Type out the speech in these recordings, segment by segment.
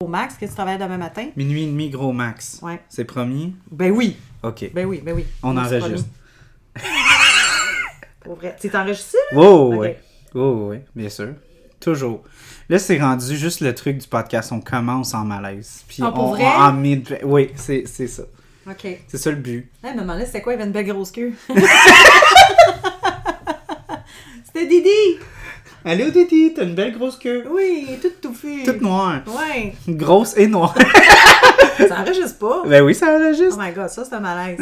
Au max, que tu travailles demain matin? Minuit et demi, gros max. Ouais. C'est promis? Ben oui, OK. ben oui, ben oui. On Oui, c'est enregistre. promis. Pour vrai. Tu t'enregistres? Oh, Ok. oui. Oh, oui, bien sûr. Toujours. Là, c'est rendu juste le truc du podcast. On commence en malaise. Puis Ah, pour on, vrai? on- en mid- Oui, c'est c'est ça. OK. Hey, C'est ça le but. maman, là, c'était quoi? Il avait une belle grosse queue. c'était Didi! Allô, Didi, t'as une belle grosse queue. Oui, toute touffue. Toute noire. Ouais. Grosse et noire. Ça enregistre pas. ben oui, ça enregistre. Oh my god, ça, c'est un malaise.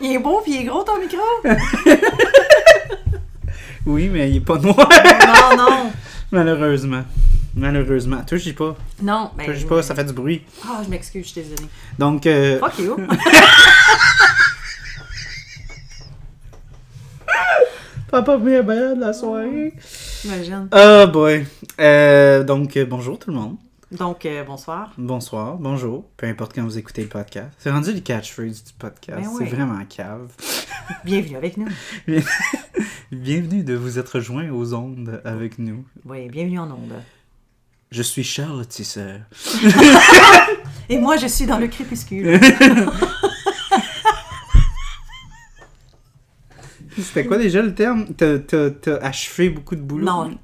il est beau, puis il est gros, ton micro. Oui, mais il est pas noir. non, non. Malheureusement. Malheureusement. Toi, je dis pas. Non, ben. Toi, je dis pas, ça fait du bruit. Ah, je m'excuse, je suis désolée. oh, Donc, euh, Fuck you. papa bien belle la soirée. J'imagine. Ah boy. Euh, donc, euh, bonjour tout le monde. Donc, euh, bonsoir. Bonsoir, bonjour, peu importe quand vous écoutez le podcast. C'est rendu le catchphrase du podcast, Ben c'est oui. vraiment cave. Bienvenue avec nous. Bienvenue de vous être joints aux ondes avec nous. Oui, bienvenue en onde. Je suis Charles Tisseur. Et moi, je suis dans le crépuscule. C'était quoi déjà le terme? T'as- T'as t'as achevé beaucoup de boulot? Non.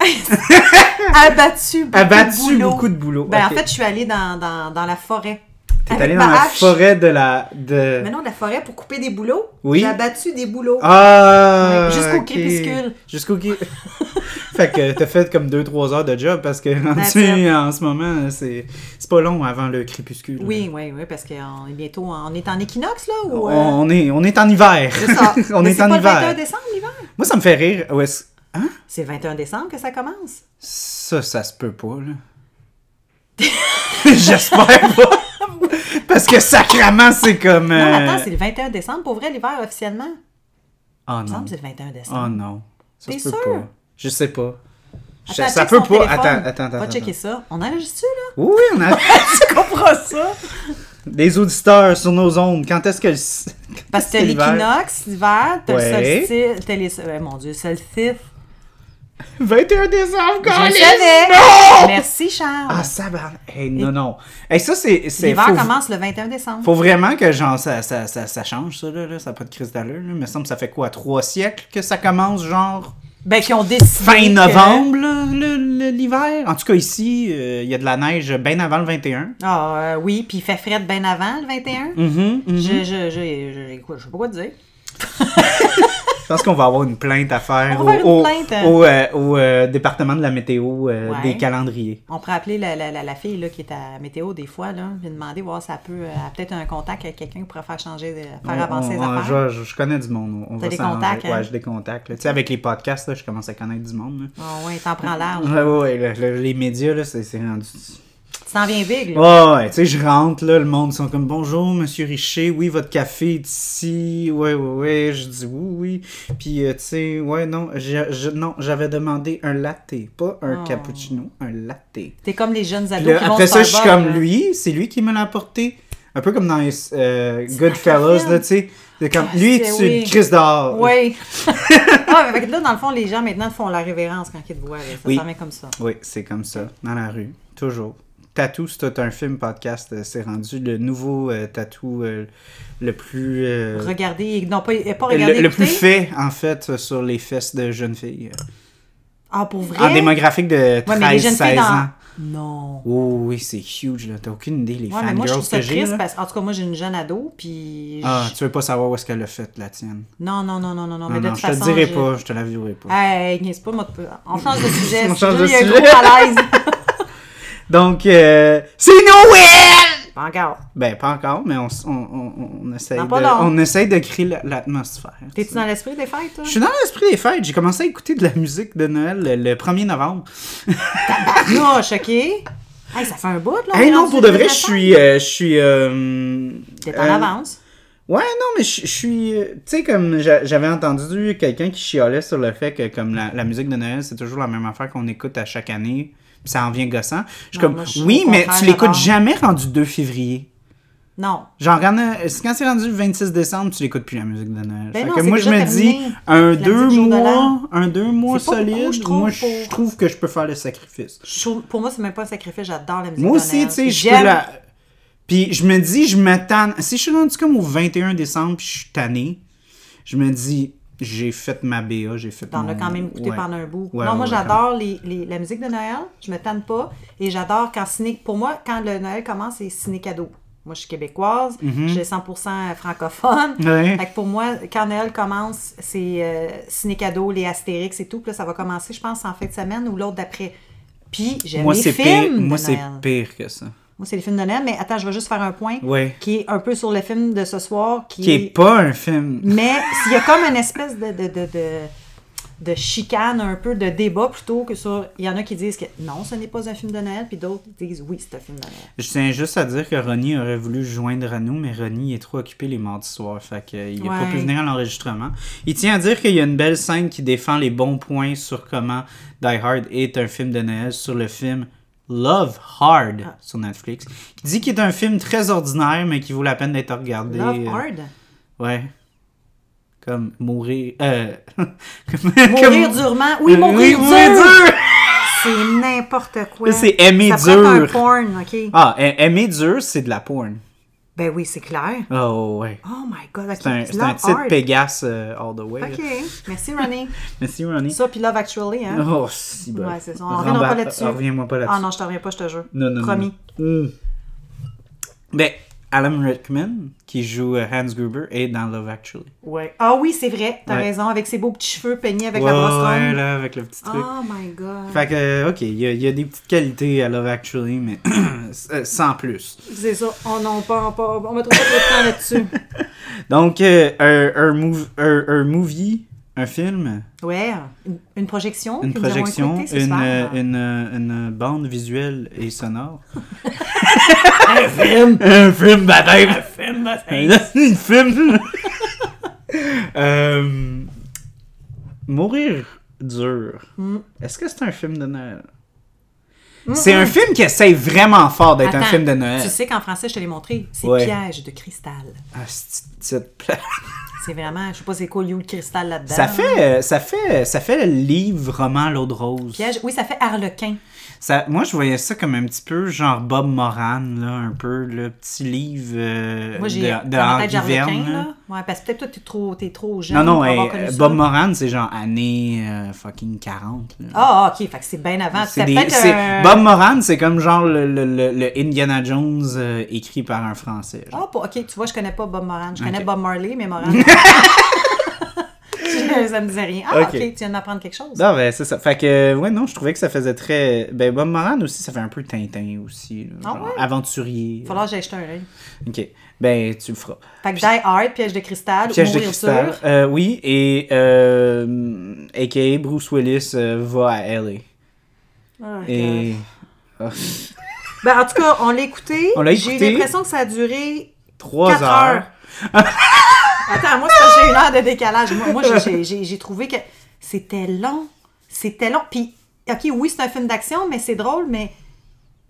Abattu beaucoup de Abattu boulot. beaucoup de boulot. Ben, ok. en fait, je suis allée dans, dans, dans la forêt. T'es avec allé ma dans la hache. forêt de la... De... Mais non, de la forêt pour couper des bouleaux. Oui. J'ai abattu des bouleaux. Ah! Ouais, jusqu'au ok. crépuscule. Jusqu'au crépuscule. fait que t'as fait comme 2-3 heures de job parce que rendu it. en ce moment, c'est c'est pas long avant le crépuscule. Oui, oui, oui, parce qu'on est bientôt en- on est en équinoxe, là, ou... On, euh, on est, on est en hiver. c'est ça. on Mais est c'est en pas le 21 hiver. décembre, l'hiver? Moi, ça me fait rire. Ouais, c- hein? C'est le 21 décembre que ça commence. Ça, ça se peut pas, là. J'espère pas. Parce que sacrament, c'est comme. Non, euh, mais attends, c'est le 21 décembre. Pour vrai, l'hiver, officiellement. Il Oh me non. semble que c'est le 21 décembre. Oh non. Ça T'es se peut sûr? pas. Je sais pas. Je- Attends, ça check peut son pas. téléphone. Attends, attends, attends. Va attends. checker ça. On enregistre-tu, là? Oui, on a. tu comprends ça? Des auditeurs sur nos ondes, quand est-ce que le... Parce que t'as C'est l'hiver. l'équinoxe d'hiver, t'as Ouais. le solstice, t'as les... euh, mon Dieu, solstice. 21 décembre, Je le Colin! savais. Merci, Charles. Ah, ça va. Hey, non, non. Hey, ça, c'est. c'est- l'hiver faut... commence le 21 décembre. faut vraiment que genre, ça, ça, ça, ça change, ça, là. là. Ça n'a pas de crise d'allure, là. Me semble que ça fait quoi, trois siècles que ça commence, genre. Ben, qui ont décidé. Fin que- novembre, là, le- le- l'hiver. En tout cas, ici, euh, il y a de la neige bien avant le 21. Ah, euh, oui, puis il fait fret bien avant le 21. Mhm, mhm. Je, je, je, je, écoute, je sais pas quoi te dire. Je pense qu'on va avoir une plainte à faire On va faire une au, au- plainte, hein. au, euh, au, euh, département de la météo euh, Ouais. des calendriers. On pourrait appeler la, la, la, la fille là, qui est à météo des fois, là, lui demander voir si elle peut, euh, elle a peut-être un contact avec quelqu'un qui pourrait faire changer, de- faire On- avancer les on- on- affaires. je, je connais du monde. On on T'as va des s'arranger. contacts, hein? Ouais, j'ai des contacts. là. Tu sais, avec les podcasts, là, je commence à connaître du monde. là. Ah ouais, t'en prends large. Ouais, ouais, ouais, le- le- les médias, là, c'est c'est rendu. Tu t'en viens big, là. Ouais, ouais, tu sais, je rentre, là, le monde, ils sont comme bonjour, monsieur Richer, oui, votre café est ici, ouais, ouais, ouais, je dis oui, oui. Puis, euh, tu sais, ouais, non, j'ai- je- non, j'avais demandé un latte, pas un Oh. cappuccino, un latte. T'es comme les jeunes ados Puis là, qui vont après au ça, je suis Starbucks, comme là. lui, c'est lui qui me l'a apporté. Un peu comme dans les, euh, Goodfellas, Machiavel. là, tu sais. C'est comme, Ah, lui, c'est- c'est oui. une crise d'or. Oui. ah, mais fait que là, dans le fond, les gens maintenant font la révérence quand ils te voient. là. Ça Oui. s'en met comme ça. Oui, c'est comme ça, dans la rue, toujours. Tatou, c'est tout un film podcast, euh, c'est rendu le nouveau euh, tatou euh, le plus. euh, Regardez, non pas, pas regarder, le, le plus écouter. fait, en fait, euh, sur les fesses de jeunes filles. Ah, pour vrai? En démographique de Ouais, mais les jeunes 13-16 filles dans- ans. Non. Oh oui, c'est huge, là. T'as aucune idée, les Ouais, mais moi, je fangirls trouve ça que j'ai. triste là. parce en tout cas, moi, j'ai une jeune ado, puis... je- Ah, tu veux pas savoir où est-ce qu'elle a fait, la tienne. Non, non, non, non, non, non, mais Non, de non, toute je te le façon, dirai je- Ah. pas, je te la vivrai pas. Hey, niaise pas, moi, on change de sujet. On Je- change de il y a un sujet. gros malaise. Donc, euh, c'est Noël! Pas encore. Ben, pas encore, mais on, s- on, on, on essaye, Dans de, pas long. on essaye de créer la- l'atmosphère. tu T'es-tu sais. dans l'esprit des fêtes, toi? Je suis dans l'esprit des fêtes. J'ai commencé à écouter de la musique de Noël le, le 1er novembre. Non, choqué. Ah, Hey, ça fait un bout, là. on hey est non, rendu pour de le vrai, je 19 suis... euh, je suis... euh, T'es en euh, avance. Ouais, non, mais je je suis... euh, Tu sais, comme j'a- j'avais entendu quelqu'un qui chialait sur le fait que comme la, la musique de Noël, c'est toujours la même affaire qu'on écoute à chaque année. Puis ça en vient gossant. Je suis Non, comme, moi, je suis oui, au mais contraire, tu l'écoutes alors. jamais rendu 2 février. Non. Genre, quand, euh, quand c'est rendu le 26 décembre, tu l'écoutes plus la musique de Noël. Ben Fait non, que c'est moi, je déjà me terminé. dis, un La deux, musique jour de mois, l'an. un deux mois C'est pas solide, beaucoup, je trouve, moi, je pour- trouve que je peux faire le sacrifice. Je trouve- Pour moi, c'est même pas un sacrifice. J'adore la musique. Moi de aussi, Noël. tu sais, je J'aime- peux la... Puis je me dis, je me tanne. Si je suis rendu comme au 21 décembre, puis je suis tanné, je me dis, j'ai fait ma BA, j'ai fait T'en mon... as quand même écouté Ouais. pendant un bout. Ouais, non, moi, ouais, j'adore les, les- la musique de Noël. Je me tanne pas. Et j'adore quand ciné... Pour moi, quand le Noël commence, c'est ciné cadeau. Moi, je suis québécoise. Je suis 100% francophone. Mhm. Ouais. Fait que pour moi, quand Noël commence, c'est euh, ciné cadeau, les Astérix et tout. Puis là, ça va commencer, je pense, en fin de semaine ou l'autre d'après. Puis, j'aime Moi, les c'est films pire. de Moi, c'est Noël. pire que ça. Moi, c'est les films de Noël. Mais attends, je vais juste faire un point Ouais. qui est un peu sur le film de ce soir. Qui, Qui est pas un film. mais il y a comme une espèce de, de, de, de, de chicane, un peu de débat plutôt que sur. Il y en a qui disent que non, ce n'est pas un film de Noël, puis d'autres disent oui, c'est un film de Noël. Je tiens juste à dire que Ronnie aurait voulu se joindre à nous, mais Ronnie est trop occupé les mardis soirs, fait qu'il n'a pas Ouais. pu venir à l'enregistrement. Il tient à dire qu'il y a une belle scène qui défend les bons points sur comment Die Hard est un film de Noël sur le film Love Hard Ah. sur Netflix. Il dit qu'il est un film très ordinaire, mais qui vaut la peine d'être regardé. Love euh, Hard. Ouais. Comme mourir. Euh... comme- Mourir comme- Euh, durement. Oui, mourir dur. dur! C'est n'importe quoi. Ça, c'est aimer Ça pourrait être dur. un porn, OK? Ah, a- aimer dur, c'est de la porn. Ben oui, c'est clair. Oh, ouais. Oh my God, OK. C'est un, c'est un Love titre Hard. Pégase euh, all the way. là. OK. Merci, Ronnie. Merci, Ronnie. ça, puis Love Actually, hein? Oh, si bon. Ouais, c'est ça. On reviendra pas là-dessus. Reviens-moi pas là-dessus. Ah non, je te reviens pas, je te jure. non, non, Promis. non. Mm. Ben, Alan Rickman, qui joue euh, Hans Gruber, est dans Love Actually. Ouais. Ah oui, c'est vrai. T'as Ouais. raison. Avec ses beaux petits cheveux peignés avec ouais, la brosse ouais, ronde. là, avec le petit truc. Oh my God. Fait que, euh, ok, il y, a- il y a des petites qualités à Love Actually, mais euh, sans plus. C'est ça. On n'en parle pas. On mettra pas trop de temps là-dessus. Donc, euh, un, un mov- un- un movie, un film, Ouais. Une, une projection. une que nous avons projection, écoutée ce une, soir. euh, une, euh, une bande visuelle et sonore. Un film. Un film, bataille! film de fin. une film. Euh, mourir dur. Hmm. Est-ce que c'est un film de Noël? C'est un film qui essaye vraiment fort d'être un Attends, film de Noël. Tu sais qu'en français, je te l'ai montré. C'est Ouais. Piège de cristal. Ah, c'est- c'est- c'est- C'est vraiment. Je sais pas c'est quoi le lieu de cristal là-dedans. ça fait, euh, ça fait, ça fait le livre roman l'eau de rose. Piège. Oui, ça fait harlequin. Ça, moi, je voyais ça comme un petit peu genre Bob Moran, là, un peu le petit livre euh, Moi, j'ai. de, de dans ma Henri tête, j'arlequin, Verne, là. là. Ouais, parce que peut-être toi, t'es trop, t'es trop jeune. Non, non, pour hey, avoir connu ça. Bob Moran, c'est genre année euh, fucking 40. là. Ah, ok. Fait que c'est bien avant. C'est C'est des- peut-être c'est- un- Bob Moran, c'est comme genre le, le- le- le Indiana Jones euh, écrit par un Français. genre. Ah, pas- ok, tu vois, je connais pas Bob Moran. Je connais Ok. Bob Marley, mais Moran. Je- ça me disait rien. Ah, ok, Ok. tu viens d'apprendre quelque chose. Non, ben c'est ça. Fait que, euh, ouais, non, je trouvais que ça faisait très. Ben, Bob Moran aussi, ça fait un peu Tintin aussi. là, Ah genre ouais? Aventurier. Il va falloir que j'ai acheté un œil. Ok. Ben, tu le feras. Fait que Die Hard, piège de cristal, Piège de Ah, mourir cristal. sûr. Euh, oui, et euh, AKA Bruce Willis euh, va à LA. Ah, Et. God. Ben, en tout cas, on l'a écouté. On l'a J'ai écouté. eu l'impression que ça a duré. 3 Quatre heures. heures. Attends, moi, c'est parce que j'ai une heure de décalage. Moi, moi, j'ai- j'ai- j'ai j'ai trouvé que c'était long. C'était long. Puis, ok, oui, c'est un film d'action, mais c'est drôle, mais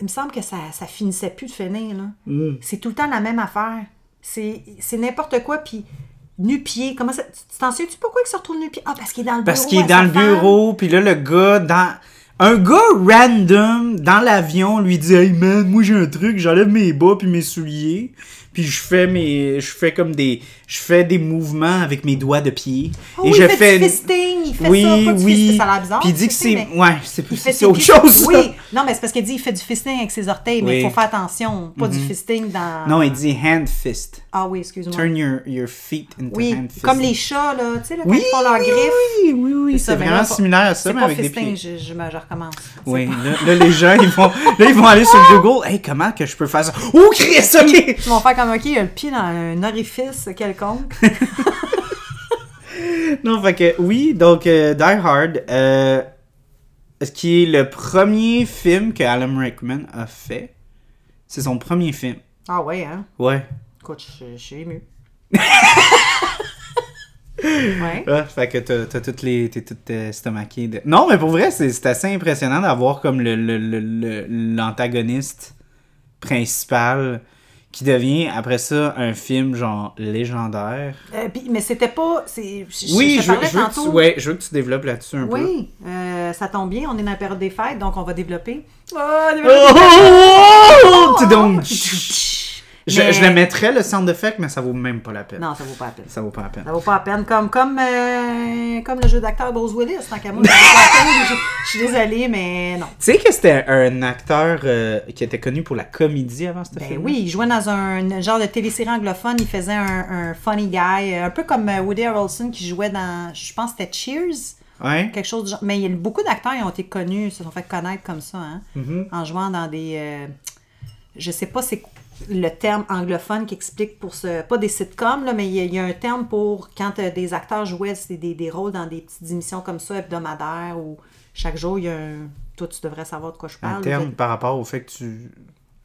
il me semble que ça, ça finissait plus de finir, là. Mm. C'est tout le temps la même affaire. C'est c'est n'importe quoi, puis nu-pied. Comment ça... Tu tu t'en souviens-tu pourquoi il se retrouve nu-pied? Ah, parce qu'il est dans le bureau. Parce qu'il à est dans sa le femme. bureau, puis là, le gars, dans... un gars random dans l'avion lui dit Hey man, moi j'ai un truc, j'enlève mes bas puis mes souliers, puis je fais mes. Je fais comme des. Je fais des mouvements avec mes doigts de pied. Ah oui, je il fait, du fisting, il fait oui, ça, pas du oui. fisting, ça a l'air bizarre. Puis il dit que c'est. fisting, mais Ouais, c'est il fait c'est ses autre pieds- chose. ça. Oui, non, mais c'est parce qu'il dit il fait du fisting avec ses orteils, mais il Oui. Mm-hmm. faut faire attention. Pas du fisting dans... Non, il dit hand fist. Ah oui, excuse-moi. Turn your, your feet into Oui, hand fist. comme les chats, là, tu sais, là, quand oui, ils font leurs oui, griffes. oui, oui, oui, ça, c'est mais vraiment là, pas- similaire à ça, C'est mais pas avec des pieds. fisting, je, je, me- je recommence. C'est Oui, là, là, les gens, ils vont, là, ils vont aller Ah! sur Google. Hey, comment que je peux faire ça? Oh, Chris, ok! Ils vont faire comme, OK, il a le pied dans un orifice quelconque. Non, fait que oui, donc euh, Die Hard, euh, ce qui est le premier film que Alan Rickman a fait, c'est son premier film. Ah ouais, hein? Ouais. Écoute, je, je suis émue. Ouais. Ah, fait que t'as, t'as toutes les. T'es toute estomaquée. de- Non, mais pour vrai, c'est, c'est assez impressionnant d'avoir comme le, le- le- le- l'antagoniste principal qui devient après ça un film genre légendaire. Euh, puis- mais c'était pas. c'est- je- je, oui, te je, veux, parlais je veux que tu, tantôt. ouais, je veux que tu développes là-dessus un peu. Oui, euh, ça tombe bien, on est dans la période des fêtes, donc on va développer. Oh, développer- Oh, oh, oh, tu donc. Je, Mais- je le mettrais le sound effect, mais ça vaut même pas la peine. Non, Ah ça vaut pas la peine. Ça vaut pas la peine. Ça vaut pas la peine. Comme, comme, euh, comme le jeu d'acteur Bruce Willis, tant qu'à moi. ça vaut pas la peine. Je- Je suis désolée, mais non. Tu sais que c'était un acteur euh, qui était connu pour la comédie avant ce Ben film? oui, il jouait dans un, un genre de télésérie anglophone, il faisait un, un funny guy, un peu comme euh, Woody Harrelson qui jouait dans, je pense que c'était Cheers, Ouais. quelque chose du genre. Mais il y a beaucoup d'acteurs qui ont été connus, se sont fait connaître comme ça, hein, Mhm. en jouant dans des, euh, je sais pas c'est le terme anglophone qui explique pour ce, pas des sitcoms, là, mais il y, a- il y a un terme pour quand euh, des acteurs jouaient c'est des, des rôles dans des petites émissions comme ça, hebdomadaires, où chaque jour, il y a un, toi tu devrais savoir de quoi je parle. Un là, terme par rapport au fait que tu.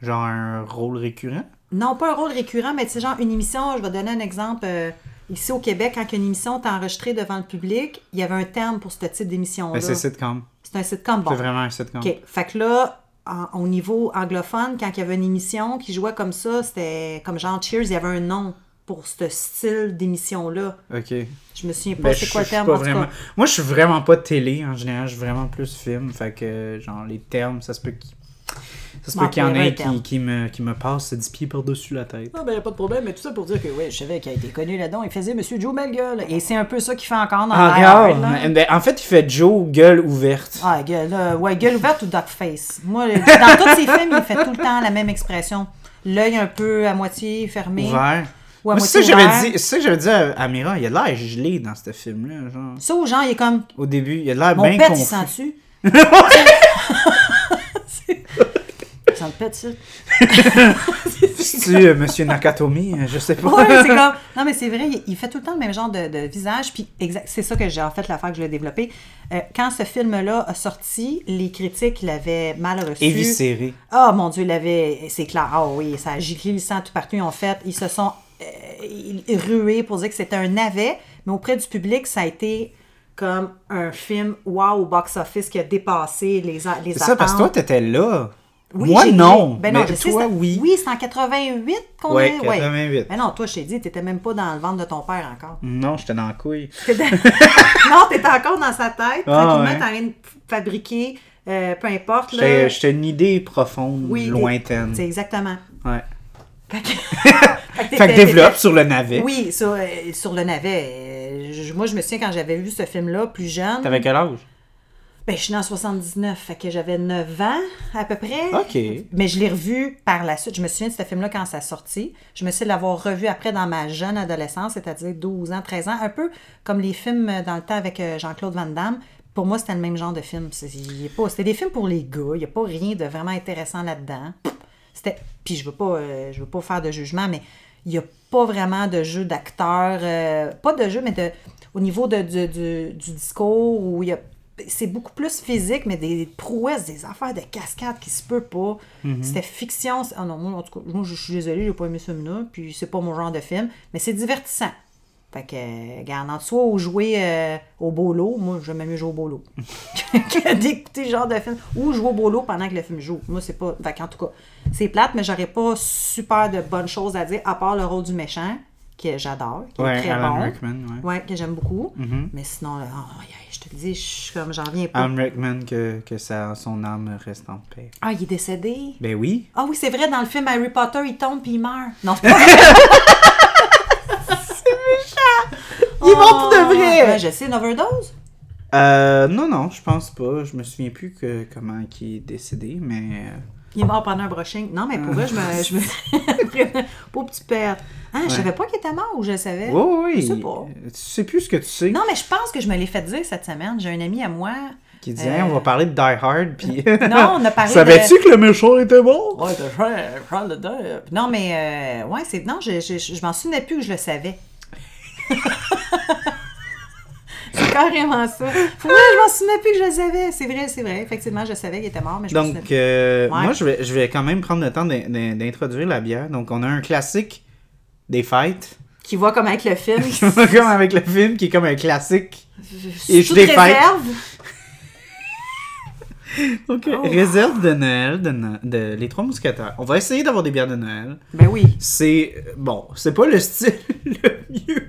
Genre un rôle récurrent? Non, pas un rôle récurrent, mais tu sais, genre une émission, je vais donner un exemple. euh, ici au Québec, quand une émission est enregistrée devant le public, il y avait un terme pour ce type d'émission-là. Ben, c'est sitcom. C'est un sitcom. Bon. C'est vraiment un sitcom. OK. Fait que là, en- au niveau anglophone, quand il y avait une émission qui jouait comme ça, c'était comme genre Cheers, il y avait un nom pour ce style d'émission-là. Ok. Je me souviens pas Ben, c'est je- quoi le je suis terme. pas en tout cas. vraiment- Moi, je suis vraiment pas télé en général. Je suis vraiment plus film. Fait que, genre, les termes, ça se peut qu'il ça se Bon, peut qu'il y en il y avait un ait qui, terme. qui me, qui me passent dix pieds par-dessus la tête. Non, ben, y a pas de problème, mais tout ça pour dire que, ouais, je savais qu'il a été connu là-dedans. Il faisait Monsieur Joe Melgueule. Et c'est un peu ça qu'il fait encore dans Die Hard, Encore? là. Mais- Ah, ben, en fait, il fait Joe gueule ouverte. Ah, gueule, là, ouais, gueule ouverte ou duck face. Moi, le- dans tous ses films, il fait tout le temps la même expression. L'œil un peu à moitié fermé. Ouvert. Ou à Moi, c'est ça moitié que j'avais ouvert. dit, c'est ça que j'avais dit à à Mira. Il a de l'air gelé dans ce film-là. Genre. Ça, aux gens, il est comme Au début, il a de l'air Mon bien pet, confus. il sent dessus. Ça me pète, ça. C'est-tu, euh, Monsieur Nakatomi, Euh, je sais pas. Ouais, c'est comme. Non, mais c'est vrai, il- il fait tout le temps le même genre de, de visage. Puis, exact, c'est ça que j'ai en fait l'affaire que je l'ai développé. Euh, quand ce film-là a sorti, les critiques l'avaient mal reçu. Éviscéré. Ah mon Dieu, il avait. C'est clair. Ah oui, ça a giclé le sang tout partout. En fait, ils se sont euh, ils- rués pour dire que c'était un navet, mais auprès du public, ça a été comme un film wow au box-office qui a dépassé les, a- les C'est ça, parce que toi, attentes. t'étais là. Oui, Moi, j'ai- non. Ben non, mais je sais, toi, c'est- oui. Oui, c'est en 88 qu'on Ouais, est. 88. Mais non, toi, je t'ai dit, t'étais même pas dans le ventre de ton père encore. Non, j'étais dans la couille. T'es dans- non, t'étais encore dans sa tête. Ah, tranquillement, ouais. t'as rien de fabriqué, euh, peu importe. Là. J'étais j'étais une idée profonde, Oui, t'es- lointaine. C'est exactement. Ouais. Fait que, Fait que développe sur le navet. Oui, sur, euh, sur le navet. Euh, je- moi, je me souviens quand j'avais vu ce film-là plus jeune. T'avais quel âge? Ben, je suis née en 79, fait que j'avais 9 ans à peu près. OK. Mais je l'ai revu par la suite. Je me souviens de ce film-là quand ça a sorti. Je me souviens de l'avoir revu après dans ma jeune adolescence, c'est-à-dire 12 ans, 13 ans, un peu comme les films euh, dans le temps avec euh, Jean-Claude Van Damme. Pour moi, c'était le même genre de film. C'est- il est pas- C'était des films pour les gars. Il n'y a pas rien de vraiment intéressant là-dedans. C'était. Puis je veux pas, euh, je veux pas faire de jugement, mais il n'y a pas vraiment de jeu d'acteur. euh, pas de jeu, mais de, au niveau de, du, du- du discours où il y a. C'est beaucoup plus physique, mais des prouesses, des affaires de cascade qui se peut pas. C'était fiction. c'est- Ah non, moi, en tout cas, moi, je suis désolée, j'ai pas aimé ce film-là, puis c'est pas mon genre de film, mais c'est divertissant. Fait que, euh, regarde, entre soit ou jouer euh, au bolo, moi, j'aime mieux jouer au bolo que d'écouter ce genre de film, ou jouer au bolo pendant que le film joue. Moi, c'est pas. Fait qu'en tout cas, c'est plate, mais j'aurais pas super de bonnes choses à dire, à part le rôle du méchant, que j'adore, qui est Ouais, très Alan bon. Rickman, ouais. Mm-hmm. Ouais, que j'aime beaucoup. Mais sinon, là, oh, aïe, aïe, je te le dis, je suis comme, j'en reviens pas. Alan Rickman, que, que sa, son âme reste en paix. Ah, il est décédé. Ben oui. Ah oui, c'est vrai, dans le film Harry Potter, il tombe puis il meurt. Non, c'est pas vrai. Il monte de vrai! Oh, Ouais, je sais, une overdose? Euh, non, non, je pense pas. Je me souviens plus que, comment il est décédé, mais... euh, Il est mort pendant un brushing. Non, mais pour vrai, je Ah. me. Je me... Pauvre petit père. Ah, je savais pas qu'il était mort ou je le savais? Oh, oui, Je sais pas. Tu sais plus ce que tu sais. Non, mais je pense que je me l'ai fait dire cette semaine. J'ai un ami à moi. Qui dit, Euh, Hey, on va parler de Die Hard, puis. Non, on a parlé Savais-tu que le méchant était bon? Ouais, t'as le Non, mais. euh, ouais, c'est. Non, je, je, je, je m'en souvenais plus que je le savais. c'est carrément ça. Ouais, je m'en souvenais plus que je le savais. C'est vrai, c'est vrai. Effectivement, je savais qu'il était mort, mais je m'en souvenais Donc, plus. euh, Ouais. moi, je vais, je vais quand même prendre le temps d'in- d'in- d'introduire la bière. Donc, on a un classique des fêtes. qui va comme avec le film. qui- comme avec le film qui est comme un classique. Et je sous défais. réserve. Ok. Oh. Réserve de Noël, de, No- de Les Trois Mousquetaires. On va essayer d'avoir des bières de Noël. Ben oui. C'est. Bon, c'est pas le style le mieux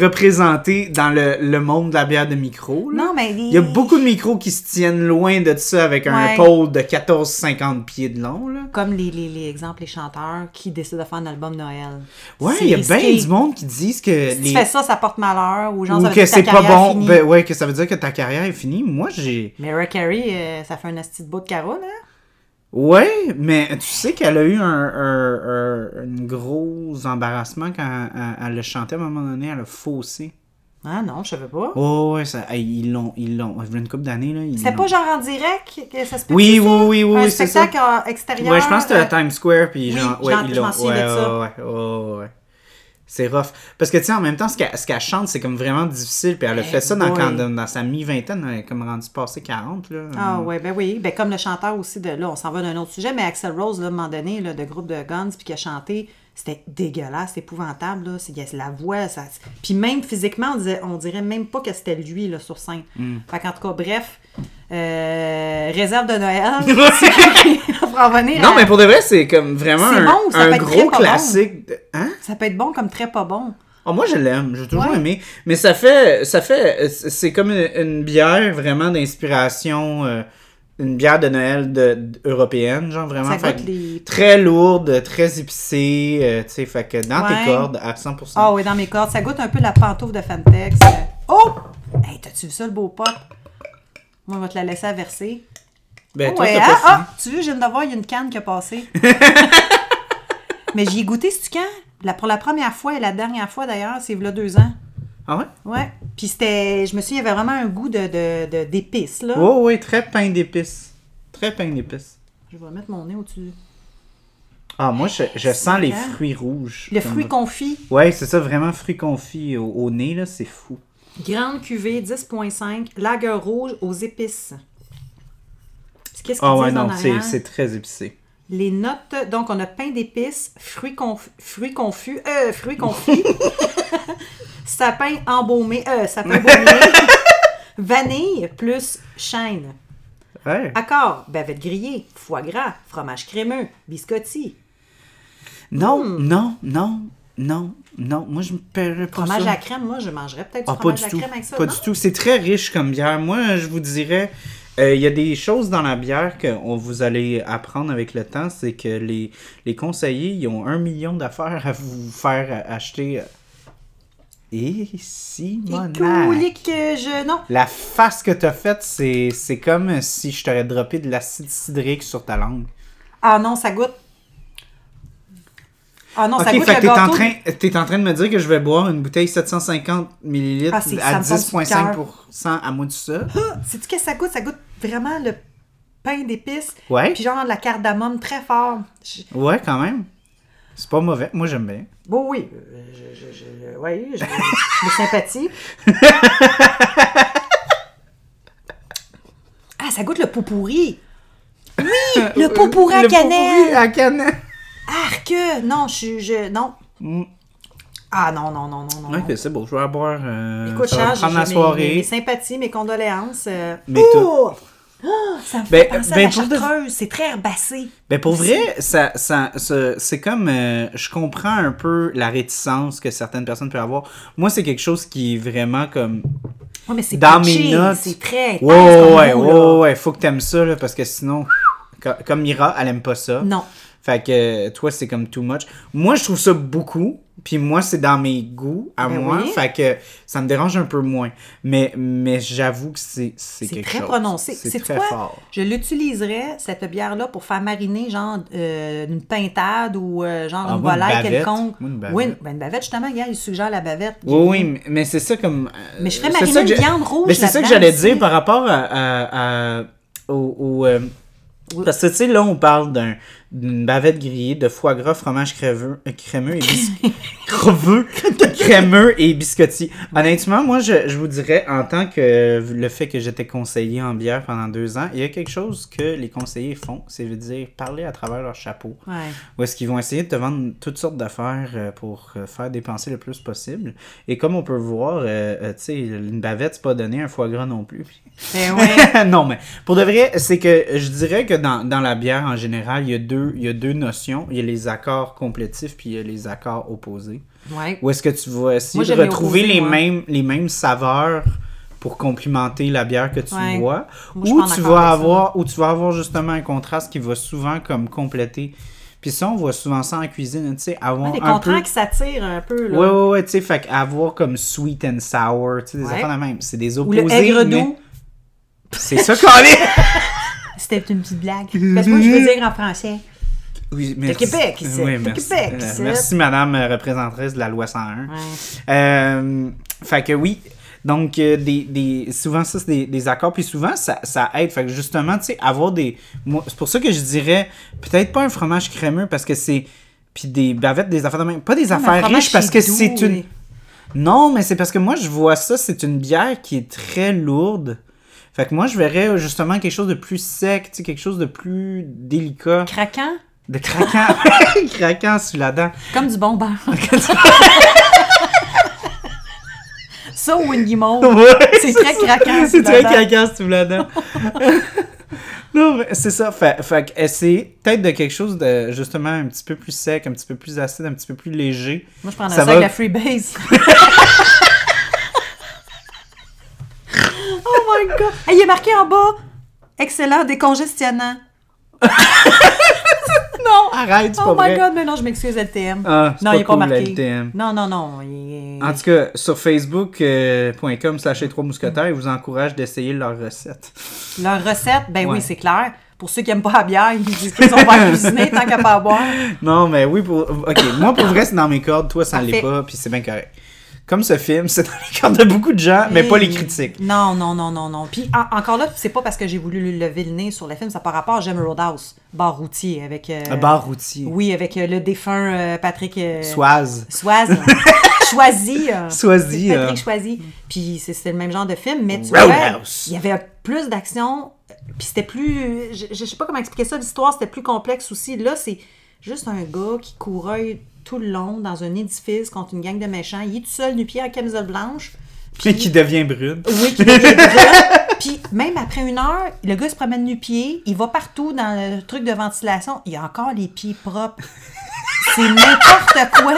représenté dans le, le monde de la bière de micro. là. Non, mais Il y a beaucoup de micros qui se tiennent loin de ça avec un Ouais. pôle de 14-50 pieds de long. Là. Comme les, les, les exemples, les chanteurs qui décident de faire un album Noël. Ouais, C'est il y a risqué. bien du monde qui disent que Si les- tu fais ça, ça porte malheur ou genre ou ça veut que dire c'est ta pas carrière bon. finie. Ben ouais, que ça veut dire que ta carrière est finie. Moi, j'ai. Mais Mariah Carey, euh, ça fait un asti de bout de hein? carreau, là. Ouais, mais tu sais qu'elle a eu un, un- un- un gros embarrassement quand elle, elle- elle le chantait à un moment donné, elle a faussé. Ah non, je savais pas. Oh, ouais, ça, ils l'ont. Ils l'ont. Il y a une couple d'années, là. ils C'était l'ont- pas genre en direct que ça se peut Oui, ça? oui, oui, oui, Un oui, c'est ça. spectacle en extérieur. Ouais, je pense que c'était euh, à Times Square, puis oui, genre, ouais, j'en- ils je m'en l'ont- souviens ouais, de ça. ouais, ouais, ouais, ouais. C'est rough. Parce que, tu sais, en même temps, ce qu'elle ce qu'elle chante, c'est comme vraiment difficile, puis elle a Eh fait ça dans, boy. quand- dans, dans sa mi-vingtaine, elle est comme rendue passée 40, là. Ah ouais, ben oui, ben comme le chanteur aussi de là, on s'en va d'un autre sujet, mais Axel Rose, là, à un moment donné, là, de groupe de Guns, puis qui a chanté, c'était dégueulasse, épouvantable, là, c'est il y a la voix, ça... puis même physiquement, on, disait, on dirait même pas que c'était lui, là, sur scène. Mm. Fait qu'en tout cas, bref, euh, réserve de Noël, pour en venir Non, à- mais pour de vrai, c'est comme vraiment C'est un, bon, ça un peut être très gros pas bon. classique. de- Hein? ça peut être bon comme très pas bon. Oh, moi, je l'aime. J'ai toujours Ouais. aimé. Mais ça fait. ça fait C'est comme une, une bière vraiment d'inspiration. euh, une bière de Noël de, d- européenne, genre vraiment. Ça Fait goûte que les- Très lourde, très épicée. euh, tu sais, fait que dans Ouais. tes cordes, à 100%. Ah oui, dans mes cordes, ça goûte un peu la pantoufle de Fantex. Euh, Oh! Hey, t'as-tu vu ça, le beau pop? Moi, on va te la laisser à verser. Ben, toi, Ouais, t'as hein? pas fini. Ah, tu veux, je viens de voir, il y a une canne qui a passé. Mais j'y ai goûté, c'est quand? La, pour la première fois et la dernière fois d'ailleurs, c'est là deux ans. Ah ouais? Ouais. Puis c'était, je me souviens, il y avait vraiment un goût de, de, de- d'épices, là. Oh, oui, très pain d'épices. Très pain d'épices. Je vais mettre mon nez au-dessus. Ah, moi, je, je sens les Hein? fruits rouges. Le Comme- fruit confit, Ouais, c'est ça, vraiment fruits confits au, au nez, là, c'est fou. grande cuvée, 10.5, lager rouge aux épices. Puis Qu'est-ce qu'ils Ah ouais, disent en non, c'est arrière? c'est très épicé. Les notes, donc on a pain d'épices, fruits, conf- fruits confus, euh, fruits confits, sapin embaumé, euh, sapin baumé, vanille plus chêne. Ouais. Accord, bavette grillée, foie gras, fromage crémeux, biscotti, Non, Hmm. non, non, non, non. Moi, je me paierais pas fromage ça. à crème. Moi, je mangerais peut-être Ah, du pas fromage du à tout. crème avec ça. Pas non? du tout. C'est très riche comme bière. Moi, je vous dirais, euh, il y a des choses dans la bière que on, vous allez apprendre avec le temps. C'est que les, les conseillers, ils ont un million d'affaires à vous faire acheter. Et Et Simona. coulis que euh, je. Non, La face que t'as faite, c'est c'est comme si je t'aurais droppé de l'acide cidrique sur ta langue. ah non, ça goûte. Ah non, Ok, ça goûte fait que le t'es en, gâteau. train, t'es en train de me dire que je vais boire une bouteille 750 ml Ah, c'est- à ça me tombe sur le 10,5% à moins de ça. Ah, Sais-tu qu'est-ce que ça goûte? Ça goûte vraiment le pain d'épices. Ouais. Puis genre de la cardamome très fort. Je- Ouais, quand même. C'est pas mauvais. Moi, j'aime bien. Bon, oui. euh, Je, je, je- ouais, je- mes sympathies. ah, ça goûte le pot pourri. Oui, Euh, le pot pourri à Euh, Le pot pourri cannelle. à cannelle. Arc. Non, je, je, non. Ah non, non, non, non, non. Mm. Ok, c'est beau. Je vais boire. Euh, Écoute, ça va Charles, prendre j'ai la mes- soirée. Mes, mes sympathies, mes condoléances. euh, Mais ouh! toi- Ah, ça me fait Ben, penser ben, à la pour de- chartreuse. C'est très herbacé. Ben pour vrai, ça, ça, ça- c'est comme, euh, je comprends un peu la réticence que certaines personnes peuvent avoir. Moi, c'est quelque chose qui est vraiment comme Ouais, mais c'est dans punché, mes notes. C'est très intense Ouais, ouais, comme ouais, goût, ouais, là. ouais, faut que t'aimes ça, là, parce que sinon, co- comme Mira, elle aime pas ça. Non. Fait que euh, toi, c'est comme too much. Moi, je trouve ça beaucoup, puis moi, c'est dans mes goûts à Ben moi. oui. Fait que ça me dérange un peu moins. Mais, mais j'avoue que c'est c'est C'est quelque très chose. prononcé. C'est C'est quoi? très fort. Je l'utiliserais, cette bière-là, pour faire mariner, genre, euh, une pintade ou euh, genre Ah, une moi, une volaille bavette. quelconque. Moi, une bavette. oui, une, ben, une bavette, justement, gars, il suggère la bavette. Oui, oui, mais- mais c'est ça comme. euh, Mais je ferais c'est mariner ça que une j'ai- viande rouge Mais c'est ça que là-dedans j'allais aussi. dire par rapport à, à- à- au, au, euh, Parce que, tu sais, là, on parle d'un- d'une bavette grillée de foie gras, fromage creveux- euh, crémeux et biscuit. creveux, crémeux et biscotti. Honnêtement, moi, je, je vous dirais, en tant que le fait que j'étais conseiller en bière pendant deux ans, il y a quelque chose que les conseillers font, c'est de dire parler à travers leur chapeau. Ouais. Où est-ce qu'ils vont essayer de te vendre toutes sortes d'affaires euh, pour euh, faire dépenser le plus possible. Et comme on peut voir, euh, euh, tu sais, une bavette, c'est pas donné, un foie gras non plus. Mais Eh ouais. non, mais pour de vrai, c'est que je dirais que dans, dans la bière en général, il y, a deux, il y a deux notions. Il y a les accords complétifs puis il y a les accords opposés. Ouais. Où est-ce que tu vas essayer Moi, de j'aime les retrouver opposés, les moi. mêmes, les mêmes saveurs pour complimenter la bière que tu Ouais. bois Moi, je suis ou pas en tu accord vas avec ça. avoir ou tu vas avoir justement un contraste qui va souvent comme compléter puis ça on voit souvent ça en cuisine hein, tu sais avoir Ouais, les un peu contrats qui s'attirent un peu, là. Ouais, ouais, ouais, tu sais, fait avoir comme sweet and sour, tu sais, des Ouais. affaires de même. C'est des Ou opposés. le aigre mais- doux. C'est ça qu'on est! C'était une petite blague. Parce que moi, je veux dire en français. Oui, merci. Québec, ici. Oui, De merci. Québec, Euh, ici. merci, madame euh, représentatrice de la loi 101. Ouais. Euh, fait que oui. Donc, euh, des, des- souvent, ça, c'est des, des accords. Puis souvent, ça, ça aide. Fait que justement, tu sais, avoir des. moi, C'est pour ça que je dirais peut-être pas un fromage crémeux parce que c'est. Puis des bavettes, des affaires de même. Pas des mais un affaires fromage, riches parce c'est que doux, c'est une. oui. Non, mais c'est parce que moi, je vois ça, c'est une bière qui est très lourde. Fait que moi, je verrais euh, justement quelque chose de plus sec, tu sais, quelque chose de plus délicat. Craquant, De craquant. craquant sous la dent. comme du bon beurre. ça ou une guimauve. C'est très craquant. C'est sous la très dent. craquant sous la dent. non, mais c'est ça. Fait, fait que essayer peut-être de quelque chose de justement un petit peu plus sec, un petit peu plus acide, un petit peu plus léger. Moi, je prendrais Ça ça, va- avec la freebase. oh my god! Hey, il est marqué en bas! Excellent décongestionnant. Non, arrête, c'est Oh my pas vrai. god, mais non, je m'excuse, LTM. Ah, c'est non, pas il est pas cool, marqué. LTM. Non, non, non. il est- En tout cas, sur facebook.com slash les trois mousquetaires, ils vous encouragent d'essayer leur recette. Leur recette, ben Ouais. oui, c'est clair. Pour ceux qui n'aiment pas la bière, ils disent qu'ils sont pas cuisinés tant qu'à pas boire. Non, mais oui, pour... OK, moi, pour vrai, c'est dans mes cordes. Toi, ça l'est Parfait. pas, puis c'est bien correct. Comme ce film, c'est dans les cordes de beaucoup de gens, mais pas les Hey. critiques. Non, non, non, non, non. Puis en- encore là, c'est pas parce que j'ai voulu lui lever le nez sur le film, ça par rapport. J'aime Roadhouse, bar routier avec. euh, Un Ah, bar routier. Oui, avec euh, le défunt euh, Patrick. euh, Soise. Soise. Choisi. euh, Choisi, c'est euh. Patrick Choisi. Puis c'est- c'était le même genre de film, mais tu vois, Roadhouse. il y avait plus d'action. euh, Puis c'était plus. Je, je sais pas comment expliquer ça, l'histoire, c'était plus complexe aussi. Là, c'est juste un gars qui coureuille tout le long dans un édifice contre une gang de méchants. Il est tout seul, nu pied en camisole blanche. Puis qui devient brune. Oui, qui devient drôle. Puis même après une heure, le gars se promène nu pied, il va partout dans le truc de ventilation, il a encore les pieds propres. C'est n'importe quoi.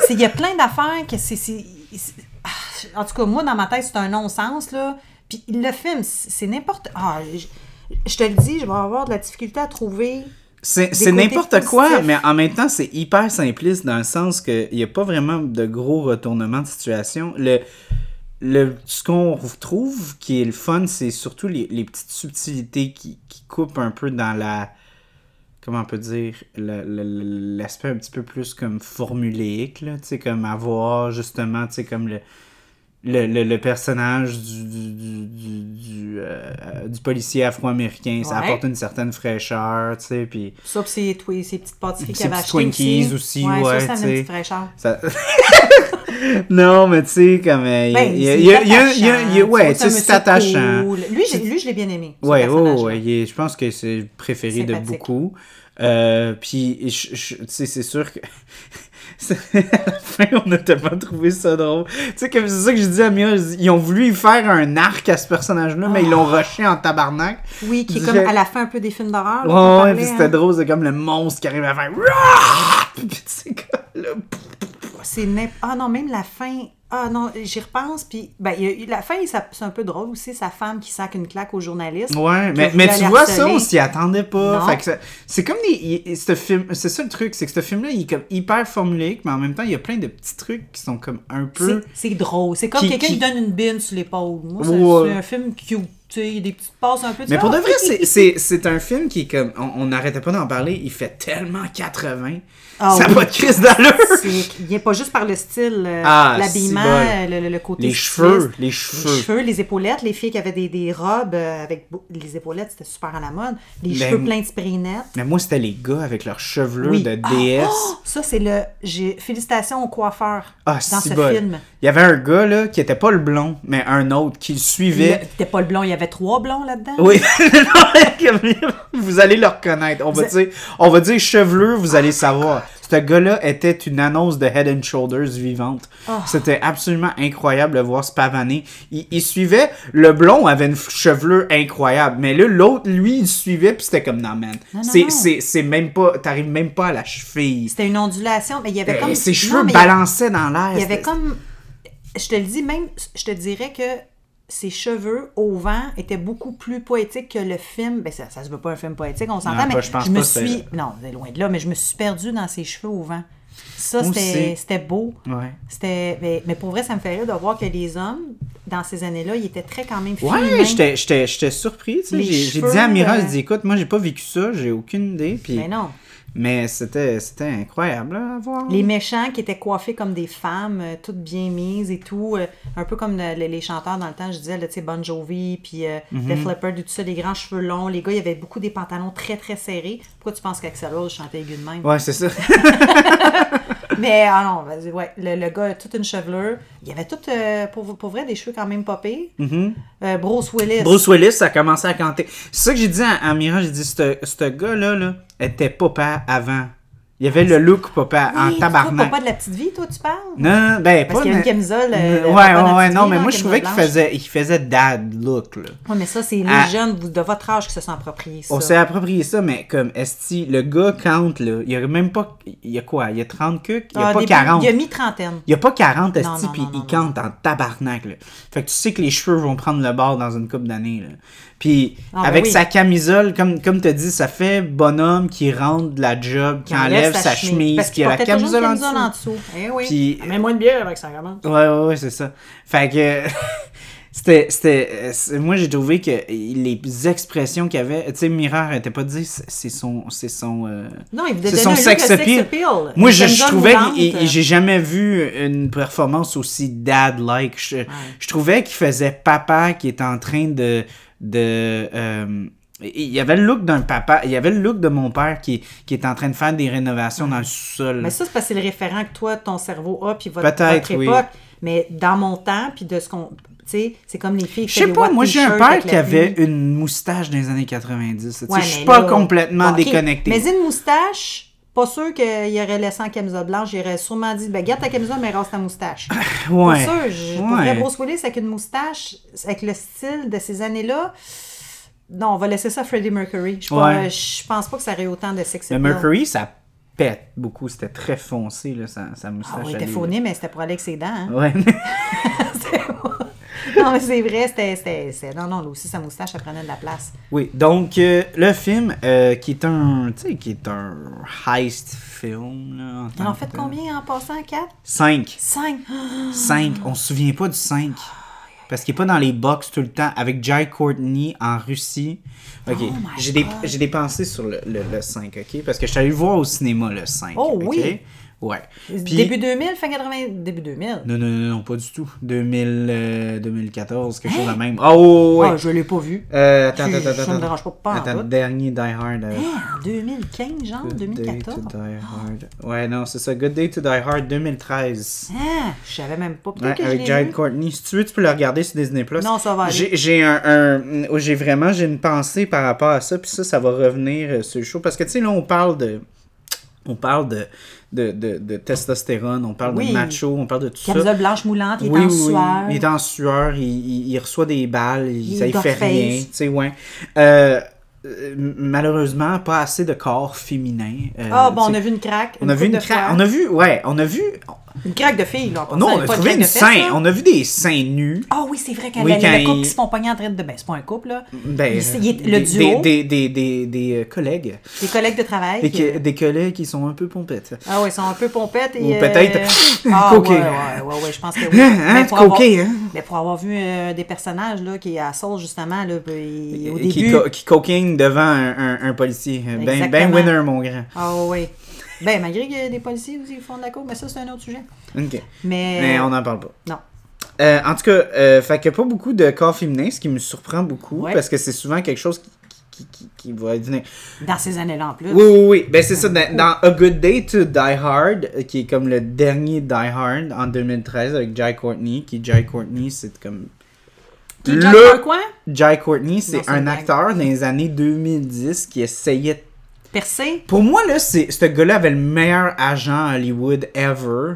C'est- Il y a plein d'affaires que c'est. c'est- c'est- Ah, En tout cas, moi, dans ma tête, c'est un non-sens, là. Puis le film, c'est c'est n'importe. Ah, je... je te le dis, je vais avoir de la difficulté à trouver. C'est Des c'est côtés n'importe quoi, positifs. mais en même temps, c'est hyper simpliste dans le sens qu'il n'y a pas vraiment de gros retournements de situation. Le, le, ce qu'on retrouve qui est le fun, c'est surtout les, les petites subtilités qui, qui coupent un peu dans la. Comment on peut dire la- la- la- L'aspect un petit peu plus comme formuléique, là, tu sais, comme avoir justement, tu sais, comme le. Le, le- le personnage du, du, du- du- du, euh, du policier afro-américain, ça Ouais. apporte une certaine fraîcheur, tu sais, puis... Ça, puis ces, twi- ces petites pâtisseries Ces qu'il avait petits achetées. Twinkies aussi, ouais, ça, ça tu amène sais. une petite fraîcheur. Ça- non, mais tu sais, comme. euh, Ben, il y a- c'est il y a- il y a- il y a- attachant. il y a- Ouais, vois, tu sais, c'est un monsieur attachant. cool. Lui, j'ai- lui, je l'ai bien aimé. ce Ouais, oh, personnage-là. ouais, il est- je pense que c'est le préféré de Sympathique. beaucoup. Euh, puis, je- je- tu sais, c'est sûr que. à la fin, on a tellement trouvé ça drôle. Tu sais, comme c'est ça que je dis à Mia, ils ont voulu y faire un arc à ce personnage-là, mais ils l'ont Ah! rushé en tabarnak. Oui, qui est Je- comme à la fin un peu des films d'horreur. là, Ouais, qu'on ouais, parlait, puis c'était hein. drôle, c'est comme le monstre qui arrive à faire. Roar! Puis tu sais, comme là, C'est n'im- Ah non, même la fin. Ah non, j'y repense. Puis ben, il y a eu- la fin, ça- c'est un peu drôle aussi, sa femme qui sac une claque au journaliste. Ouais, qui a mais, voulu mais tu aller vois harceler. ça, on s'y attendait pas. Non. Fait que ça- c'est comme des. il- il- ce film, c'est ça le truc, c'est que ce film-là, il est comme hyper formulaïque, mais en même temps, il y a plein de petits trucs qui sont comme un peu. C'est- C'est drôle. C'est comme Qui- quelqu'un qui- qui donne une bine sur l'épaule. Moi, c'est Ouais. c'est un film cute. tu sais, Il y a des petites passes un peu. tu Mais fais, pour de Ah, vrai, c'est- c'est c'est un film qui est comme. On on n'arrêtait pas d'en parler, il fait tellement 80. Ah ça n'a oui. pas de crise d'allure! c'est- Il vient pas juste par le style, euh, Ah, complètement bol. le, le- le côté Les styliste. cheveux, les les cheveux. cheveux, les épaulettes, les filles qui avaient des, des robes euh, avec beau- les épaulettes, c'était super à la mode. Les Ben, cheveux pleins de spray net. Mais moi, c'était les gars avec leurs chevelures Oui. de Ah, déesse. oh, ça, c'est le. j'ai- Félicitations au coiffeur Ah, dans si ce bol. film. Il y avait un gars, là, qui était pas le blond, mais un autre qui le Le- suivait. C'était pas le blond, il y avait trois blonds là-dedans. Oui, Non, mais comme- vous allez le reconnaître. On va, Vous dire, on va dire chevelure, vous allez savoir. Ce gars-là était une annonce de Head and Shoulders vivante. Oh. C'était absolument incroyable de voir se pavaner. Il, il suivait, le blond avait une f- chevelure incroyable, mais là, l'autre, lui, il suivait, puis c'était comme, non, man, non, c'est- non. c'est c'est même pas, t'arrives même pas à la cheville. C'était une ondulation, mais il y avait Euh, comme. ses non, cheveux mais il y avait- balançaient dans l'air. Il y avait C'était- comme. Je te le dis, même, je te dirais que ses cheveux au vent étaient beaucoup plus poétiques que le film. Ben, ça, ça se veut pas un film poétique, on s'entend, Non, mais pas- je pense me pas que suis. Non, c'est loin de là, mais je me suis perdue dans ses cheveux au vent. Ça, Moi c'était aussi. c'était beau. Ouais. C'était. Mais, mais pour vrai, ça me fait rire de voir que les hommes, dans ces années-là, ils étaient très quand même féminins. Ouais, j'étais- j'étais j'étais surpris. tu sais. Les J'ai j'ai cheveux, dit à Mira, euh, j'ai dit, écoute, moi, j'ai pas vécu ça, j'ai aucune idée. Puis... Mais non. Mais c'était c'était incroyable là, à voir. Les méchants qui étaient coiffés comme des femmes, euh, toutes bien mises et tout, euh, un peu comme le- le- les chanteurs dans le temps, je disais, là, tu sais, Bon Jovi, puis euh, Mhm. Def Leppard et tout ça, les grands cheveux longs, les gars, il y avait beaucoup des pantalons très, très serrés. Pourquoi tu penses qu'Axel Rose chantait aigu de même? Ouais, c'est ça. Mais, ah non, vas-y, ouais, le, le gars, toute une chevelure. Il y avait tout, euh, pour, pour vrai, des cheveux quand même popés. Euh, Bruce Willis. Mhm. Bruce Willis, ça a commencé à canter. C'est ça que j'ai dit à, à Mira, j'ai dit, ce ce gars-là là, était papa avant. Il avait le look papa Oui, en tu tabarnak. crois pas de la petite vie, toi, tu parles? Non, non, ben, Parce pas qu'il y a une mais- camisole, euh, Euh, le ouais, papa ouais, dans ouais. la petite Non, mais vie, moi, en je camisole trouvais qu'il blanche. faisait, il faisait dad look, là. Oui, mais ça, c'est les Ah. jeunes vous- de votre âge qui se sont appropriés ça. On s'est approprié ça, mais comme Esti, le gars compte, là. Il y a même pas. Il y a quoi Il y a 30 cucs Il y a Ah, pas début- 40. Il y a mi-trentaine. Il n'y a pas 40 Non, esti, non, puis non, ils non, cantent en tabarnak. Là. Fait que tu sais que les cheveux vont prendre le bord dans une coupe d'années. là. Puis Ah, ben avec oui. sa camisole, comme, comme tu dit, ça fait bonhomme qui rentre de la job, qui enlève sa chemise, Parce puis qu'il il y a la portait toujours une camisole en camisole dessous. en dessous. Eh oui. Puis- Mais moins de bière avec ça commence. Ouais, ouais, ouais, c'est ça. Fait que. C'était, c'était, euh, c'est- moi j'ai trouvé que les expressions qu'il y avait, tu sais, Mirror était pas dit, c'est c'est son, c'est son, euh, Non, il vous a donné c'est son un sex look de appeal. sex appeal. Une Moi je, je camisole trouvais, moulante. qu'il- il- j'ai jamais vu une performance aussi dad-like. Je, je trouvais qu'il faisait papa qui est en train de, de, euh, il y avait le look d'un papa, il y avait le look de mon père qui, qui est en train de faire des rénovations dans le sous-sol. Mais ça, c'est parce que c'est le référent que toi, ton cerveau a, puis votre, Peut-être, votre oui. époque. Mais dans mon temps, puis de ce qu'on... Tu sais, c'est comme les filles qui Je sais faisaient pas, des moi j'ai un t-shirts père avec qui la avait pluie. une moustache dans les années 90. tu sais, Ouais, je suis mais pas là- complètement Bon, ok. déconnecté. Mais une moustache, pas sûr qu'il aurait laissé en camisole blanche. Il aurait sûrement dit, ben garde ta camisole, mais rase ta moustache. Ouais. Pas sûr. Je Ouais. pour vrai, Bruce Willis avec une moustache, avec le style de ces années-là. Non, on va laisser ça à Freddie Mercury. Je, pas- Ouais. je pense pas que ça aurait autant de sexe. Le appeal. Mercury, ça pète beaucoup. C'était très foncé, là, sa, sa Ah moustache. oui, à il était lui, fourni, mais c'était pour aller avec ses dents. hein. là. Ouais. non, mais c'est vrai, c'était- c'était. c'était- Non, non, là aussi, sa moustache, ça prenait de la place. oui, donc euh, le film, euh, qui est un, tu sais, qui est un heist film. Là, en Il tant en que fait Ah. tel. combien en passant? 4? Cinq. 5? Cinq. On se souvient pas du cinq. Ah, Parce qu'il est pas dans les box tout le temps avec Jai Courtney en Russie. Ok, Oh my j'ai des, j'ai des pensées sur le, le, le 5, ok? Parce que je suis allé le voir au cinéma le 5. Oh ok? oui! Ouais. Puis- Début 2000, fin 80. Début 2000. Non, non, non, non, pas du tout. 2000, euh, 2014, quelque chose de même. Oh, ouais. Hein? Ah, je l'ai pas vu. Euh, attends, Je- attends, attends. ça me dérange pas, pas en Attends, tout. dernier Die Hard. euh, Hein, 2015, genre, Good Day 2014. to Die Ah. Hard. Ouais, non, c'est ça. Good Day to Die Hard 2013. Ah, je savais même pas. Peut-être Ouais, que je avec l'ai Jared vu. Courtney. Si tu veux, tu peux le regarder sur Disney Plus. Non, ça va aller. J'ai, j'ai un, un- oh, j'ai vraiment j'ai une pensée par rapport à ça, puis ça, ça va revenir euh, sur le show. Parce que tu sais, là, on parle de. On parle de, de, de, de testostérone, on parle de Oui. macho, on parle de tout ça. Camisole blanche moulante, il est en sueur. Il est en sueur, il, il- il reçoit des balles, il, Il ça lui fait Dorface. rien. Tu sais, ouais. Euh, euh, malheureusement, pas assez de corps féminin. euh, Ah, bon, tu on sais. a vu une craque. On a vu une cra- On a vu, ouais, on a vu. Une craque de filles, là. Non, on pensait, a pas trouvé craque une de fesses, seins. là. On a vu des seins nus. Ah oui, c'est vrai, quand Oui, la- quand le couple il- qui se font pogner en traite de bain. C'est pas un couple, là. Ben, Il- il est- des- le duo, Des, des, des, des, des, euh, collègues. les collègues de travail. Des, qui- que- des collègues qui sont un peu pompettes. Ah ouais, ils sont un peu pompettes. Et, Ou euh, peut-être Ah, coquées. Ouais, ouais, ouais, ouais, je pense que oui. Hein, hein, Ben, pour avoir- coquées, hein? Mais pour avoir vu euh, des personnages, là, qui à sauce, justement, là, ben, il- au Qui, début. co- qui coquinent devant un, un- un policier. Ben, ben Exactement. winner, mon grand. Ah oui. Ben, malgré qu'il y a des policiers aussi qui font de la cour, mais ça, c'est un autre sujet. OK. Mais, Mais on n'en parle pas. Euh, non. Euh, en tout cas, euh, fait qu'il n'y a pas beaucoup de corps féminins, ce qui me surprend beaucoup, Ouais. parce que c'est souvent quelque chose qui, qui, qui, qui va venir. Dans ces années-là, en plus. Oui, oui, oui. Ben, c'est ça. Dans, dans A Good Day to Die Hard, euh, qui est comme le dernier Die Hard en 2013 avec Jai Courtney, qui Jai Courtney, c'est comme. Qui Le- Jack le... coin? Jai Courtney, Non, c'est c'est une un blague. acteur dans les années 2010 qui essayait. Percé? Pour moi, là, c'est ce gars-là avait le meilleur agent à Hollywood ever.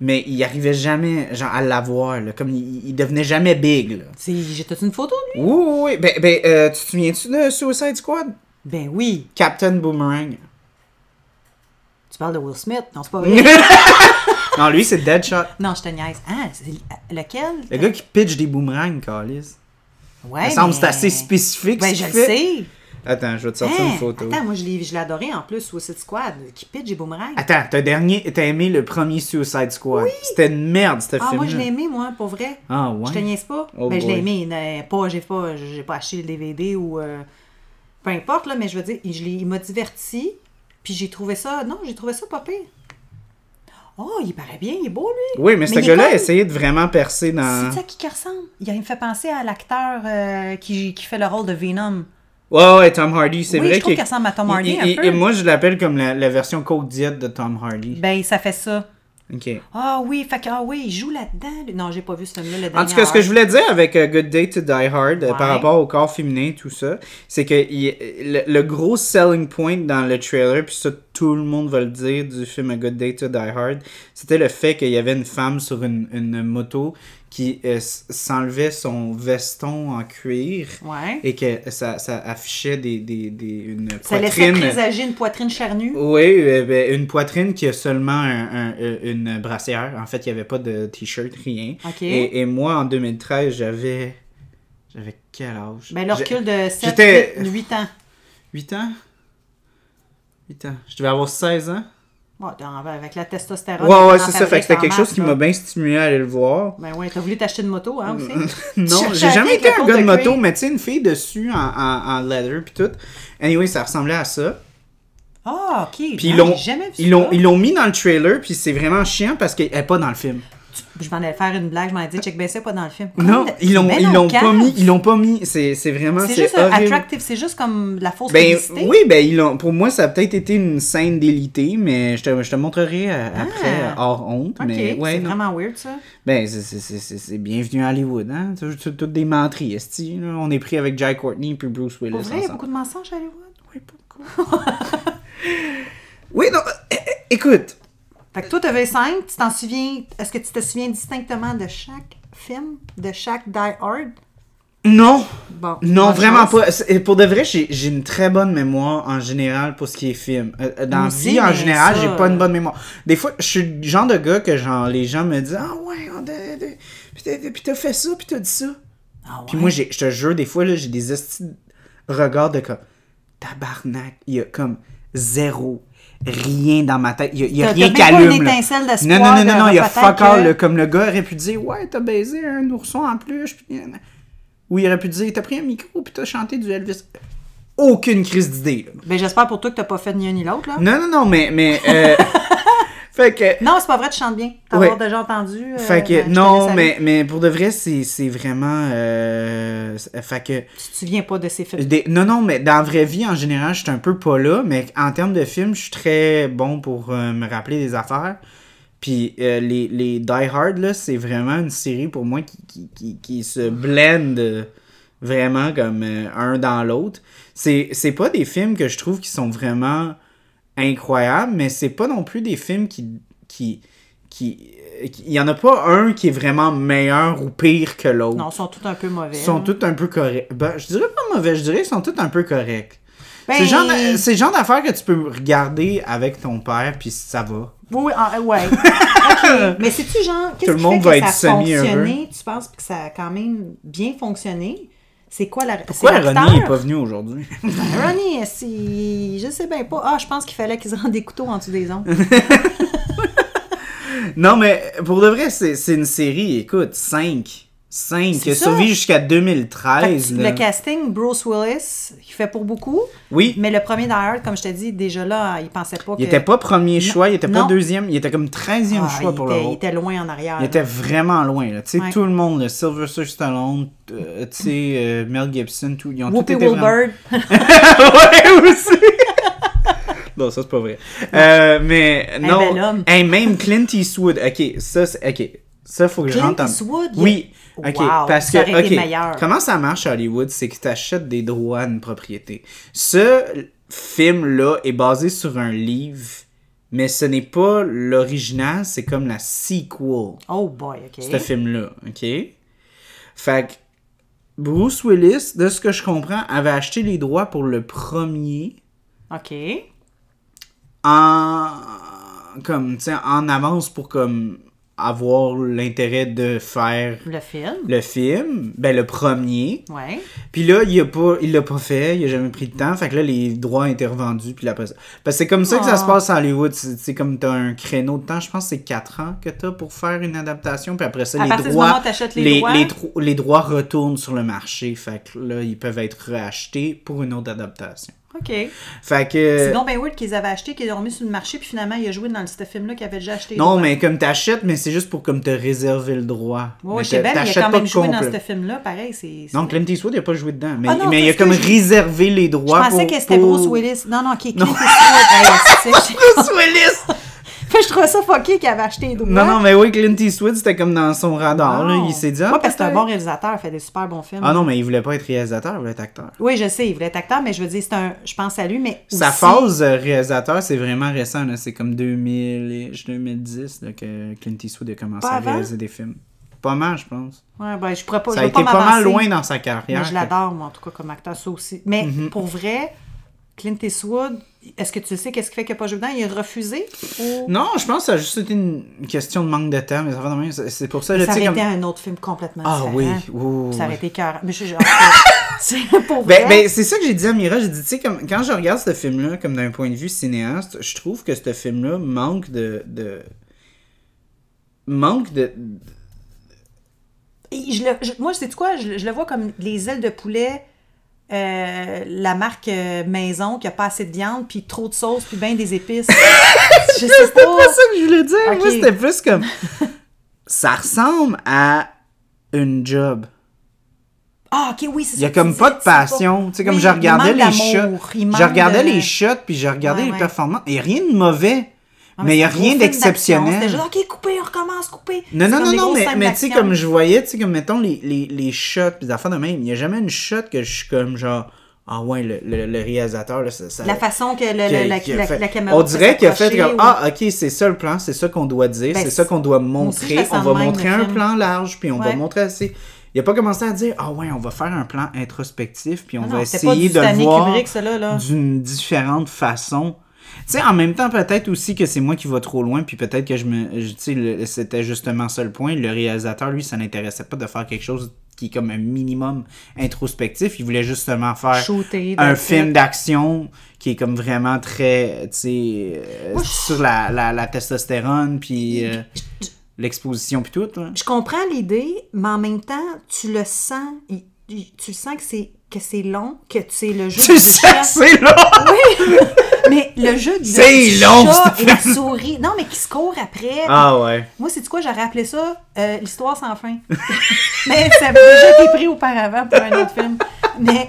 Mais il arrivait jamais genre, à l'avoir. là. Comme il, il devenait jamais big. Là. C'est... J'ai toute une photo de lui? Oui, oui, oui. Ben, ben euh, tu te souviens-tu de Suicide Squad? Ben oui. Captain Boomerang. Tu parles de Will Smith? Non, c'est pas vrai. Non, lui, c'est Deadshot. non, je te niaise. Ah, c'est lequel? Le gars qui pitch des boomerangs, Calis. Ouais, Il me semble que c'est mais- assez spécifique. Ben, ce je le qu'il fait. sais. Attends, je vais te sortir Hein? une photo. Attends, moi, je l'ai, je l'ai adoré en plus, Suicide Squad, qui pitch et boomerang. Attends, t'as dernier, t'as aimé le premier Suicide Squad. C'était une merde, ce Ah, film. moi, je l'ai aimé, moi, pour vrai. Ah, ouais. Je te niaise pas. Oh ben, je boy. l'ai aimé. mais pas, j'ai, pas, j'ai pas acheté le DVD ou. euh, peu importe, là, mais je veux dire, je l'ai- il m'a diverti. Puis j'ai trouvé ça. Non, j'ai trouvé ça pas pire. Oh, il paraît bien, il est beau, lui. Oui, mais, ce il est gars-là a comme- essayé de vraiment percer dans. C'est ça qui qui ressemble. Il me fait penser à l'acteur euh, qui, qui fait le rôle de Venom. Ouais, ouais, Tom Hardy, c'est Oui, vrai. je trouve qu'il- qu'il ressemble à Tom il- Hardy il- un il- peu. Et moi, je l'appelle comme la, la version Coke Diet de Tom Hardy. Ben, ça fait ça. Ok. Ah oui, fait que, ah oui, il joue là-dedans. lui. Non, j'ai pas vu ce film-là, le dernier. En tout cas, ce que heure. je voulais dire avec euh, Good Day to Die Hard euh, Ouais. par rapport au corps féminin, tout ça, c'est que il- le, le gros selling point dans le trailer, puis ça tout le monde va le dire du film A Good Day to Die Hard, c'était le fait qu'il y avait une femme sur une, une moto qui euh, s- s'enlevait son veston en cuir Ouais. et que ça, ça affichait des, des- des- une Ça laissait poitrine. présager une poitrine charnue. Oui, euh, ben, une poitrine qui a seulement un- un- euh, une brassière. En fait, il n'y avait pas de t-shirt, rien. Ok. Et, et moi, en 2013, j'avais. J'avais quel âge Ben, le recul de 7, j'étais- 8, 8 ans. 8 ans 8 ans. Je devais avoir 16 ans. Bon, t'en- avec la testostérone. Ouais, on en ouais, c'est ça. fabrique Fait que c'était en quelque masse, chose qui là. m'a bien stimulé à aller le voir. Ben ouais, t'as voulu t'acheter une moto, hein, aussi? Non, Chercher j'ai à jamais vivre été le un cours gars de de moto, Craig. mais tu sais, une fille dessus en, en, en leather puis tout. Anyway, ça ressemblait à ça. Ah, OK. Puis non, ils l'ont- j'ai jamais vu ils ça. l'ont ils l'ont mis dans le trailer, puis c'est vraiment chiant parce qu'elle n'est pas dans le film. Je m'en allais faire une blague, je m'en allais dire, check ben ça, pas dans le film. Non, Comme- ils l'ont Mais ils non, l'ont cave. pas mis, ils l'ont pas mis. C'est c'est vraiment C'est c'est juste un horrible. attractive, c'est juste comme de la fausse Ben publicité. oui, ben ils l'ont. Pour moi, ça a peut-être été une scène délitée, mais je te, je te montrerai euh, après euh, hors honte. Ah. OK, mais ouais, c'est non. vraiment weird, ça. Ben c'est- c'est- c'est c'est- c'est bienvenue à Hollywood, hein. Tout- tout- Toutes des menteries, esti, là. On est pris avec Jai Courtney puis Bruce Willis Pour vrai, il y a ensemble. beaucoup de mensonges à Hollywood. Oui, beaucoup. oui, non. é- é- Écoute, Fait que toi, t'avais 5, tu t'en souviens, est-ce que tu te souviens distinctement de chaque film, de chaque Die Hard? non. Bon, Non, bonne vraiment chance. pas. C'est- Pour de vrai, j'ai j'ai une très bonne mémoire en général pour ce qui est film. Euh, euh, Dans Moi la aussi, vie, en mais général, ça, j'ai pas une euh, bonne mémoire. Des fois, je suis le genre de gars que genre, les gens me disent Ah ouais, on t'a- t'a- puis t'as- puis t'as fait ça, puis t'as dit ça. Ah ouais? Puis moi, j'ai- je te jure, des fois, là, j'ai des estis de regards de comme tabarnak. Il y a comme zéro, rien dans ma tête. Il y a, il y a T'as- rien t'as qui même pas allume. une là. étincelle non, d'espoir non, non, non, de- non, il y a peut-être fuck all. que- là, comme le gars aurait pu dire Ouais, t'as baisé un ourson en plus. Puis, euh, ou il aurait pu dire T'as pris un micro, puis t'as chanté du Elvis. Aucune crise d'idée. là. Ben, j'espère pour toi que t'as pas fait ni un ni l'autre, là. Non, non, non, mais. mais euh, fait que. Non, c'est pas vrai, tu chantes bien. T'as Ouais. déjà entendu. euh, Fait ben, que, je te laisse non, aller. mais, mais pour de vrai, c'est c'est vraiment. euh, c'est- fait que. Tu te souviens pas de ces films. Des- Non, non, mais dans la vraie vie, en général, je suis un peu pas là, mais en termes de films, je suis très bon pour euh, me rappeler des affaires. Puis euh, les, les Die Hard, là, c'est vraiment une série pour moi qui, qui, qui, qui se blende euh, vraiment comme euh, un dans l'autre. C'est c'est pas des films que je trouve qui sont vraiment incroyables, mais c'est pas non plus des films qui. qui qui euh, qui- il y en a pas un qui est vraiment meilleur ou pire que l'autre Non, ils sont tous un peu mauvais. sont hein. tous un peu corrects. Ben, je dirais pas mauvais, je dirais qu'ils sont tous un peu corrects. Ben- C'est le genre euh, d'a- c'est le genre d'affaires que tu peux regarder avec ton père, puis ça va. Oui, ah, ouais. OK. Mais c'est-tu genre. Qu'est-ce le qui monde fait que va être ça a semi-heureux. fonctionné, tu penses, puis que ça a quand même bien fonctionné? C'est quoi la. Pourquoi c'est l'acteur? Ben, Ronnie est pas venu aujourd'hui? Ronnie, c'est- je sais bien pas. Ah, je pense qu'il fallait qu'ils se rendent des couteaux en dessous des ongles. non, mais pour de vrai, c'est c'est une série, écoute, 5. 5, C'est qui a ça. survécu jusqu'à Fait que 2013. tu- là. le casting, Bruce Willis, il fait pour beaucoup. Oui. Mais le premier Die Hard, comme je te dis, déjà là, il pensait pas que. Il était pas premier Non. choix, il était pas Non. deuxième, il était comme treizième Ah, choix il pour était, le Il rôle. était loin en arrière. Il était vraiment loin, là. Tu sais, Ouais. tout le monde, le Sylvester Stallone, euh, tu sais, euh, Mel Gibson, tout, ils ont Whoopi tout été vraiment- Wilbur. ouais, aussi! non, ça, c'est pas vrai. Euh, mais non. bel homme. Hey, même Clint Eastwood. Ok, ça, c'est. Ok. Ça, faut que je Clint l'entende. Eastwood, il- Oui. Ok, Wow, parce ça que. aurait été ok, meilleur. Comment ça marche à Hollywood? C'est que tu achètes des droits à une propriété. Ce film-là est basé sur un livre, mais ce n'est pas l'original, c'est comme la sequel Oh boy, ok. ce film-là, OK? Fait que Bruce Willis, de ce que je comprends, avait acheté les droits pour le premier Ok. en comme tu sais, en avance pour comme avoir l'intérêt de faire Le film. le film, ben le premier. Ouais. Puis là, il a pas il l'a pas fait, il a jamais pris le temps, fait que là les droits étaient revendus puis là après ça. Parce que c'est comme ça que ça Ah. se passe à Hollywood, c'est c'est comme t'as un créneau de temps, je pense que c'est 4 ans que t'as pour faire une adaptation puis après ça À les partir du droits moment où t'achètes les droits. tro- les droits retournent sur le marché, fait que là ils peuvent être rachetés pour une autre adaptation. Ok. Fait que C'est donc Ben Wood qu'ils avaient acheté, qu'ils ont remis sur le marché, puis finalement, il a joué dans ce film-là qu'ils avaient déjà acheté. Non, mais comme t'achètes, mais c'est juste pour comme te réserver le droit. Oui, Mais je sais t'a- bien, mais il t'achètes a quand pas même joué complet. dans ce film-là, pareil. C'est. c'est- Non, Clint Eastwood, il a pas joué dedans. Mais, Ah non, mais il a c'est ce comme que je- réservé les Je droits pensais pour- que c'était pour- Bruce Willis. Non, non, ok, Clint Eastwood. Hey, c'est- Bruce Willis! Fait que je trouvais ça fucké qu'il avait acheté les droits. Non, non, mais oui, Clint Eastwood, c'était comme dans son radar. là. Non. Il s'est dit... Ah, Ouais, parce que c'est un peut-être- bon réalisateur, il fait des super bons films. Ah non, mais il voulait pas être réalisateur, il voulait être acteur. Oui, je sais, il voulait être acteur, mais je veux dire, c'est un. Je pense à lui, mais. Sa aussi- phase euh, réalisateur, c'est vraiment récent. là. C'est comme 2000-2010 que Clint Eastwood a commencé Pas à avant? réaliser des films. Pas mal, je pense. Ouais, ben, je pourrais pas. Ça je a veux pas été Oh, pas m'avancer, mal loin dans sa Mais carrière. je l'adore, moi, en tout cas, comme acteur, ça aussi. Mais Mhm. pour vrai, Clint Eastwood, est-ce que tu sais qu'est-ce qui fait qu'il n'a pas joué dedans Il a refusé ou... Non, je pense que ça a juste été une question de manque de temps, mais ça va de même. C'est c'est pour ça, là, Ça tu aurait sais, comme... été un autre film complètement Ah différent. oui, oui, oui, Ça aurait oui. été cœur. Mais je suis genre. c'est pour vrai. Ben, ben, c'est ça que j'ai dit à Mira, j'ai dit, tu sais, comme, quand je regarde ce film-là, comme d'un point de vue cinéaste, je trouve que ce film-là manque de... de... Manque de... Et je le- je- moi, sais quoi? Je, je le vois comme les ailes de poulet, euh, la marque euh, maison qui a pas assez de viande, puis trop de sauce, puis bien des épices. je sais pas. C'est ça que je voulais dire, moi, Ok. c'était plus comme... ça ressemble à une job. Ah, ok, oui, c'est ça. Il y a que tu comme disais, pas de c'est passion, tu sais, comme Oui, je il regardais les manque shots, d'amour, il manque je regardais de- les shots, puis je regardais Ouais, les ouais. performances, et rien de mauvais, Ah, mais il y a c'est un gros rien film d'action, C'était d'exceptionnel. genre, OK, coupez, on recommence, coupez. Non, C'est non, comme non, des non, grosses mais, scènes mais tu sais, d'action. comme je voyais, tu sais, comme mettons les, les, les shots, pis des affaires de même, il n'y a jamais une shot que je suis comme genre, ah ouais, le, le, le réalisateur, là, ça. ça- La façon que le- que- le- la, qu'il a la- fait. la caméra. On peut dirait qu'il a fait s'approcher comme, ou- ah, ok, c'est ça le plan, c'est ça qu'on doit dire, Ben, c'est ça qu'on doit aussi, je montrer, le sens on va de même, montrer le un film. plan large, puis on va Ouais. montrer assez. Il a pas commencé à dire, ah ouais, on va faire un plan introspectif, puis on Non, va Ah non, c'était pas essayer du de le Stanley voir Kubrick, ça, là, là. d'une différente façon. Tu sais, en même temps, peut-être aussi que c'est moi qui va trop loin, puis peut-être que je me. je- Tu sais, le- c'était justement ça le point. Le réalisateur, lui, ça n'intéressait pas de faire quelque chose qui est comme un minimum introspectif. Il voulait justement faire Shooter, un that's film it. d'action qui est comme vraiment très. Tu sais, euh, Moi, je- sur la, la, la testostérone, puis euh, l'exposition, puis tout. hein. là. Je comprends l'idée, mais en même temps, tu le sens. il- il- tu le sens que c'est que c'est long, que c'est le jeu. C'est du ça, chat. c'est là! Mais le jeu de C'est du long, chat ce et la film. souris. Non, mais qui se court après. Ah ouais. Moi, c'est quoi, j'aurais appelé ça euh, l'histoire sans fin. mais ça avait déjà été pris auparavant pour un autre film. Mais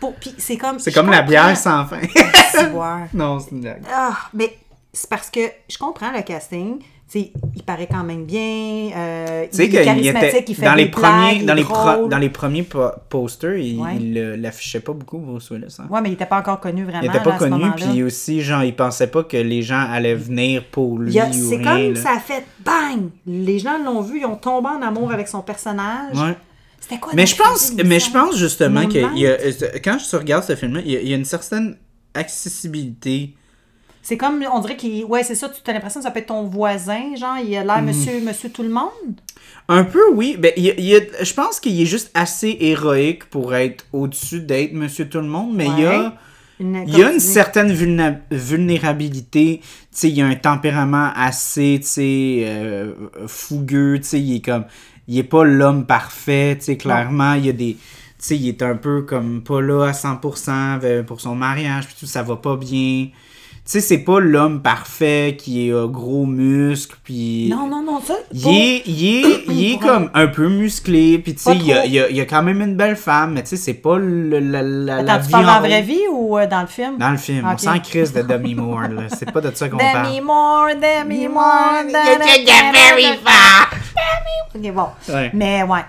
pour puis c'est comme C'est comme la bière sans fin. sans boire. non, c'est une blague. Ah, mais c'est parce que je comprends le casting. T'sais, il paraît quand même bien. euh, Tu sais il est qu'il charismatique, était il fait dans les des blagues, premiers il dans est les pro- drôle. dans les premiers po- posters, il, Ouais. il, euh, l'affichait pas beaucoup Bruce Willis. hein. Ouais, mais il n'était pas encore connu vraiment. Il était pas là, à ce connu moment-là. puis aussi genre il pensait pas que les gens allaient venir pour lui Il y a- ou C'est rien. comme là. ça a fait bang! Les gens l'ont vu, ils ont tombé en amour avec son personnage. Ouais. C'était quoi Mais donc, je pense ça? mais je pense justement Moonlight? que il y a- euh, quand je regarde ce film là, il y a- il y a une certaine accessibilité. C'est comme, on dirait qu'il. Ouais, c'est ça, tu as l'impression que ça peut être ton voisin, genre, il a Hmm. l'air monsieur, monsieur tout le monde. Un peu, oui. Ben, il y a- il y a- je pense qu'il est juste assez héroïque pour être au-dessus d'être Monsieur Tout-le-Monde, mais il y Ouais. a, Une- il comme y a tu une dis. certaine vulna- vulnérabilité. Tu sais, il y a un tempérament assez, tu sais, euh, fougueux. Tu sais, il est comme. il est pas l'homme parfait, tu sais, clairement, il y a des... Tu sais, il est un peu comme pas là à 100% avec- pour son mariage, puis tout, ça va pas bien. Tu sais, c'est pas l'homme parfait qui a gros muscles, puis... Non, non, non, ça. Il pour- est, il est, il est Pour comme un peu musclé, puis tu Pas sais, il y a, trop. il y a- il y a quand même une belle femme, mais tu sais, c'est pas le- la, la, la Attends, tu vie parles dans en la rose. vraie vie ou euh, dans le film? Dans le film, on Ok. s'en crisse de Demi Moore, là. C'est pas de ça qu'on parle. Demi Moore, Demi Moore, You da- da- can da- get very da- far. Ok, bon. Ouais. Mm-hmm. Mais ouais.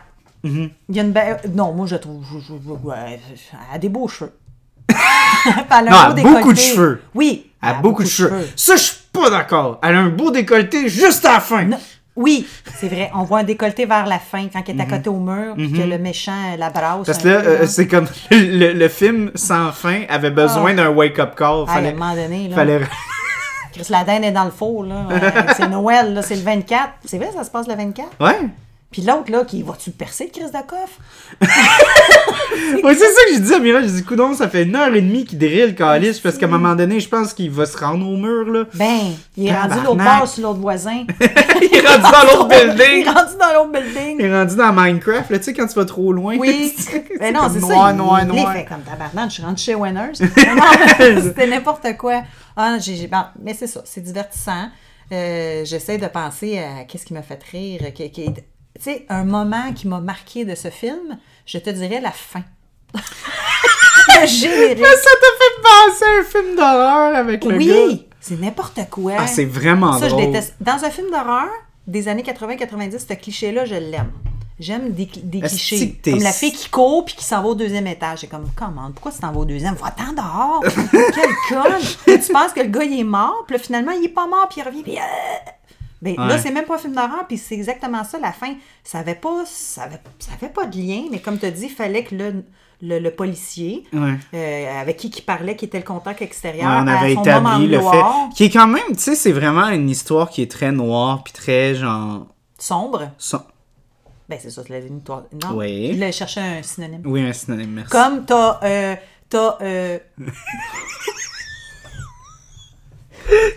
Il y a une belle. Non, moi, je trouve. je- je- je- ouais, elle a des beaux cheveux. Puis elle Non, un elle a beau beaucoup décolleté. de cheveux. Oui. Elle a beaucoup de cheveux. Ça, je suis pas d'accord. Elle a un beau décolleté juste à la fin. Non, Oui, c'est vrai. On voit un décolleté vers la fin quand elle est à côté au mur, puis que le méchant euh, la brasse. Mm-hmm. Parce un que là, peu, euh, c'est comme le, le film sans fin avait besoin d'un wake-up call. Ah, à Fallait, un moment donné, là, fallait... Chris Laden est dans le four, là. Ouais, c'est Noël, là, c'est le 24. C'est vrai, ça se passe le 24. Ouais. Puis l'autre, là, qui va-tu percer le Chris de coffre? Oui, c'est ça que je disais, mais là, je dis, coudon, ça fait une heure et demie qu'il drille, Calis, parce qu'à un moment donné, je pense qu'il va se rendre au mur, là. Ben, il est rendu Tabarnak. l'autre bord sur l'autre voisin. Il est rendu dans l'autre Il est building. rendu dans l'autre building. Il est rendu dans Minecraft, là, tu sais, quand tu vas trop loin. Oui. Mais non, comme c'est ça. noir, il- noir, il noir. les fait comme tabarnak, je suis rentrée chez Winners. Non, C'était n'importe quoi. Ah, j'ai, j'ai- bon, mais c'est ça, c'est divertissant. Euh, j'essaie de penser à qu'est-ce qui m'a fait rire. qui- qui- Tu sais, un moment qui m'a marqué de ce film, je te dirais la fin. Le générique. Ça t'a fait penser à un film d'horreur avec le gars. Oui, c'est n'importe quoi. Ah, c'est vraiment Ça, je drôle. déteste. Dans un film d'horreur des années 80-90, ce cliché-là, je l'aime. J'aime des, cli- des Est-ce clichés. que t'es- Comme la fille qui court puis qui s'en va au deuxième étage. C'est comme, comment? Pourquoi tu t'en vas au deuxième? Va-t'en dehors! Quel con! Et tu penses que le gars, il est mort, puis là, finalement, il est pas mort, puis il revient, puis... euh, ben, Ouais. Là, c'est même pas un film d'horreur, puis c'est exactement ça, la fin. Ça avait pas, ça avait, ça avait pas de lien, mais comme tu as dit, il fallait que le, le, le policier, Ouais. euh, avec qui qui parlait, qui était le contact extérieur, Ouais, on à avait son moment établi le fait. noir, Qui est quand même, tu sais, c'est vraiment une histoire qui est très noire, puis très genre. sombre, son- Ben, c'est ça, c'est la victoire. Non. Oui. Je voulais chercher un synonyme. Oui, un synonyme, merci. Comme t'as. Euh, t'as. Euh...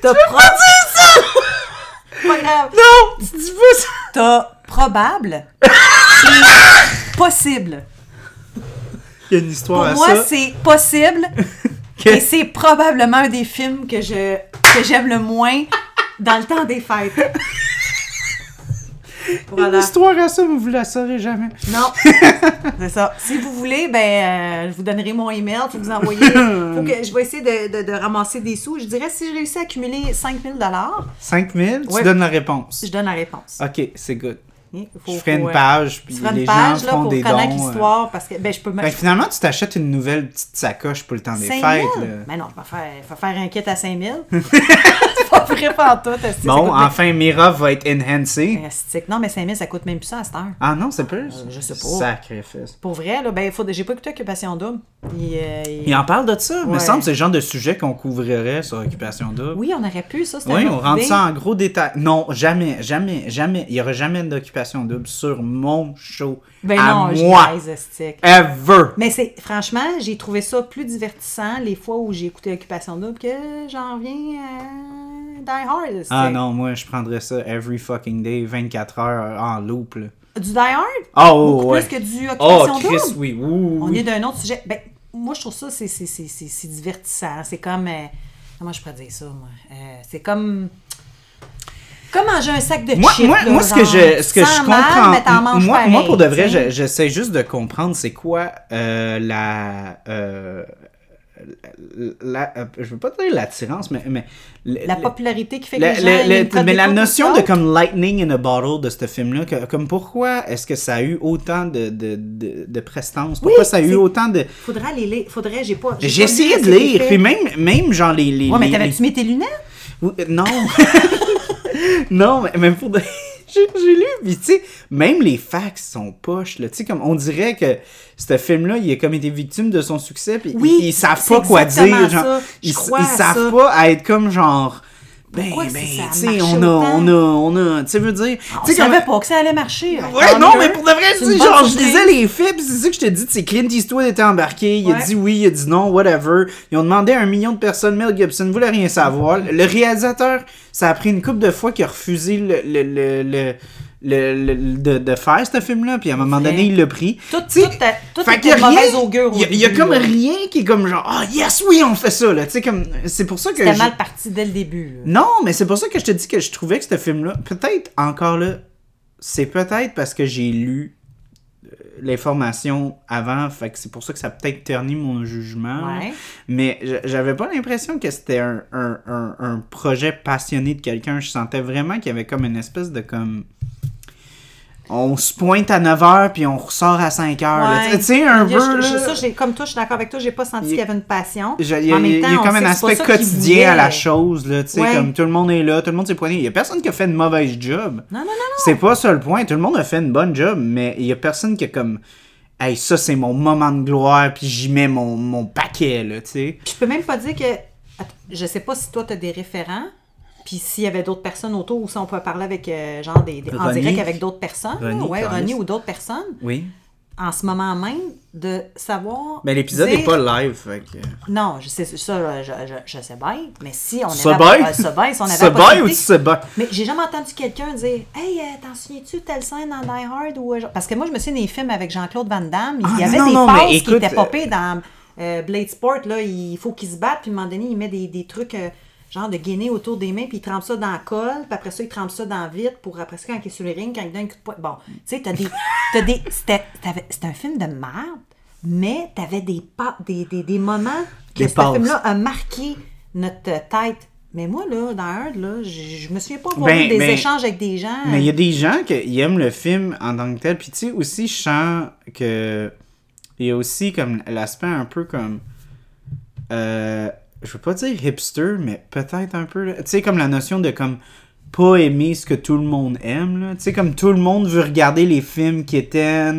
t'as. pro- Pas grave. Non, tu dis pas ça. T'as probable et possible. Il y a une histoire Pour à moi, ça. c'est possible Que- et c'est probablement un des films que je que j'aime le moins dans le temps des fêtes. Une Voilà. histoire à ça, mais vous la saurez jamais. Non. c'est ça. Si vous voulez, ben, euh, je vous donnerai mon email. Faut vous envoyer. Faut que, je vais essayer de, de- de ramasser des sous. Je dirais si je réussis à accumuler 5000 dollars, 5000, tu Ouais. donnes la réponse. je donne la réponse. Ok, c'est good. Ok? Faut- Je faut, ferai Ah, une euh, page, puis tu feras une les page gens là, font pour des connaître dons. euh. l'histoire parce que ben, je peux me. Fait que finalement, tu t'achètes une nouvelle petite sacoche pour le temps des 5 000? fêtes. là. Ben non, je vais faire, faut faire un kit à 5000. Faut préparer tout. esti, ça Bon, coûte même- enfin, Mira va être enhancée. Esti, Non, mais 5000, ça coûte même plus ça à cette heure. Ah non, c'est plus? Euh, je sais pas. Sacrifice. Pour vrai, là, ben, faut, j'ai pas écouté Occupation Double. Il, euh, il- Il en parle de ça. Il me Ouais. semble que c'est le genre de sujet qu'on couvrirait sur Occupation Double. Oui, on aurait pu, ça. c'était Oui, une on autre rentre idée. ça en gros détail. Non, jamais, jamais, jamais. Il n'y aura jamais d'occupation double sur mon show. Ben à non, je moi. niaise, esti. Ever. Mais c'est franchement, j'ai trouvé ça plus divertissant les fois où j'ai écouté Occupation Double que j'en reviens à Die Hard. tu Ah sais. non, moi, je prendrais ça every fucking day, 24 heures euh, en loop, là. Du Die Hard? Ah, Oh, Beaucoup ouais. plus que du Oh, Occupation Chris, Double. oui, oui, oui, On oui. est d'un autre sujet. Ben, moi, je trouve ça, c'est, c'est, c'est, c'est, c'est divertissant. C'est comme. euh, comment je pourrais dire ça, moi? Euh, c'est comme. Comme manger un sac de Moi, chips. moi, là, moi, ce que genre, je, tu ce que je sens comprends, mal, mais t'en manges moi, moi, pareil, pour de vrai, tu sais. je- j'essaie juste de comprendre c'est quoi euh, la, euh, la, la- euh, je veux pas dire l'attirance, mais, mais le- La le- popularité qui fait que le- les gens, le- ils le- prennent mais des la cours notion pour de ça. comme lightning in a bottle de ce film-là, que- comme pourquoi est-ce que ça a eu autant de, de, de, de prestance, pourquoi ça a eu c'est- autant de... Faudra aller lire. Faudrait, j'ai pas. J'ai pas lu essayé qu'est-ce de qui lire, fait. puis même, même genre les... les Ouais, mais les- les- t'avais-tu mis tes lunettes? Oui, euh, Non. non, mais même pour de... J'ai j'ai lu, puis tu sais, même les fax sont poches, là. Tu sais, comme on dirait que ce film-là, il a comme été victime de son succès, puis Oui, ils, ils savent c'est pas quoi exactement dire. ça. Genre, Je ils, crois ils à savent ça. pas à être comme genre. Ben, Pourquoi ben, c'est- ça a tu sais, marché on a, autant? Ah, on a, on a, tu sais, veux dire. On tu sais, savait pas que ça allait marcher. Ouais, Tant non, mieux. mais pour de vrai, Ah, C'est tu une sais, bonne genre, je surprise. lisais les faits, pis c'est ça que je te dis, c'est Clint Eastwood était embarqué, il a Ouais. dit oui, il a dit non, whatever. Ils ont demandé à un million de personnes, Mel Gibson voulait rien savoir. Le réalisateur, ça a pris une couple de fois qu'il a refusé le, le, le, le- le, le- de, de faire ce film-là, puis à un moment donné, il l'a pris. Tout, Tu sais, tout, est- tout fait est qu'il y a pour mauvaise rien- augure. au Il y a- il y a début, comme là. rien qui est comme genre, ah yes, oui, on fait ça, là. Tu sais, comme, c'est pour ça que. C'était je- mal parti dès le début. là. Non, mais c'est pour ça que je te dis que je trouvais que ce film-là, peut-être encore là, c'est peut-être parce que j'ai lu euh, l'information avant, fait que c'est pour ça que ça a peut-être terni mon jugement. là. Ouais. Mais j- j'avais pas l'impression que c'était un, un- un- un projet passionné de quelqu'un. Je sentais vraiment qu'il y avait comme une espèce de comme. On se pointe à 9h puis on ressort à 5h. là. Ouais. Tu sais, un Il y a- peu. je- je- là, ça, j'ai- comme toi, je suis d'accord avec toi, j'ai pas senti Il- qu'il y avait une passion. je- Il Mais y, a- en même il y a temps, on comme sait un que c'est aspect pas ça qu'il quotidien à la voulait. chose, là, tu sais, Ouais. comme tout le monde est là, tout le monde s'est poigné. Il y a personne qui a fait de mauvais job. Non, non, non, non. C'est pas ça le point. Tout le monde a fait une bonne job, mais il y a personne qui a comme, hey, ça c'est mon moment de gloire, puis j'y mets mon, mon paquet, là, tu sais. Je peux même pas dire que. Attends, Je sais pas si toi, tu as des référents, puis s'il y avait d'autres personnes autour, ou si on peut parler avec, euh, genre, des, des- en Ronnie. direct avec d'autres personnes. là, Ronnie, ouais, Carlis. Ronnie ou d'autres personnes, Oui. en ce moment même, de savoir. Mais l'épisode dire- n'est pas live, fait que. Non, je sais, ça, je, je- je sais bien, mais si on avait. Ça baille? euh, ça baille, si on avait Ça la baille ou possibilité- tu se bats? Mais j'ai jamais entendu quelqu'un dire Hey, euh, t'en souviens-tu de telle scène dans Die Hard ou, euh, genre- Parce que moi, je me souviens des films avec Jean-Claude Van Damme. Il y Ah, avait non, des non, mais passes écoute, qui étaient popées dans euh, Blade Sport. Là, il faut qu'il se batte, puis à un moment donné, il met des, des trucs. euh, Genre de guinée autour des mains, puis il trempe ça dans la colle, puis après ça, il trempe ça dans vite pour après ça, quand il est sur le ring, quand il donne un coup de poing. Bon, tu sais, t'as des. T'as des c'était, t'avais- c'était un film de merde, mais t'avais des, pa- des, des, des moments que Des ce passes. film-là a marqué notre tête. Mais moi, là, dans un, là, je je me souviens pas avoir Ben, eu des mais- échanges avec des gens. Mais il y a des gens qui aiment le film en tant que tel. Puis tu sais, aussi, je sens que. Il y a aussi comme l'aspect un peu comme. Euh, je veux pas dire hipster, mais peut-être un peu. là. Tu sais, comme la notion de comme pas aimer ce que tout le monde aime. là. Tu sais, comme tout le monde veut regarder les films qui étaient.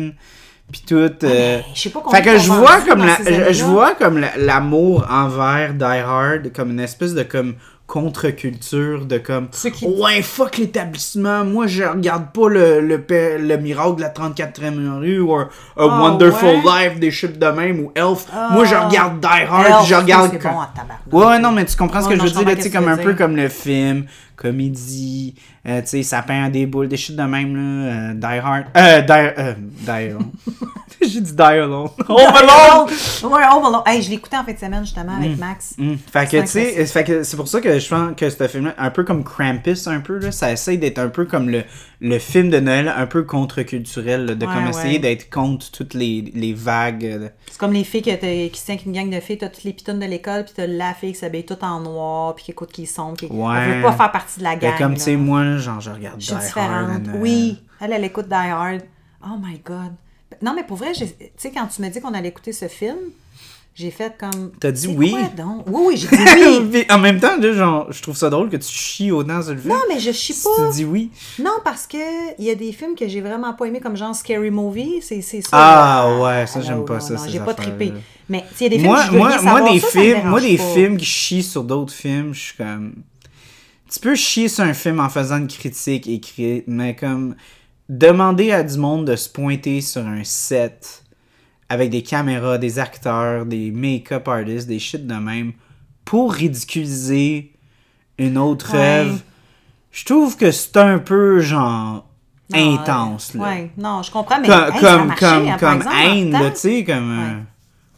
Puis tout. euh, Ah, mais je sais pas combien fait que qu'on je va en vois, vivre comme dans la- ces je, années-là. je vois comme la- l'amour envers Die Hard comme une espèce de comme contre-culture de comme Ceux qui- ouais fuck l'établissement moi je regarde pas le, le, pe- le miracle de la 34e rue ou un- A Ah, Wonderful ouais? Ah. Life des chips de même ou Elf moi je regarde Die Hard Elf, puis je regarde c'est comme- bon en tabarnak. ouais ouais, non mais tu comprends ce Ouais, que non, je veux je dire là, comprends tu sais qu'est-ce que comme un tu veux peu dire. comme le film comédie euh, tu sais ça peint des boules des shit de même là euh, Die Hard euh Die euh, Die Alone. j'ai dit Die Alone Home Alone Ouais, Home Alone. Hey, je l'écoutais en fin de semaine, justement, avec Max. Mm. Fait que, C'est un tu sais, fait que c'est pour ça que je pense que ce film-là, un peu comme Krampus, un peu, là, ça essaye d'être un peu comme le, le film de Noël, un peu contre-culturel, là, de Ouais, comme ouais. essayer d'être contre toutes les, les vagues. euh, C'est comme les filles qui, étaient- qui se tiennent avec une gang de filles, t'as toutes les pitounes de l'école, puis t'as la fille qui s'habille toute en noir, puis qui écoute qui est sombre, qui Ouais. elle veut pas faire partie de la de gang. comme, là. tu sais, moi, genre, je regarde Je suis Die Hard euh, à différente. Noël. Oui, elle, elle écoute Die Hard. Oh my God. Non, mais pour vrai, j'ai- tu sais, quand tu me dis qu'on allait écouter ce film, j'ai fait comme. T'as dit C'est oui? quoi donc? Oui, oui, j'ai dit oui. Puis, en même temps, là, genre, je trouve ça drôle que tu chies autant sur le film. non, mais je chie si pas. tu dis oui. Non, parce que il y a des films que j'ai vraiment pas aimé, comme genre Scary Movie. C'est c'est ça. Ah, là. ouais, ça, non, j'aime pas non, ça, non, ces J'ai pas affaires-là. trippé. Mais tu sais, il y a des films moi, que je veux moi, rien moi, savoir, des ça, ça me films, moi, dérange des pas. films qui chient sur d'autres films, je suis comme. Tu peux chier sur un film en faisant une critique écrite, mais comme. Demander à du monde de se pointer sur un set avec des caméras, des acteurs, des make-up artists, des shit de même pour ridiculiser une autre Ouais. œuvre, je trouve que c'est un peu genre Non, intense. euh, là Ouais, non, je comprends, mais. comme hey, ça a comme marché, comme hein, par comme exemple, dans le haine temps. là, tu sais comme euh, Ouais.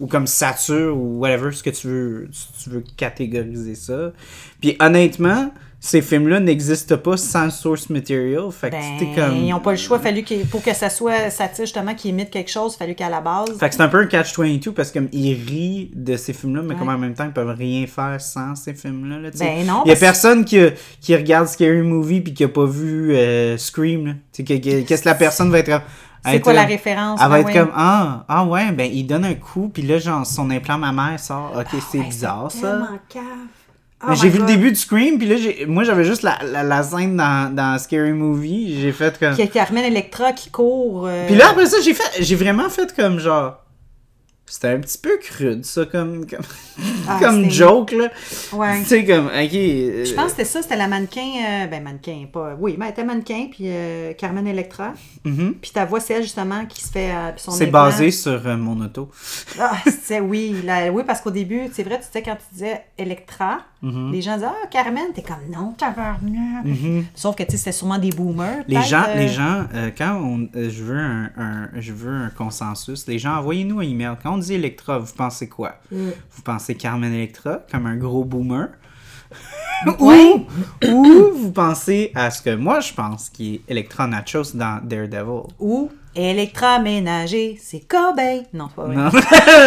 ou comme sature ou whatever ce que tu veux si tu veux catégoriser ça puis honnêtement ces films là n'existent pas sans source material fait que Ben, t'es comme Ils n'ont pas le choix. Fallu qu'il- pour que ça soit satire, justement, qu'ils imitent quelque chose, fallu qu'à la base. fait que c'est un peu un catch 22 parce que comme ils rient de ces films là mais Ouais. comme en même temps ils peuvent rien faire sans ces films là, tu sais. Ben non, il y a parce- personne qui, a- qui regarde scary movie puis qui a pas vu euh, scream là. Tu sais, que- que- qu'est-ce que la personne va être à- à C'est être, quoi la euh, référence? Elle va Ben être ouais. comme ah ah ouais ben il donne un coup puis là genre son implant ma mère sort ok c'est Hey, bizarre ça Ah tellement cave. Oh mais my j'ai vu le God. début du scream puis là j'ai moi j'avais juste la, la, la scène dans, dans scary movie j'ai fait comme Qui, qui ramène Electra qui court. euh, puis là après ça j'ai fait j'ai vraiment fait comme genre C'était un petit peu crude, ça, comme, comme, Ah, comme c'était- joke, là. Ouais. Tu sais, comme, ok. euh, Je pense que c'était ça, c'était la mannequin, euh, ben mannequin, pas. Oui, mais elle était mannequin, puis euh, Carmen Electra. mhm. Puis ta voix, c'est elle justement qui se fait. euh, puis son C'est implant. basé sur euh, mon auto. Ah, c'est oui, la- oui, parce qu'au début, c'est vrai, tu disais quand tu disais Electra, Mhm. les gens disaient Ah, Carmen, t'es comme non, tabarnak. Sauf que tu sais, c'était sûrement des boomers. Les peut-être, gens, euh, les gens euh, quand on, euh, je, veux un, un- je veux un consensus, les gens, envoyez-nous un email. Quand on dit Electra, vous pensez quoi? Mm. Vous pensez Carmen Electra comme un gros boomer? Ouais. ou, ou vous pensez à ce que moi je pense qui est Electra Nachos dans Daredevil? Ou Electra ménager, c'est Corbeil. Non, c'est pas vrai.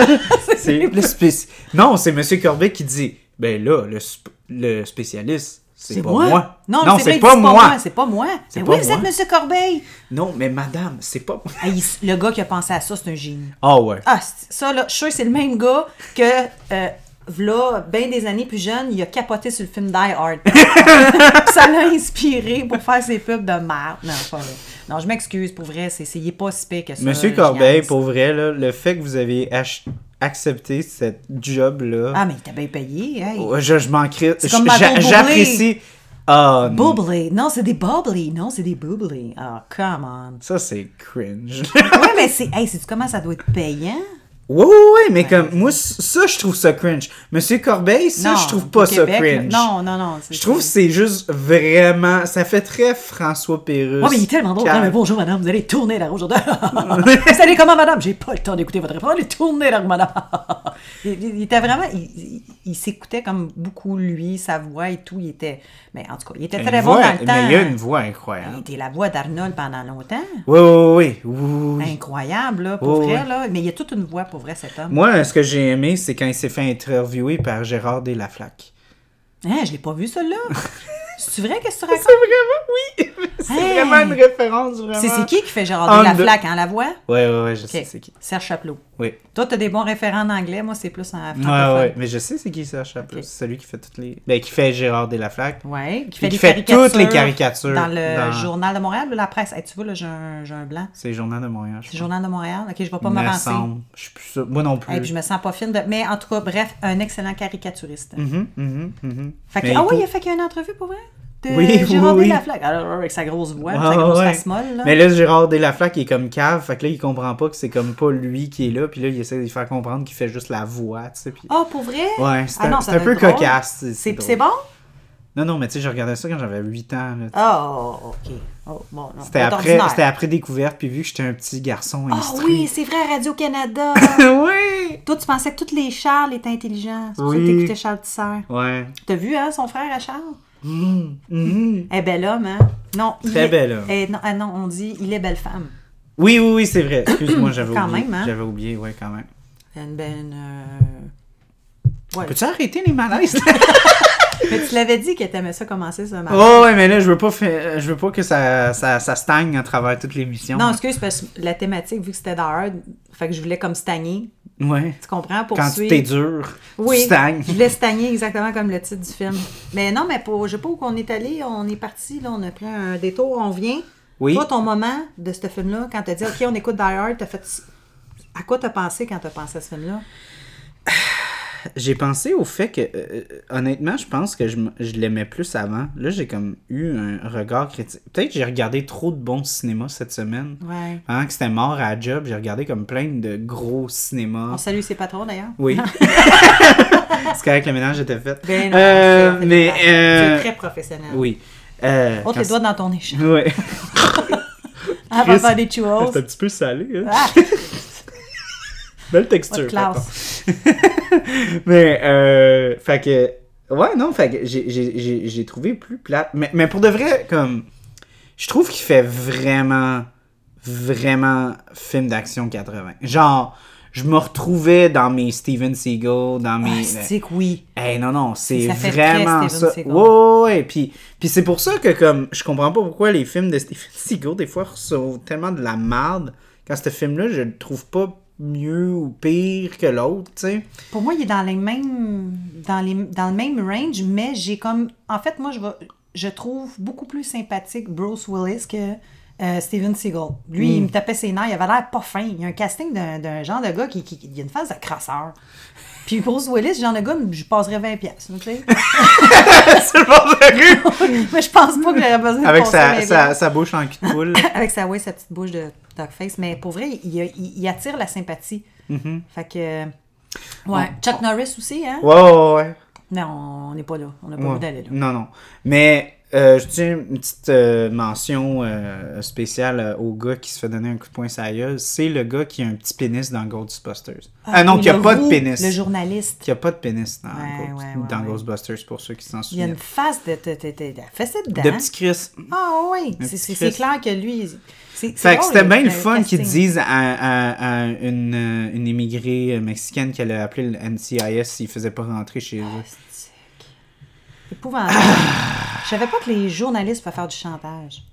Non. c'est le spéci- Non, c'est Monsieur Corbet qui dit ben là, le, sp- le spécialiste, c'est pas moi. Non, non c'est vrai, c'est il dit, pas moi. C'est pas moi. C'est Mais pas oui, vous moi. êtes Monsieur Corbeil. Non, mais madame, c'est pas moi. Ah, il- le gars qui a pensé à ça, c'est un génie. Ah ouais. Ah, c'est- ça, là, je suis sûre que c'est le même gars que, euh, v'là, ben des années plus jeune, il a capoté sur le film Die Hard. ça l'a inspiré pour faire ses pubs de merde. Non, pas vrai. Non, je m'excuse, pour vrai, c'est, c'est- il est pas si pire que ça. Monsieur là, Corbeil, génial. pour vrai, là, le fait que vous avez ach- accepté cette job-là, Ah, mais il était bien payé, hey. ouais, je, je m'en crie. C'est comme Margot j'a- Boublé. J'apprécie. Ah, non. Bubbly. Non, c'est des bubbly. Non, c'est des bubbly. Ah, come on. ça, c'est cringe. Ouais, mais c'est. Hey, sais-tu comment ça doit être payant? ouais, ouais, ouais, mais comme, moi, c- ça, je trouve ça cringe. Monsieur Corbeil, ça, non, je trouve au pas ça Québec, là, cringe. Non, non, non. c'est- Je trouve que c'est juste vraiment. Ça fait très François Pérusse. Ouais, Oh, mais il est tellement drôle. Car- Non, mais bonjour, madame, vous allez tourner la roue aujourd'hui. vous allez comment, madame? J'ai pas le temps d'écouter votre réponse. Allez tourner la roue, madame. il, il- il était vraiment. Il, il- il s'écoutait comme beaucoup, lui, sa voix et tout. Il était. Mais en tout cas, il était Une très voix- bon dans le temps. Mais il y a une hein. voix incroyable. Il était la voix d'Arnold pendant longtemps. Oui, oui, oui. oui, oui. Incroyable, là, pour Ouais, vrai, ouais. là. Mais il y a toute une voix, pour vrai, cet homme. Moi, ce que j'ai aimé, c'est quand il s'est fait interviewer par Gérard Deslaflaque. Hein, je l'ai pas vu, celle-là. C'est vrai qu'est-ce que tu racontes? C'est vraiment, oui! C'est Hey! vraiment une référence, vraiment. C'est c'est qui qui fait Gérard On la the- flaque, hein, la voix? Ouais, ouais, ouais, je Ok. sais c'est qui. Serge Chapelot. Oui. Toi, t'as des bons référents en anglais. Moi, c'est plus en Ouais, francophone. ouais, mais je sais c'est qui Serge Chapelot. Ah, Ok. C'est celui qui fait toutes les. Ben, qui fait Gérard Deslaflaque. Ouais, qui Et fait, qui des fait caricatures toutes les caricatures Dans le dans- Journal de Montréal ou la presse? Hey, tu vois, là, j'ai un, j'ai un blanc. C'est le Journal de Montréal. C'est je le pense. Journal de Montréal. OK, je vais pas Il me m'avancer. semble. Je suis plus sûr. Moi non plus. Hey, puis je me sens pas fine. de- Mais en tout cas, bref, un excellent caricaturiste. Mhm, mhm, mhm. Fait que- Mais Ah faut- oui, il a fait qu'il y a une entrevue pour vrai? De Oui, Gérard oui, oui. Laflaque. Alors, avec sa grosse voix, Ah, sa grosse ouais. face molle. Là. Mais là, Gérard Delaflaque il est comme cave, fait que là, il comprend pas que c'est comme pas lui qui est là, puis là, il essaie de lui faire comprendre qu'il fait juste la voix, tu sais. puis- Ah, pour vrai? Ouais, c'est Ah un, non, c'est ça un doit peu être drôle. cocasse. C'est drôle. c'est bon? Non, non, mais tu sais, je regardais ça quand j'avais 8 ans. là. Ah, oh, OK. Oh, bon, non, C'était pas après, d'ordinaire. c'était après découverte, puis vu que j'étais un petit garçon Ah oui, instruit. c'est vrai, Radio-Canada. oui! Toi, tu pensais que tous les Charles étaient intelligents. C'est pour ça Oui. que t'écoutais Charles Tissère. Ouais. T'as vu, hein, son frère à Charles? Mhm. Eh, bel homme, hein? Non, il Très est... bel homme. Eh, non, ah non, on dit il est belle femme. Oui, oui, oui, c'est vrai. Excuse-moi, j'avais Quand oublié. même, hein? J'avais oublié, ouais, quand même. Une belle. euh, Ouais. Peux-tu arrêter les malaises? là? Mais tu l'avais dit qu'elle t'aimait ça commencer ce matin. oh, ouais, mais là, je veux pas, faire- je veux pas que ça, ça, ça stagne à travers toute l'émission. Non, excuse, parce que la thématique, vu que c'était d'heure, fait que je voulais comme stagner. Ouais. Tu comprends? Pour Quand tu suivre. t'es dur, oui, tu stagnes. je voulais stagner exactement comme le titre du film. Mais non, mais pour, je sais pas où qu'on est allé, on est parti, là, on a pris un détour, on vient. Oui. Toi, ton moment de ce film-là, quand t'as dit, OK, on écoute Die Hard, t'as fait. À quoi t'as pensé quand t'as pensé à ce film-là? J'ai pensé au fait que, euh, euh, honnêtement, je pense que je, m- je l'aimais plus avant. Là, j'ai comme eu un regard critique. Peut-être que j'ai regardé trop de bons cinémas cette semaine. Ouais. Pendant que c'était mort à la job, j'ai regardé comme plein de gros cinémas. On salue ses patrons d'ailleurs. Oui. C'est correct, le ménage était fait. Ben non, Euh, c'est- mais. c'est euh, très professionnel. oui. Euh, On te quand les doigts dans ton échange. c'est- Ouais. Avant de Chris, faire des churros. C'est un petit peu salé. Hein? Ah, Belle pas texture. de classe. Mais, euh, fait que. Ouais, non, fait que j'ai- j'ai j'ai- j'ai trouvé plus plate. Mais, mais pour de vrai, comme. Je trouve qu'il fait vraiment, vraiment film d'action 80. Genre, je me retrouvais dans mes Steven Seagal, dans mes. Ah, C'est que oui. Hey, non, non, c'est Ça fait vraiment très Steven ça. Seagal. Ouais, ouais, ouais. Puis, puis c'est pour ça que, comme, je comprends pas pourquoi les films de Steven Seagal, des fois, sont tellement de la merde. Quand ce film-là, je le trouve pas mieux ou pire que l'autre, tu sais. Pour moi, il est dans les mêmes, dans les, dans le même range, mais j'ai comme, en fait, moi, je vais- je trouve beaucoup plus sympathique Bruce Willis que euh, Steven Seagal. Lui, Hmm. il me tapait ses nerfs, il avait l'air pas fin. Il y a un casting d'un- d'un genre de gars qui, qui- Il y a une phase de crasseur. Puis Bruce Willis, ce genre de gars, je passerais 20$. piastres, tu sais. C'est le bord de la rue! Mais je pense pas que j'aurais besoin de Avec passer sa, 20 sa, sa bouche en cul de poule. avec sa, ouais, sa petite bouche de Dogface. Mais pour vrai, il, il- il attire la sympathie. Fait que. Ouais. Chuck Norris aussi, hein? Mm-hmm. Ouais, ouais, ouais. Non, on n'est pas là. On n'a pas Ouais. le goût d'aller là. Non, non. Mais euh, je tiens une petite euh, mention euh, spéciale euh, au gars qui se fait donner un coup de poing sa gueule. C'est le gars qui a un petit pénis dans Ghostbusters. Ah, non, oui, qui a le pas de roux, pénis. Le journaliste. Qui a pas de pénis dans, Ouais, Ghost- ouais, ouais, dans ouais. Ghostbusters, pour ceux qui s'en Il y a souviennent. une face de. de, de, de, de facette dedans. De petit Chris. Ah oui, Un c'est- c'est petit c'est Chris. clair que lui. c'est- c'est Fait que drôle, c'était bien le fun casting. qu'ils disent à, à- à une, euh, une immigrée mexicaine qu'elle a appelé le NCIS s'il faisait pas rentrer chez eux. Plastique. Épouvantable. Je savais pas que les journalistes peuvent faire du chantage.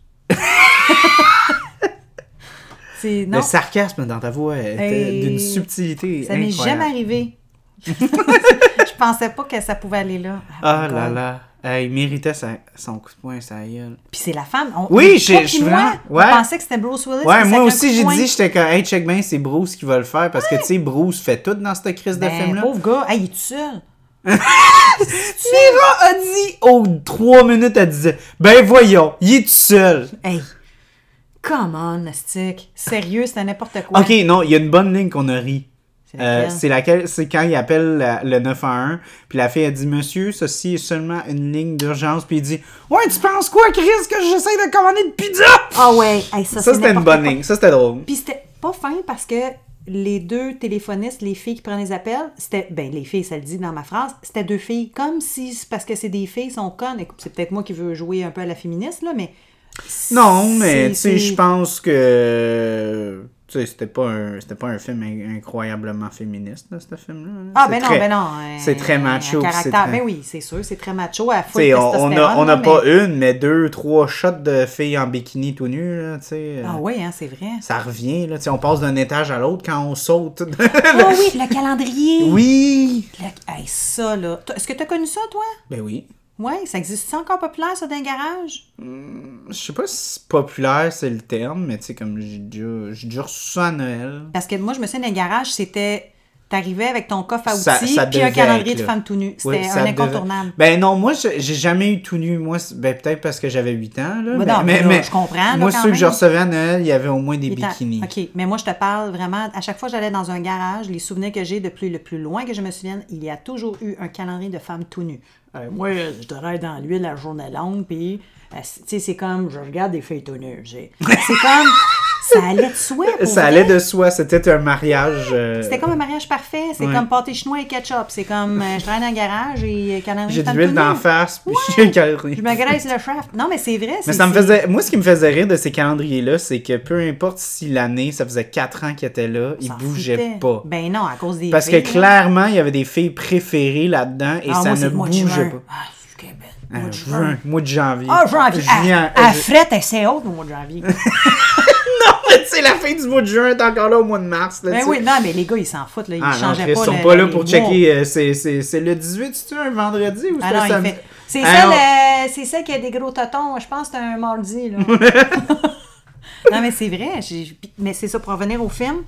c'est non, Le ça sarcasme dans ta voix était Hey, d'une subtilité m'est incroyable. jamais arrivé. je pensais pas que ça pouvait aller là. Ah my là God. là, Euh, il méritait sa- son coup de poing, sa gueule. Puis c'est la femme. on- Oui, toi j'ai- puis je suis moi, vraiment- ouais. on pensait que c'était Bruce Willis. Ouais, qui moi sacrait un aussi coup de j'ai poing. dit, j'étais comme, hey, check bien, c'est Bruce qui va le faire parce que tu sais, Bruce fait tout dans cette crise de Ben, film-là. pauvre gars, hey, il est tout seul. Mira a dit aux 3 minutes, elle disait, ben voyons, il est tout seul. Hey, come on, Nastic. Sérieux, c'était n'importe quoi. Ok, non, il y a une bonne ligne qu'on a ri. C'est Euh, laquelle? C'est laquelle C'est quand il appelle la- le 911, puis la fille a dit Monsieur, ceci est seulement une ligne d'urgence, puis il dit Ouais, tu penses quoi, Chris, que j'essaie de commander de pizza Ah ouais, hey, ça, Ça, c'est c'était une n'importe bonne quoi. ligne, ça, c'était drôle. Puis c'était pas fin parce que les deux téléphonistes, les filles qui prennent les appels, c'était, ben les filles, ça le dit dans ma phrase, c'était deux filles, comme si, c'est parce que c'est des filles, sont connes. Écoute, c'est peut-être moi qui veux jouer un peu à la féministe, là, mais... Non, mais c'est- tu sais, c'est- je pense que. Tu sais, c'était pas, un- c'était pas un film in- incroyablement féministe, là, ce film-là. là. Ah, C'est ben très- non, ben non. euh, C'est très un macho. puis c'est Caractère. très- Ben oui, c'est sûr, c'est très macho à Tu full sais, on- on testostérone. a, on là, a pas mais- une, mais deux, trois shots de filles en bikini tout nu, là, tu sais. euh, Ah oui, hein, c'est vrai. Ça revient, là. Tu sais, on passe d'un étage à l'autre quand on saute. Ah oui, le calendrier. oui! Le- Hey, ça, là. Toi, Est-ce que t'as connu ça, toi? Ben oui. Ouais, ça existe ça encore populaire, ça, dans les garages? Je sais pas si populaire c'est le terme, mais tu sais, comme j'ai déjà, j'ai déjà reçu ça à Noël. Parce que moi, je me souviens, dans les garages, c'était. T'arrivais avec ton coffre à outils, Ça- ça puis un devait calendrier être, de là. femmes tout nues. Oui, C'était ça un devait- incontournable. Ben non, moi, je- j'ai jamais eu tout nu. Moi, c'est- ben, peut-être parce que j'avais 8 ans. Là, Ouais, mais, non, mais, mais là, mais je comprends, là, Moi, quand ceux que je même. recevais à Noël, il y avait au moins des Et t'as- bikinis. OK, mais moi, je te parle vraiment. À chaque fois que j'allais dans un garage, les souvenirs que j'ai depuis le plus loin que je me souvienne, il y a toujours eu un calendrier de femmes tout nues. Euh, moi, je travaille dans l'huile la journée longue, puis, euh, c- tu sais, c'est comme, je regarde des filles tout nues. j'ai- C'est comme, ça allait de soi. pour Ça vrai. allait de soi. C'était un mariage. euh, C'était comme un mariage parfait. C'est Ouais. comme pâté chinois et ketchup. C'est comme, euh, je travaille dans un garage et euh, calendrier de J'ai de femmes l'huile tout d'en nues. face, puis Ouais. j'ai un calendrier. Je me graisse le shaft. Non, mais c'est vrai. c'est- Mais ça me c'est- faisait. Moi, ce qui me faisait rire de ces calendriers-là, c'est que peu importe si l'année, ça faisait 4 ans qu'ils étaient là, ils s'en bougeaient foutait. pas. Ben non, à cause des Parce que filles, là. clairement, il y avait des filles préférées là-dedans et Ah, ça moi, ne c'est le mois de bougeait juin. pas. Ah, c'est du Québec. Ah, Mois de juin, juin. mois de janvier. Ah, janvier. Juin, À, à ju- frette, elle, c'est haute au mois de janvier. C'est la fin du mois de juin, t'es encore là au mois de mars. Là, ben tu sais. oui, non, mais les gars, ils s'en foutent. Là. Ils Ah non, changeaient Chris, ils pas. sont le- pas là les pour mois. checker. euh, c'est- c'est c'est le 18, c'est-tu un vendredi ou Ah c'est non, un il samedi? fait- C'est Ah ça, non. le- c'est ça qui a des gros totons. Je pense que c'est un mardi. Là. non, mais c'est vrai. j'ai- Mais c'est ça, pour revenir au film,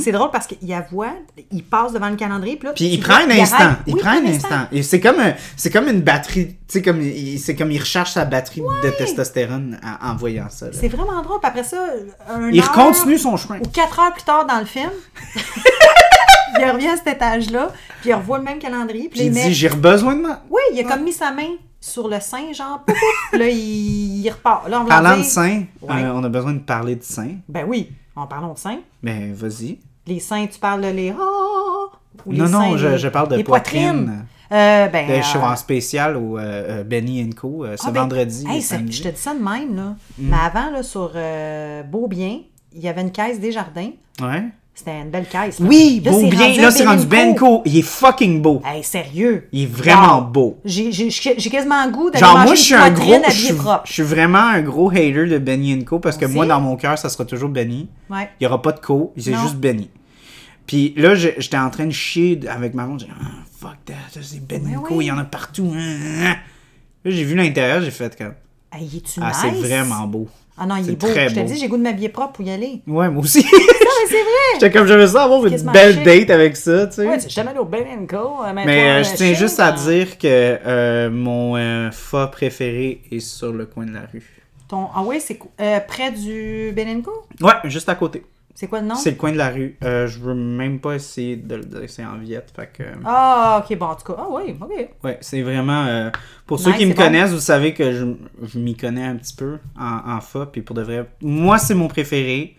c'est drôle parce qu'il y a voix, il passe devant le calendrier. Puis, là, Mm-hmm. Puis tu il prend un vois, instant. arrête. Il Oui, prend un instant. Et c'est comme, un- c'est comme une batterie. Tu sais, comme, il- c'est comme il recharge sa batterie de testostérone en, en voyant ça. là. C'est vraiment drôle. Puis après ça, un Il heure- continue son chemin. ou quatre heures plus tard dans le film, il revient à cet étage-là, puis il revoit le même calendrier, puis Puis il il met... dit J'ai besoin de moi. Oui, il a comme mis sa main sur le sein, genre, pouf, pouf, là, il, il repart. Là, on va Parlant dire- de sein, Ouais. euh, on a besoin de parler de sein. Ben oui, en parlant de seins. Mais vas-y. Les seins, tu parles de les... ah, ou les Non, non, seins, je- les- je parle de les poitrines. poitrine. Euh, ben... Euh, Je suis euh, en spécial au euh, euh, Benny Co. euh, ce ah, ben, vendredi. hey, et ça- samedi. Mm. je te dis ça de même, là. Mais avant, là, sur euh, Beaubien, il y avait une caisse des jardins. Ouais. C'était une belle caisse. là. Oui, Là, beau c'est bien. rendu Là, un Euh, c'est rendu Benco. Benko. Il est fucking beau. Hey, sérieux. Il est vraiment Wow. beau. J'ai j'ai- j'ai quasiment le goût d'aller Genre, manger moi, une je suis un gros. poitrine Je habillée suis, propre. je suis vraiment un gros hater de Benny Co. Parce que Vas-y. moi, dans mon cœur, ça sera toujours Benny. Ouais. Il n'y aura pas de co. C'est Non. juste Benny. Puis là, j'ai- j'étais en train de chier avec ma montre. J'ai dit, Ah, fuck that, ça, c'est Benny Mais Co. oui. hein, Il y en a partout. Là, j'ai vu l'intérieur, j'ai fait comme. Hey, il est-tu Ah, nice? c'est vraiment beau. Ah non, il c'est est beau. très Je te beau. dis, j'ai goût de m'habiller propre pour y aller. Ouais, moi aussi. Non, mais c'est vrai! J'étais comme, j'avais ça avoir une Quasiment belle chic. date avec ça, tu sais. Ouais, tu sais, je t'amène au Ben Co. euh, mets-toi Mais euh, un je tiens chien juste à dans- dire que euh, mon euh, fa préféré est sur le coin de la rue. Ton... Ah oui, c'est quoi? Euh, près du Benenko? Ouais, juste à côté. C'est quoi le nom? C'est le coin de la rue. Euh, je veux même pas essayer de le dire, c'est en Viette. Fait que, Ah, ok, bon, en tout cas. Ah oui, ok. ouais, c'est vraiment. euh, pour ceux Nice, qui me c'est bon. connaissent, vous savez que je, je m'y connais un petit peu en, en fa. Puis pour de vrai, moi, c'est mon préféré.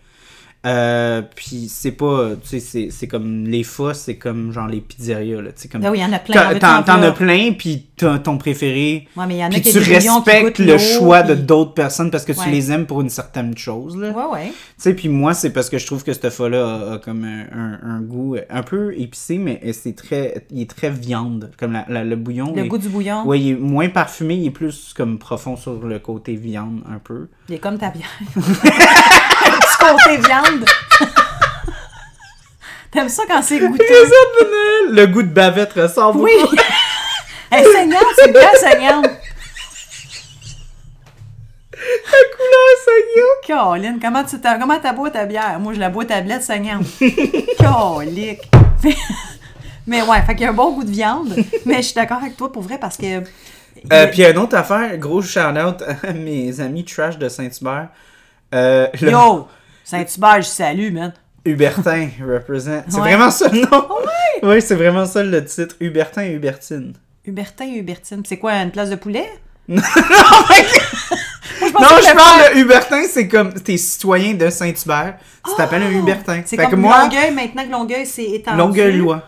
Euh, puis c'est pas. Tu sais, c'est- c'est comme les fa, c'est comme genre les pizzerias. Là, tu sais, comme Ben oui, il y en a plein. Quand- il y en a T'en plein. t'en as plein, puis t'as ton préféré. Ouais, mais il y en a puis qui tu est des millions qui respectes goûtent le l'eau, choix de puis- d'autres personnes parce que tu Ouais. les aimes pour une certaine chose. Là. Ouais, ouais. Tu sais, puis moi, c'est parce que je trouve que ce fat-là a, a comme un, un- un goût un peu épicé, mais euh, c'est très, il est très viande, comme la- la- le bouillon. Le est- goût du bouillon. Ouais, il est moins parfumé, il est plus comme profond sur le côté viande un peu. Il est comme ta bière. Un petit côté viande. T'aimes ça quand c'est goûté? Le goût de bavette ressort. Oui! Elle est saignante, c'est bien saignante. Caroline, comment tu t'as, comment t'as bois ta bière? Moi, je la bois tablette saignante. Colique! Mais, mais ouais, fait qu'il y a un bon goût de viande. Mais je suis d'accord avec toi pour vrai parce que. Euh, Puis une autre affaire, gros shout-out à mes amis trash de Saint-Hubert. Euh, le- Yo! Saint-Hubert, je salue, man. Hubertin represent. C'est Ouais. Oh, vraiment ça le nom. Oui, c'est vraiment ça le titre. Hubertin et Hubertine. Hubertin et Hubertine. C'est quoi, une place de poulet? Non, je parle de Hubertin, c'est comme t'es citoyen de Saint-Hubert. Tu t'appelles un Hubertin. Ah! Oh! C'est Fait comme que moi, Longueuil, maintenant que Longueuil c'est étendu. Longueuil-Lois.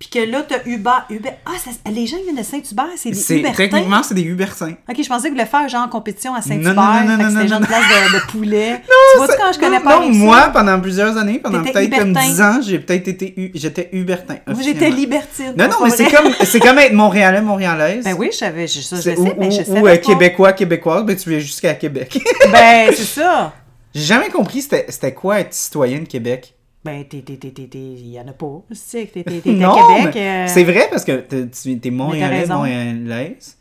Puis que là, t'as Hubert. Hubert. Ah, ça- les gens ils viennent de Saint-Hubert, c'est des C'est- Hubertins. Techniquement, c'est des Hubertins. Ok, je pensais que vous voulez faire genre en compétition à Saint-Hubert. Non, fait non, non, que non, c'était non, genre une non. place de, de poulet. tu vois, ça- quand je non, connais pas non, rien que ça. moi, pendant plusieurs années, pendant T'étais peut-être comme Hubertin. 10 ans, j'ai peut-être été Hu- j'étais Hubertin. Moi, j'étais officiellement. libertine. Non, non, mais c'est vrai. comme, c'est comme être Montréalais, Montréalaise. Ben oui, je savais, je, ça, je C'est- le ou, sais, mais je ou- savais ou, euh, pas. Québécois, Québécoise, ben tu viens jusqu'à Québec. Ben, c'est ça. J'ai jamais compris c'était c'était quoi être citoyen de Québec. Ben, t'es, t'es, t'es, t'es, t'es, y en a pas. Tu sais, que t'es, t'es, t'es Non, à Québec. mais euh, c'est vrai parce que t'es- tu t'es Montréalais, raison. Montréalaise.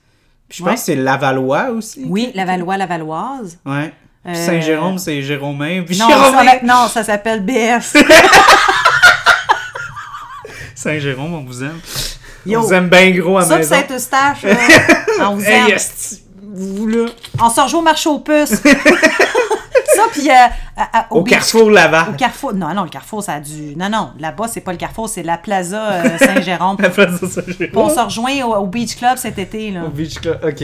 Puis je Ouais. pense que c'est Lavallois aussi. Oui, la Valois, la Valoise. Ouais. Puis Euh, Saint-Jérôme, c'est Jéromain. Puis Non, Jéromain- ça, non, ça s'appelle BF. Saint-Jérôme, on vous aime. Yo. On vous aime bien gros à Ça, pis maison. Saint-Eustache, là, on vous aime. Hey, euh, esti, vous là. On se rejoint au marché aux puces. ça, puis euh, à- à- Au beach- carrefour Au Laval. carrefour. Non, non, le carrefour, ça a dû. Non, non, là-bas, c'est pas le carrefour, c'est la plaza euh, Saint-Jérôme. Puis La place de on Saint-Jérôme. se rejoint au, au Beach Club cet été, là. Au Beach Club. Ok.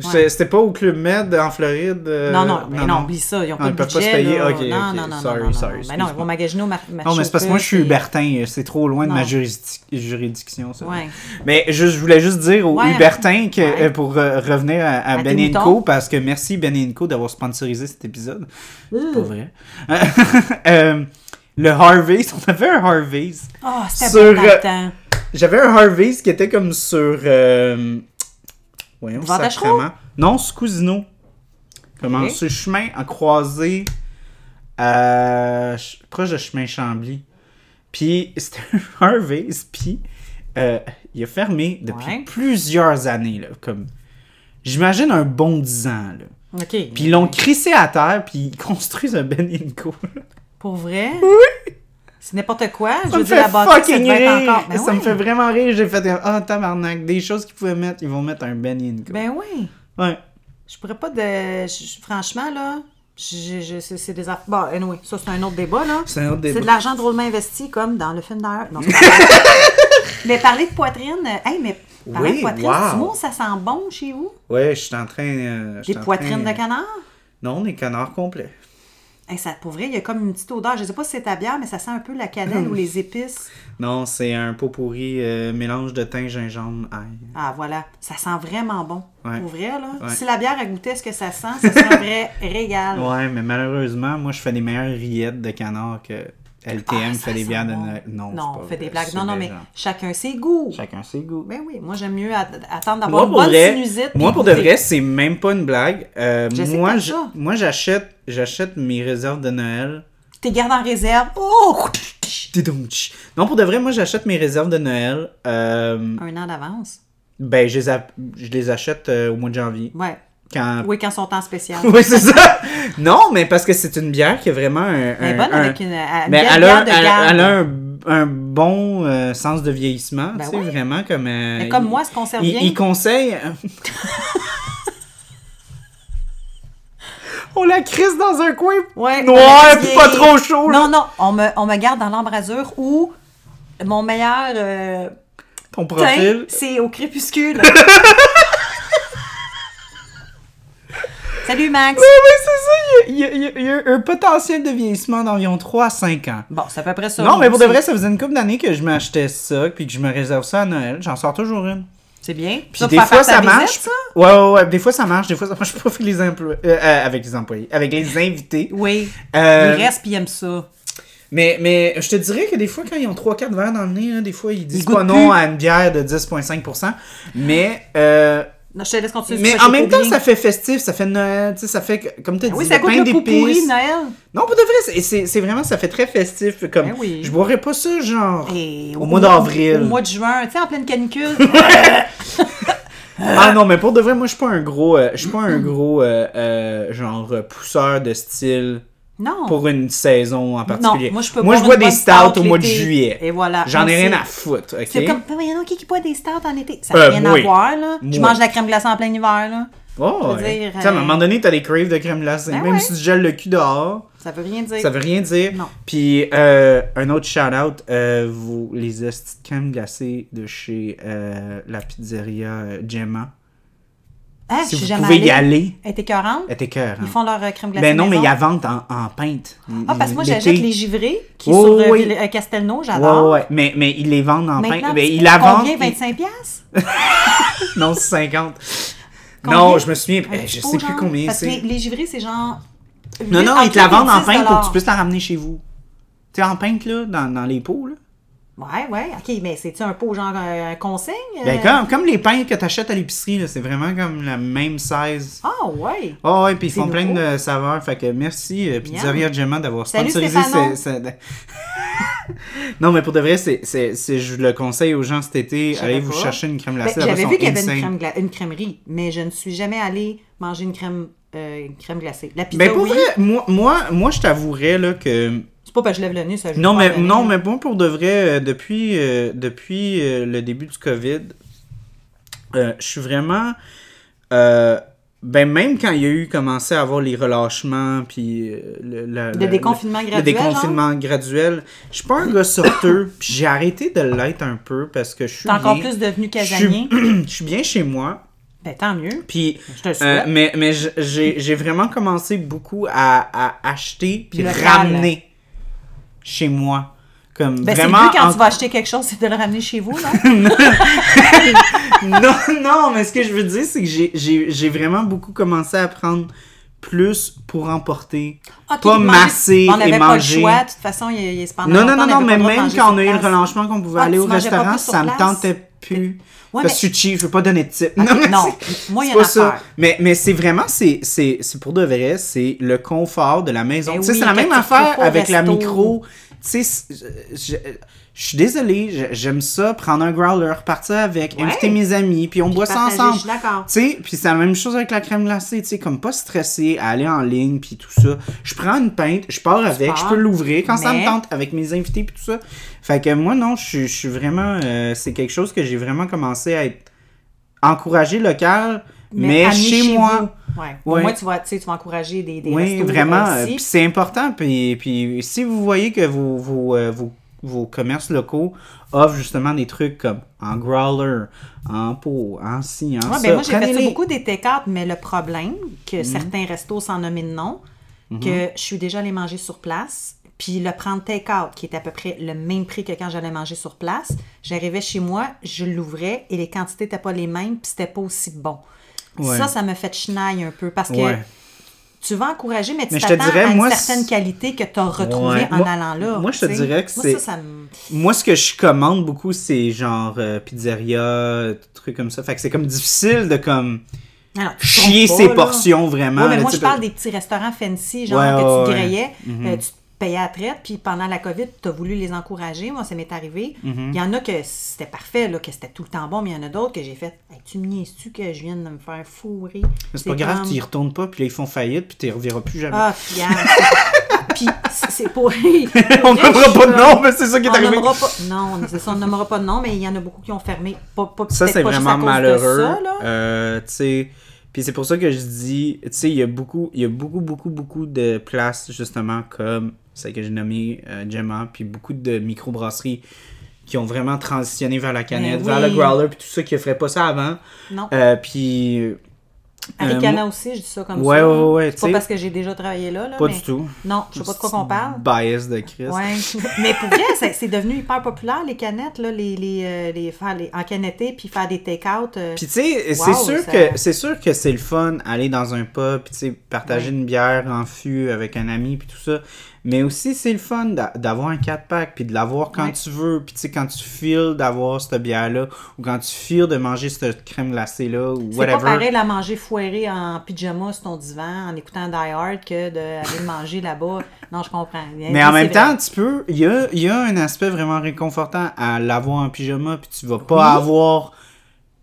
C'était- C'était pas au Club Med en Floride. euh, Non, non, mais non, oublie ça, ils ont Ah, pas ils de peuvent pas budget, se payer, là. ok, non, ok, non, non, sorry, non, non, sorry, non. Mais non, ils excuse-moi. vont magasiner au mar- marché Non, mais c'est parce que moi, je suis Hubert. Hubertin. C'est trop loin de ma Non. jurisdi- juridiction, ça. Ouais. Mais je, je voulais juste dire au Ouais. Hubertin que, Ouais. euh, pour euh, revenir à, à À Ben tes and moutons. Co, parce que merci Ben and Co d'avoir sponsorisé cet épisode. C'est pas vrai. Euh, le Harvey's, on avait un Harvey's. Oh, Sur, c'était bon hein. dans euh, le temps. J'avais un Harvey's qui était comme sur. Euh... Voyons, Vendachereau? sacrément. Non, Scusino. Comment Ok. ce chemin à croiser à... ch- proche de chemin Chambly. Puis c'était un Harvey's, puis euh, il a fermé depuis Ouais. plusieurs années. Là, comme J'imagine un bon 10 ans. Là. OK. Puis ils Mm. l'ont crissé à terre, puis ils construisent un Ben Co. Pour vrai? Oui! C'est n'importe quoi. je Ça me veux fait dire, la bâtisse, ça fucking devait être rire. encore. Ben ça me oui. fait vraiment rire. J'ai fait ah tabarnak, des choses qu'ils pouvaient mettre, ils vont mettre un Ben Co. Ben oui. Ouais. Je pourrais pas de. je- je- franchement, là. je- je- c'est c'est des affaires. Bon, anyway, ça, c'est un autre débat, là. C'est un autre débat. C'est de l'argent drôlement investi, comme dans le film d'ailleurs. Non, c'est pas vrai. mais parler de poitrine. euh, Hey, mais parler Oui, de poitrine, wow. du mot, ça sent bon chez vous? Ouais, je suis en train. euh, je suis Des en poitrines train- de canard? Non, des canards complets. Hey, ça, pour vrai, il y a comme une petite odeur. Je sais pas si c'est ta bière, mais ça sent un peu la cannelle ou les épices. Non, c'est un pot pourri euh, mélange de thym, gingembre, ail. Ah, voilà. Ça sent vraiment bon. Ouais. Pour vrai, là. Ouais. Si la bière a goûté ce que ça sent, ça serait un vrai régal. Ouais, mais malheureusement, moi, je fais des meilleures rillettes de canard que LTM Ah, ça fait des sent bières de bon. Noël. Non, Non, c'est pas on fait vrai, des blagues. c'est Non, non, mais gens. chacun ses goûts. Chacun ses goûts. Ben oui, moi j'aime mieux at- attendre d'avoir Moi, une pour bonne vrai, sinusite. moi, puis pour de goûter. vrai, c'est même pas une blague. Euh, Je sais que moi, t'aimes je- ça. moi, j'achète, j'achète mes réserves de Noël. T'es gardé en réserve. Oh! Tidoumtch. Non, pour de vrai, moi, j'achète mes réserves de Noël. euh, Un an d'avance. ben, je les, a- je les achète euh, au mois de janvier. Ouais. Quand... Oui, quand son temps spécial. Oui, c'est ça. Non, mais parce que c'est une bière qui a vraiment un. Elle est un- bonne un- avec une, euh, une Mais belle elle a, bière de elle- garde. elle a un, un bon euh, sens de vieillissement, Ben tu sais, oui. vraiment comme. euh, Mais comme il- moi, se conserve il, bien. il conseille. euh, On la crisse dans un coin Ouais, noir, on est puis pas bien. trop chaud. là. Non, non, on me, on me garde dans l'embrasure ou mon meilleur euh, Ton teint, profil. c'est au crépuscule. Salut Max! Ah oui, c'est ça, il y, a, il y a- il y a un potentiel de vieillissement d'environ 3 à 5 ans. Bon, c'est à peu près ça. Non, moi mais pour de aussi. vrai, ça faisait une couple d'années que je m'achetais ça, puis que je me réserve ça à Noël. J'en sors toujours une. C'est bien. Puis Ça, des pour fois, faire ta ça visite, marche. ça? Ouais, ouais, ouais. Des fois, ça marche. Des fois, ça marche pas avec les, emplo- euh, euh, avec les employés. Avec les invités. Oui. Euh, Ils restent puis ils aiment ça. mais, mais je te dirais que des fois, quand ils ont 3-4 verres dans le nez, hein, des fois, ils disent goûtent pas non plus. à une bière de 10,5%. Mais, euh, Non, je te laisse continuer. mais parce que en j'ai même temps, oublié. ça fait festif, ça fait Noël, tu sais, ça fait, que- comme tu dis, Ah Oui, ça le goûte pain le pot pourri d'épices. de Noël. Non, pour de vrai, c'est- c'est c'est vraiment, ça fait très festif. Comme, Ben oui. Je boirais pas ça, genre, Et au mois d'avril. Au mois de juin, tu sais, en pleine canicule. Ah non, mais pour de vrai, moi, je suis pas un gros, euh, je suis pas un gros, euh, euh, genre, euh, pousseur de style non. pour une saison en particulier. moi, je peux moi, boire je bois une des bonne stouts stout au mois de l'été. juillet. Et voilà. J'en Moi ai rien aussi. à foutre, ok? C'est comme, il y en a qui qui boit des stouts en été. Ça Euh, n'a rien moi. à voir, là. Je Moi. mange de la crème glacée en plein hiver, là. Oh, je veux ouais. dire, Tu sais, à un euh, moment donné, t'as des craves de crème glacée. Ben Même ouais. si tu gèles le cul dehors, Ça veut rien dire. ça veut rien dire. Non. Puis, euh, un autre shout-out, euh, vous, les hosties de crème glacée de chez euh, la pizzeria euh, Gemma. Hein, Si je suis vous jamais pouvez allée. y aller, Elle était écœurante. elle t'écœure. Ils font leur euh, crème glacée. Ben non, mais il y maison. a vente en, en pinte. Ah, parce que moi, L'été. j'achète les givrés qui Oh, sont sur euh, oui. Ville- euh, Castelnau, Ouais, j'adore. ouais, ouais. Mais, mais ils les vendent en Maintenant, pinte. Ben, tu- ils la vendent. Combien, ils- 25 piastres? Non, c'est 50. Combien? Non, je me souviens, Un eh, je petit sais pot, plus genre? combien Parce que les, c'est. les givrés, c'est genre... Non, huit- non, entre ils te la vendent en huit et pinte dix pour que tu puisses la ramener chez vous. Tu sais, en pinte, là, dans, dans les pots, là. Ouais, ouais. OK, mais c'est-tu un pot genre euh, consigne? Ben, euh? comme, comme les pintes que t'achètes à l'épicerie, là, c'est vraiment comme la même size. Ah, ouais. Oh, ouais, puis ils C'est font plein nouveau. de saveurs. Fait que merci, euh, Pizzeria Gemma, d'avoir Salut, sponsorisé Stéphano. ce- ce- non, mais pour de vrai, c'est, c'est, c'est- je le conseille aux gens cet été. Je savais Allez vous pas. chercher une crème Ben, glacée. là-bas, J'avais sont vu qu'il y avait insane. une, crème gla- une crèmerie, mais je ne suis jamais allée manger une crème, euh, une crème glacée. La pizza, Ben, pour oui. vrai, moi, moi, moi je t'avouerais, là, que. C'est pas parce que je lève le nez, ça. je Non vous mais, pardonne. non, mais bon, pour de vrai, euh, depuis, euh, depuis euh, le début du COVID, euh, je suis vraiment... euh, ben, même quand il y a eu commencé à avoir les relâchements, puis euh, le, la- la- déconfinement le, graduel, Le déconfinement graduel, je suis pas un gars sorteux, puis j'ai arrêté de l'être un peu parce que je suis T'es encore bien. plus devenu Je suis- casanier. je suis bien chez moi, Ben, tant mieux. puis... Je te le souhaite. euh, mais mais j- j'ai j'ai vraiment commencé beaucoup à, à acheter puis Local. ramener chez moi. Comme ben, c'est le vraiment but quand en- tu vas acheter quelque chose, c'est de le ramener chez vous, non? non, non, mais ce que je veux dire, c'est que j'ai- j'ai j'ai vraiment beaucoup commencé à prendre plus pour emporter. Ah, Ok, pas puis manger- masser On et n'avait pas le manger. choix. De toute façon, il y a ce non, non, non, non, mais même quand on a eu le relâchement qu'on pouvait Ah, aller tu au mangeais pas restaurant, plus sur ça me place? tentait plus. Ouais, Parce que je mais- Ah, suis cheap, je veux pas donner de type. non, moi, il y en a affaire. Mais, mais c'est vraiment, c'est c'est- c'est pour de vrai, c'est le confort de la maison. Ben tu sais, oui, c'est la quand même tu te affaire retrouves au avec la resto. micro. Tu sais, c'est- je, je- je suis désolé, je- j'aime ça, prendre un growler, repartir avec, Ouais. inviter mes amis, puis on boit ça partager, ensemble. je suis d'accord. Tu sais, puis c'est la même chose avec la crème glacée, tu sais, comme pas stressé à aller en ligne, puis tout ça. Je prends une pinte, je pars avec, je pars, peux l'ouvrir quand ça me mais- tente avec mes invités puis tout ça. Fait que moi, non, je, suis- je suis vraiment. euh, c'est quelque chose que j'ai vraiment commencé à être encouragé local, mais, amener chez, moi. vous. Ouais. Ouais. Au moins, tu vas, tu sais, tu vas encourager des, des Oui, restos, vraiment. euh, euh, ici. Puis c'est important. Puis, puis si vous voyez que vos, vos, euh, vos, vos commerces locaux offrent justement des trucs comme en growler, en pot, en ci, en Ouais, ça, ben moi, j'ai fait ça prenez-les. Mhm. beaucoup des take-out, mais le problème, que certains restos sans nommer de nom, que je suis déjà allée manger sur place, puis le prendre take-out, qui est à peu près le même prix que quand j'allais manger sur place, j'arrivais chez moi, je l'ouvrais et les quantités n'étaient pas les mêmes, puis c'était pas aussi bon. Ouais. Ça, ça me fait chnaille un peu parce que Ouais. tu vas encourager, mais tu Mais je te t'attends dirais, à une moi, certaine c'est- qualité que tu as retrouvée Ouais. en Moi- allant là. moi, je te tu sais. dirais que Moi, c'est- ça, ça me- Moi, ce que je commande beaucoup, c'est genre euh, pizzeria, euh, trucs comme ça. Fait que c'est comme difficile de comme Non, non, tu chier comptes ses pas, là. portions vraiment. Ouais, mais là, moi, tu je sais, parle des petits restaurants fancy, genre Ouais, Mhm. que tu ouais, ouais. grillais, euh, tu te payaient la traite, puis pendant la COVID, tu as voulu les encourager. Moi, ça m'est arrivé. Il Mhm. y en a que c'était parfait, là, que c'était tout le temps bon, mais il y en a d'autres que j'ai fait Hey, Tu me niaises-tu que je viens de me faire fourrer Mais c'est pas grave, comme- tu y retournes pas, puis là, ils font faillite, puis tu les reverras plus jamais. Ah, fiable. Puis c'est- c'est pour. on On nommera pas de nom, mais c'est ça qui est on arrivé. nommera pas- Non, c'est ça, on nommera pas de nom, mais il y en a beaucoup qui ont fermé. Pas, pas, Ça, peut-être c'est pas juste vraiment à cause de malheureux. ça, là. Euh, tu sais, Puis c'est pour ça que je dis, tu sais, il y a beaucoup, il y a beaucoup, beaucoup, beaucoup de places, justement, comme celle que j'ai nommée euh, Gemma, puis beaucoup de microbrasseries qui ont vraiment transitionné vers la canette, Ben vers le oui. Ah. growler, puis tout ça, qui ne feraient pas ça avant. Non. Euh, puis, euh, Aricana moi- aussi, je dis ça comme Ouais, ça. ouais, ouais, ouais, C'est tu sais. pas parce que j'ai déjà travaillé là. là pas Ah, mais- du tout. Non, je sais pas de quoi qu'on parle. Bias de Chris. Ouais. Mais pour vrai, c'est- c'est devenu hyper populaire, les canettes, là, les, les, euh, les, faire les encanetter puis faire des take-out. euh. Puis tu sais, Wow, c'est sûr ça- que c'est sûr que c'est le fun aller dans un pub, puis tu sais, partager Ouais. une bière en fût avec un ami puis tout ça. Mais aussi c'est le fun d'a- d'avoir un 4 pack puis de l'avoir quand Ouais. tu veux, puis tu sais quand tu files d'avoir cette bière là ou quand tu files de manger cette crème glacée là ou C'est pas whatever. pareil de la manger foirée en pyjama sur ton divan en écoutant Die Hard que d'aller le manger là-bas. Non, je comprends. Mais en même C'est vrai. temps, tu peux, il y a, il y a un aspect vraiment réconfortant à l'avoir en pyjama puis tu vas pas avoir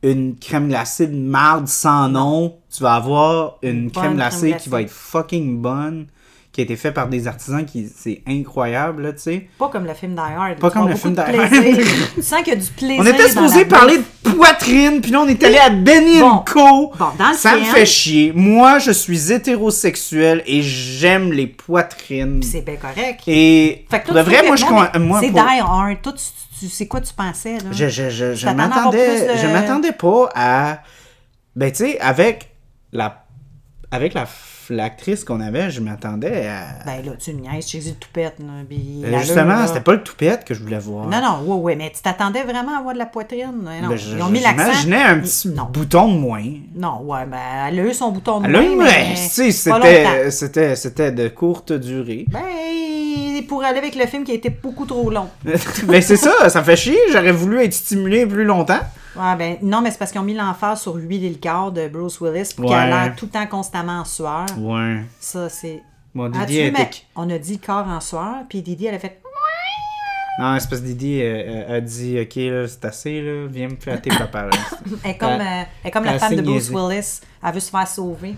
une crème glacée de marde sans nom, tu vas avoir une Bonne crème crème glacée qui glacée. va être fucking bonne, qui a été faite par des artisans qui c'est incroyable là, tu sais. Pas comme le film Die Hard. Pas Tu comme vois le beaucoup film de Die Hard. plaisir. tu sens qu'il y a du plaisir. On était dans supposé la parler bouffe. de poitrine, puis là on est allé à Benny Bon. Co. Bon, dans le Ça me film- fait chier. Moi, je suis hétérosexuel et j'aime les poitrines. C'est bien correct. Et Fait que pour toi, de tu vrai, trouves moi que je non, con- mais moi, C'est pour- Die Hard. Toi, tu- tu sais quoi tu pensais, là? Je, je, je, je t'attends d'en avoir m'attendais, plus de- je m'attendais pas à. Ben, tu sais, avec la. Avec la f- l'actrice qu'on avait, je m'attendais à. Ben là, tu me niaises, j'ai dit tout pète. là, puis Euh, l'allure, Justement, là. c'était pas le toupette que je voulais voir. Non, non, ouais, ouais, mais tu t'attendais vraiment à avoir de la poitrine. mais Non, Ben, je- ils ont mis l'accent. J'imaginais un petit Non. bouton de moins. Non, ouais, ben, elle a eu son bouton de Là, main, mais, mais tu sais, pas c'était- longtemps. c'était c'était de courte durée. Ben, pour aller avec le film qui a été beaucoup trop long. Mais Ben, c'est ça, ça me fait chier. J'aurais voulu être stimulé plus longtemps. Ouais, ben, non, mais c'est parce qu'ils ont mis l'emphase sur Huile et le corps de Bruce Willis pour Ouais. qu'il a l'air tout le temps constamment en sueur. Ouais. Ça, c'est. Bon, Ah, tu Didi sais, était. mais on a dit corps en sueur, puis Didi, elle a fait. Non, c'est parce que Didi euh, euh, a dit Ok, là, c'est assez, là, viens me flatter, papa. là. Elle est comme, Elle- euh, elle est comme la Ah, elle femme de s'est Bruce niaisée. Willis. Elle veut se faire sauver.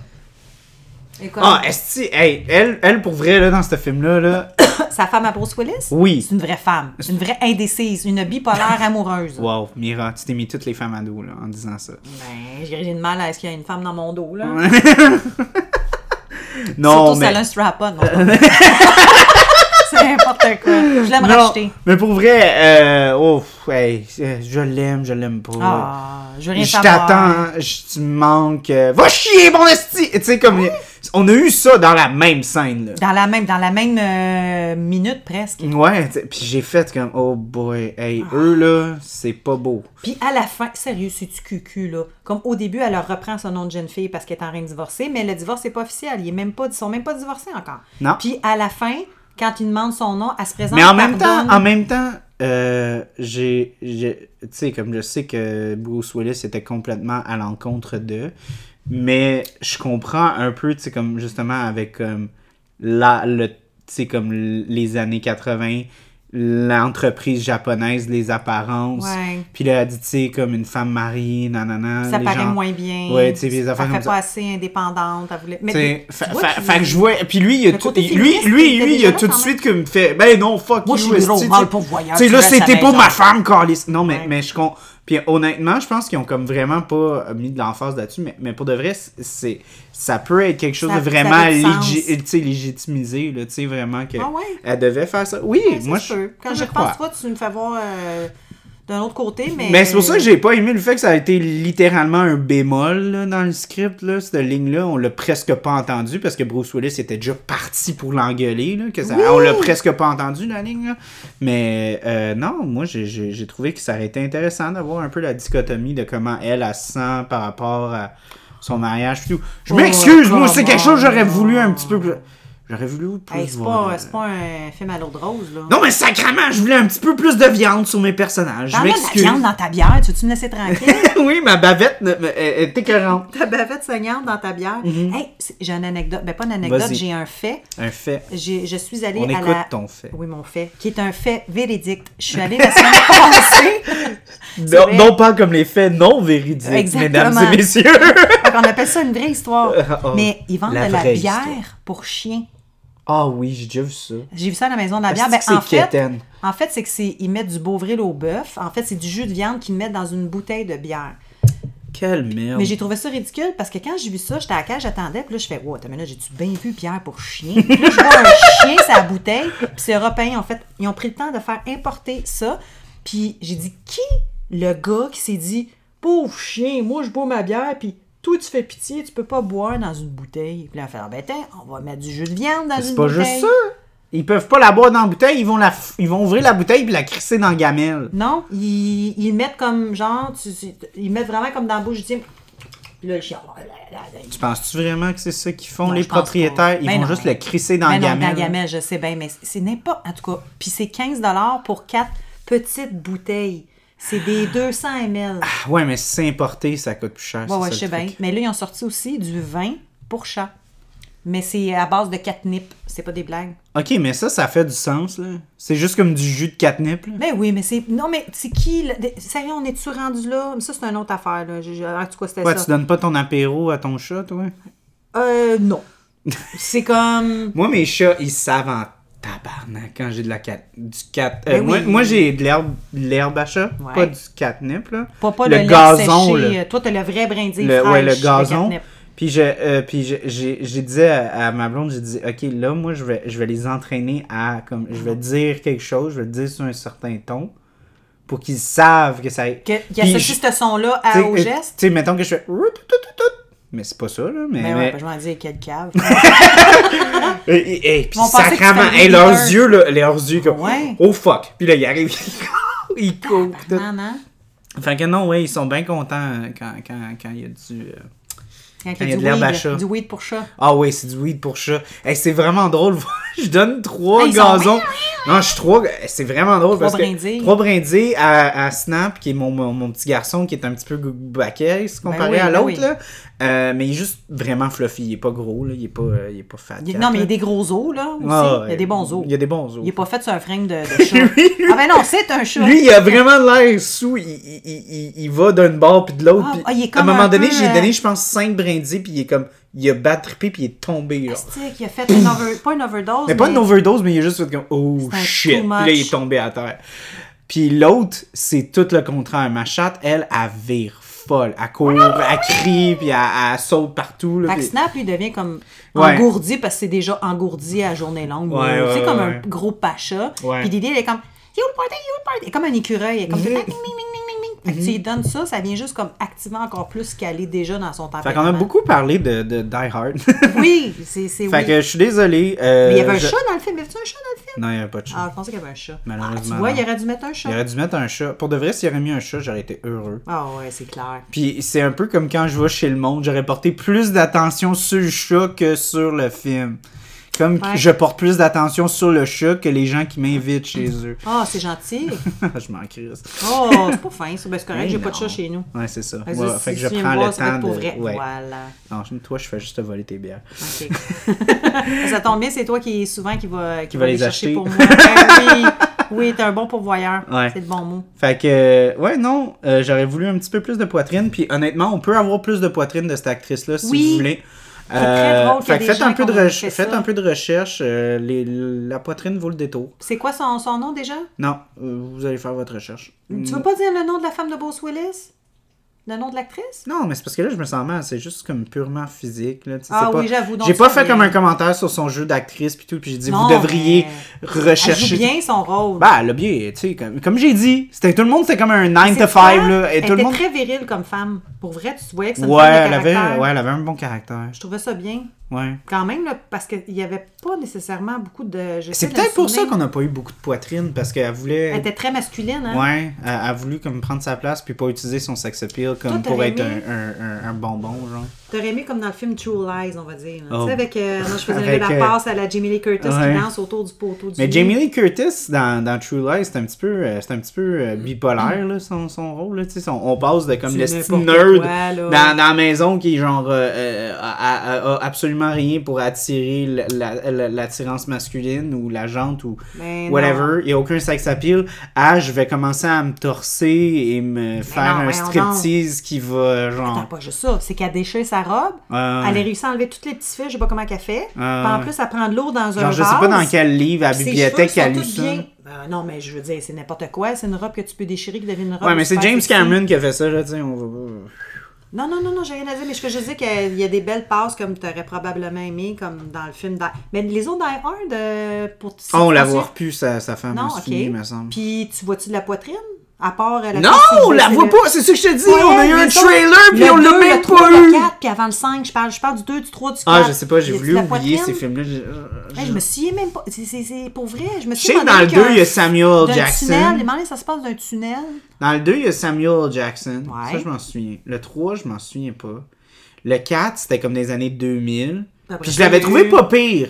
Et comme- Ah, esti, hey, elle, elle pour vrai, là, dans ce film-là, là, Sa femme à Bruce Willis? Oui. C'est une vraie femme. Une vraie indécise. Une bipolaire amoureuse. wow, Mira, tu t'es mis toutes les femmes à dos, là, en disant ça. Ben, j'ai j'ai de mal à ce qu'il y a une femme dans mon dos, là. Non, Surtout si mais... elle a un strap-on. non, pas- C'est n'importe quoi. Je l'aime non, racheter. mais pour vrai, euh, oh, hey, euh, je l'aime, je l'aime pas. Ah, je veux rien Je savoir. t'attends, hein. je- tu me manques. euh, va chier, mon esti! Tu sais, comme... On a eu ça dans la même scène, là. Dans la même, dans la même euh, minute presque. Ouais, tu sais, puis j'ai fait comme, oh boy, hey, Ah. eux, là, c'est pas beau. Puis à la fin, sérieux, c'est du cucu, là. Comme au début, elle leur reprend son nom de jeune fille parce qu'elle est en train de divorcer, mais le divorce n'est pas officiel. Ils ne sont même pas divorcés encore. Non. Puis à la fin, quand il demande son nom, elle se présente. Mais en même temps, pardonne. en même temps, euh, j'ai, j'ai- tu sais, comme je sais que Bruce Willis était complètement à l'encontre d'eux, mais je comprends un peu, tu sais, comme justement avec comme la, le, tu sais, comme l- les années 80, l'entreprise japonaise, les apparences. Ouais. Puis là, elle dit, tu sais, comme une femme mariée, nanana. ça les paraît gens- moins bien. Ouais, tu sais, les affaires Elle comme fait ça. pas assez indépendante. Elle voulait... Mais T'sais, tu fa- vois, fa- tu- fait que je vois. Puis lui, il a Le tout, côté lui, lui, féministe, il lui, était il a déjà tout de là, quand suite que me fait. Ben non, fuck Moi, you, je suis gros esti, mâle t'sais. pourvoyeur, T'sais, tu là, restes à la c'était pas maison. ma femme, Carlis. Non, mais, Ouais. mais je con. Puis honnêtement, je pense qu'ils ont comme vraiment pas euh, mis de l'emphase là-dessus. Mais, mais pour de vrai, c'est- c'est ça peut être quelque chose Ça- de ça vraiment a du sens. légi- tu sais, légitimisé, là, tu sais, vraiment que Ah ouais? elle devait faire ça. Oui, Ouais, ça moi, se je. peut. Quand moi, je crois. repense pas, tu me fais voir euh, d'un autre côté, mais. Mais c'est pour ça que j'ai pas aimé le fait que ça a été littéralement un bémol là, dans le script, là, cette ligne-là. On l'a presque pas entendu parce que Bruce Willis était déjà parti pour l'engueuler. là, que ça- On l'a presque pas entendu, la ligne. là. Mais euh, non, moi, j'ai- j'ai j'ai trouvé que ça aurait été intéressant d'avoir un peu la dichotomie de comment elle, elle se sent par rapport à son mariage. puis tout. Je Oh, m'excuse, moi, c'est come quelque chose que j'aurais on. voulu un petit peu plus. J'aurais voulu plus Hey, c'est voir, pas, euh, c'est pas un film à l'eau de rose, là. Non, mais sacrément, je voulais un petit peu plus de viande sur mes personnages. Je T'en mets de la m'excuse. viande dans ta bière, tu veux-tu me laisser tranquille? oui, ma bavette ne- me- elle- elle est écœurante. ta bavette saignante dans ta bière. Hey, c'est- j'ai une anecdote. Ben, pas une anecdote, Mm-hmm. Vas-y. j'ai un fait. Un fait. J'ai- je suis allée On à écoute la... ton fait. Oui, mon fait. Qui est un fait véridique. Je suis allée la semaine passée. C'est Non, vrai. non pas comme les faits non véridiques, Exactement. mesdames et messieurs. Fait qu'on appelle ça une vraie histoire. Ah, ah. Mais ils vendent La de la vraie bière histoire. pour chiens. Ah oui, j'ai déjà vu ça. J'ai vu ça à la maison de la Est-ce bière. Ben, que c'est en, fait, quétaine? en fait, c'est que c'est ils mettent du Beauvril au bœuf. En fait, c'est du jus de viande qu'ils mettent dans une bouteille de bière. Quelle merde. Mais j'ai trouvé ça ridicule parce que quand j'ai vu ça, j'étais à la cage, j'attendais, puis là, je fais, wow, t'as là, j'ai-tu bien vu Pierre pour chien? Puis là, je vois un chien, sa bouteille, puis c'est européen, en fait. Ils ont pris le temps de faire importer ça. Puis j'ai dit, qui le gars qui s'est dit, pauvre chien, moi, je bois ma bière, puis toi, tu fais pitié, tu peux pas boire dans une bouteille. Puis là, on fait, ah, ben, tiens, on va mettre du jus de viande dans C'est une pas bouteille. juste ça. Ils peuvent pas la boire dans la bouteille, ils vont, la f- ils vont ouvrir la bouteille et la crisser dans la gamelle. Non, ils, ils mettent comme, genre, tu- tu- ils mettent vraiment comme dans la bouche, je dis, puis là, le chien, oh là là là, il Tu penses-tu vraiment que c'est ça qu'ils font, Non, les je pense pas. propriétaires? Ils Ben vont non, juste mais- le crisser dans la Ben non, gamelle. gamelle, je sais bien, mais c'est- c'est n'importe. En tout cas, puis c'est 15 pour quatre petites bouteilles. C'est des 200 ml. Ah Ouais, mais si c'est importé, ça coûte plus cher. ouais, c'est ouais, ça, je sais le bien. truc. Mais là, ils ont sorti aussi du vin pour chat. Mais c'est à base de catnip. C'est pas des blagues. Ok, mais ça, ça fait du sens, là. C'est juste comme du jus de catnip, là. Mais Ben oui, mais c'est. Non, mais c'est qui. là? Des- Sérieux, on est-tu rendu là? Mais ça, c'est une autre affaire, là. Je- je- En tout cas, c'était Quoi, ça. tu donnes pas ton apéro à ton chat, toi? Euh, non. c'est comme. Moi, mes chats, ils savent en tabarnak quand j'ai de la cat... du cat... euh, Ben oui. moi, moi, j'ai de l'herbe l'herbe à chat, Ouais. pas du catnip, là. Pas, pas le le, gazon, lait séché. euh, là. Toi, t'as le vrai brindille Le, ouais, le fraîche de gazon. catnip. Puis je, euh, puis je- j'ai j'ai dit à, à ma blonde, j'ai dit, OK, là, moi, je vais, je vais les entraîner à, comme, je Mm-hmm. vais dire quelque chose, je vais le dire sur un certain ton, pour qu'ils savent que ça... Que- Qui Puis associe je- ce son-là à- T'sais, au euh, geste. t'sais, mettons que je fais. Mais c'est pas ça, là. Mais. Mais ouais, mais- ben, je m'en dis, quelle cave. Et- Euh, et- et puis On pensait que sacrément, c'était un et leurs leader. yeux, là, leurs yeux, comme. Ouais. Ah. Oh fuck. Puis là, ils arrivent. ils courent. pis tout. non, non. Fait que non, ouais, ils sont bien contents euh, quand il quand, quand il y a du. euh, Quand il y a de du l'herbe à weed, chat. Du weed pour chat. Ah ouais, c'est du weed pour chat. Hey, c'est vraiment drôle. je donne trois Ah, ils sont- gazons. Non, je suis trois. C'est vraiment drôle Trois parce que brindilles. trois brindilles à, à Snap, qui est mon, mon, mon petit garçon, qui est un petit peu baquet comparé oui, à ben l'autre oui. là. Euh, mais il est juste vraiment fluffy. Il est pas gros là. Il est pas, euh, il est pas fat. Il y a- cat, non, mais il y là. a des gros os, là, aussi. Ah, il y a ouais. des bons os. Il y a des bons os. Il est pas fait sur un frame de, de chat. ah ben non, c'est un chat. Lui, il a vraiment l'air sous. Il, il, il- il- il va d'une barre puis de l'autre. Ah, puis ah, il est à un comme moment un donné, peu, j'ai euh, donné, je pense, cinq brindilles puis il est comme, il a battrippé puis il est tombé. là. Plastique, il a fait une over... pas une overdose. Mais pas une overdose, mais il a juste fait comme Oh C'est un shit. too Puis much. là, il est tombé à terre. Puis l'autre, c'est tout le contraire. Ma chatte, elle, elle vire folle. Elle court, elle crie, puis elle, elle saute partout. Là, Fait que puis- Snap, lui, devient comme Ouais. engourdi parce que c'est déjà engourdi à journée longue. Ouais, c'est ouais, comme ouais, un ouais. gros pacha. Ouais. Puis Didi, elle est comme You party, you party. Elle est comme un écureuil. Elle est comme tout le temps, Ding, ding, ding, ding, ding. Fait que tu Mm-hmm. lui donnes ça, ça vient juste comme activer encore plus qu'elle est déjà dans son temps. Fait qu'on a beaucoup parlé de, de Die Hard. Oui, c'est c'est fait oui. que je suis désolé. euh, Mais il y avait un je- chat dans le film. Y avait-tu un chat dans le film? Non, il n'y avait pas de chat. Ah, je pensais qu'il y avait un chat. Malheureusement, Ah, tu vois, non. il aurait dû mettre un Il chat. aurait dû mettre un chat. Pour de vrai, s'il aurait mis un chat, j'aurais été heureux. Ah ouais, c'est clair. Puis c'est un peu comme quand je vais chez le monde, j'aurais porté plus d'attention sur le chat que sur le film. Comme Ouais. je porte plus d'attention sur le chat que les gens qui m'invitent chez eux. Ah, Ah, c'est gentil. je m'en crisse. Oh, c'est pas fin, ça. Ben, c'est correct, Mais j'ai pas non. de chat chez nous. Ouais, c'est ça. Vas-y, Ouais, si- fait que si je tu viens me prends voir, le ça va temps être de. pour vrai. ouais. Voilà. Non, je- toi, je fais juste te voler tes bières. OK. ça tombe bien, c'est toi qui souvent qui va, qui va les chercher acheter. pour moi. Ben oui, oui t'es un bon pourvoyeur. Ouais. C'est le bon mot. Fait que, euh, ouais, non, euh, j'aurais voulu un petit peu plus de poitrine. Puis honnêtement, on peut avoir plus de poitrine de cette actrice-là si Oui. vous voulez. Euh, très drôle qu'il y a fait que des faites gens un, peu de qui ont reche- fait ça. faites un peu de recherche. euh, les- la poitrine vaut le détour. C'est quoi son, son nom déjà? Non, euh, vous allez faire votre recherche. Tu veux pas dire le nom de la femme de Bruce Willis? Le nom de l'actrice? Non, mais c'est parce que là, je me sens mal. C'est juste comme purement physique. Là. Tu sais, Ah c'est pas- oui, j'avoue, donc J'ai tu pas fais fait bien. comme un commentaire sur son jeu d'actrice. Puis tout. Puis j'ai dit, Non, vous mais devriez Elle rechercher. joue bien son rôle. Bah, le biais, tu sais, comme, comme j'ai dit, c'était tout le monde, c'était comme un 9 to C'est 5, quoi? là. Et elle tout le était monde. très virile comme femme. Pour vrai, tu voyais que c'est une Ouais, femme elle de avait, caractère. ouais, elle avait un bon caractère. Je trouvais ça bien. Ouais. Quand même, là, parce qu'il n'y avait pas nécessairement beaucoup de... j'essaie C'est de peut-être me pour ça souvenir. qu'on n'a pas eu beaucoup de poitrine, parce qu'elle voulait. Elle était très masculine, hein? Ouais, elle elle a voulu comme prendre sa place puis pas utiliser son sex appeal comme Toi, pour t'aurais être un, aimé. un, un- un bonbon, genre. T'aurais aimé comme dans le film True Lies, on va dire. là. Oh. Tu sais, avec. euh, moi, je faisais Avec, la euh, passe à la Jamie Lee Curtis ouais. qui danse autour du poteau du. Mais lit. Jamie Lee Curtis, dans, dans True Lies, c'est un petit peu, euh, c'est un petit peu Mm. euh, bipolaire, là, son, son rôle. Là, tu sais, son- on passe de comme Du le petit n'importe nerd quoi, là. dans, dans la maison qui, genre, euh, euh, a, a- a absolument rien pour attirer l- la- la- l'attirance masculine ou la jante ou Mais non. whatever. Il n'y a aucun sex appeal. Ah, je vais commencer à me torser et me faire non, un voyons donc. striptease qui va, Attends, genre. pas juste ça. C'est qu'elle déchire sa robe. euh, Elle a réussi à enlever toutes les petits fils, je sais pas comment elle fait. Puis en Ah, ouais. plus, elle prend de l'eau dans un genre, vase. je sais pas dans quel livre, à la Ses bibliothèque, cheveux elle sont lit tous ça. bien- Euh, non, mais je veux dire, c'est n'importe quoi. C'est une robe que tu peux déchirer qui devient une robe. Ouais, mais c'est super James sexy. Cameron qui a fait ça, là, tu sais, on va pas. Non, non, non, non, j'ai rien à dire. Mais ce que je dis, qu'il y a des belles passes comme tu aurais probablement aimé, comme dans le film. d'I- Mais les autres Die Hard, euh, pour. Ah, on l'a pour- voit plus, sa, sa femme Non, aussi, ok. il me semble. Puis tu vois-tu de la poitrine? À part euh, la non, fille qui on la blessait voit le- pas, c'est ça que je te dis, Ouais, on a mais eu un ça, trailer, puis le on l'a deux, même le trois, pas Le eu. 4, puis avant le 5, je parle, je parle du 2, du 3, du 4. Ah, je sais pas, j'ai Y a-tu voulu la oublier ces poitrine? films-là. Je, Hey, je me souviens même pas. C'est- C'est c'est pour vrai. Je me je sais souviens que dans le 2, il y a d'un Samuel tunnel. Jackson. Demandez, ça se passe d'un tunnel. Dans le 2, il y a Samuel Jackson. Ouais. Ça, je m'en souviens. Le 3, je m'en souviens pas. Le 4, c'était comme des années 2000. Après, Puis je il y a l'avais trouvé eu- pas pire.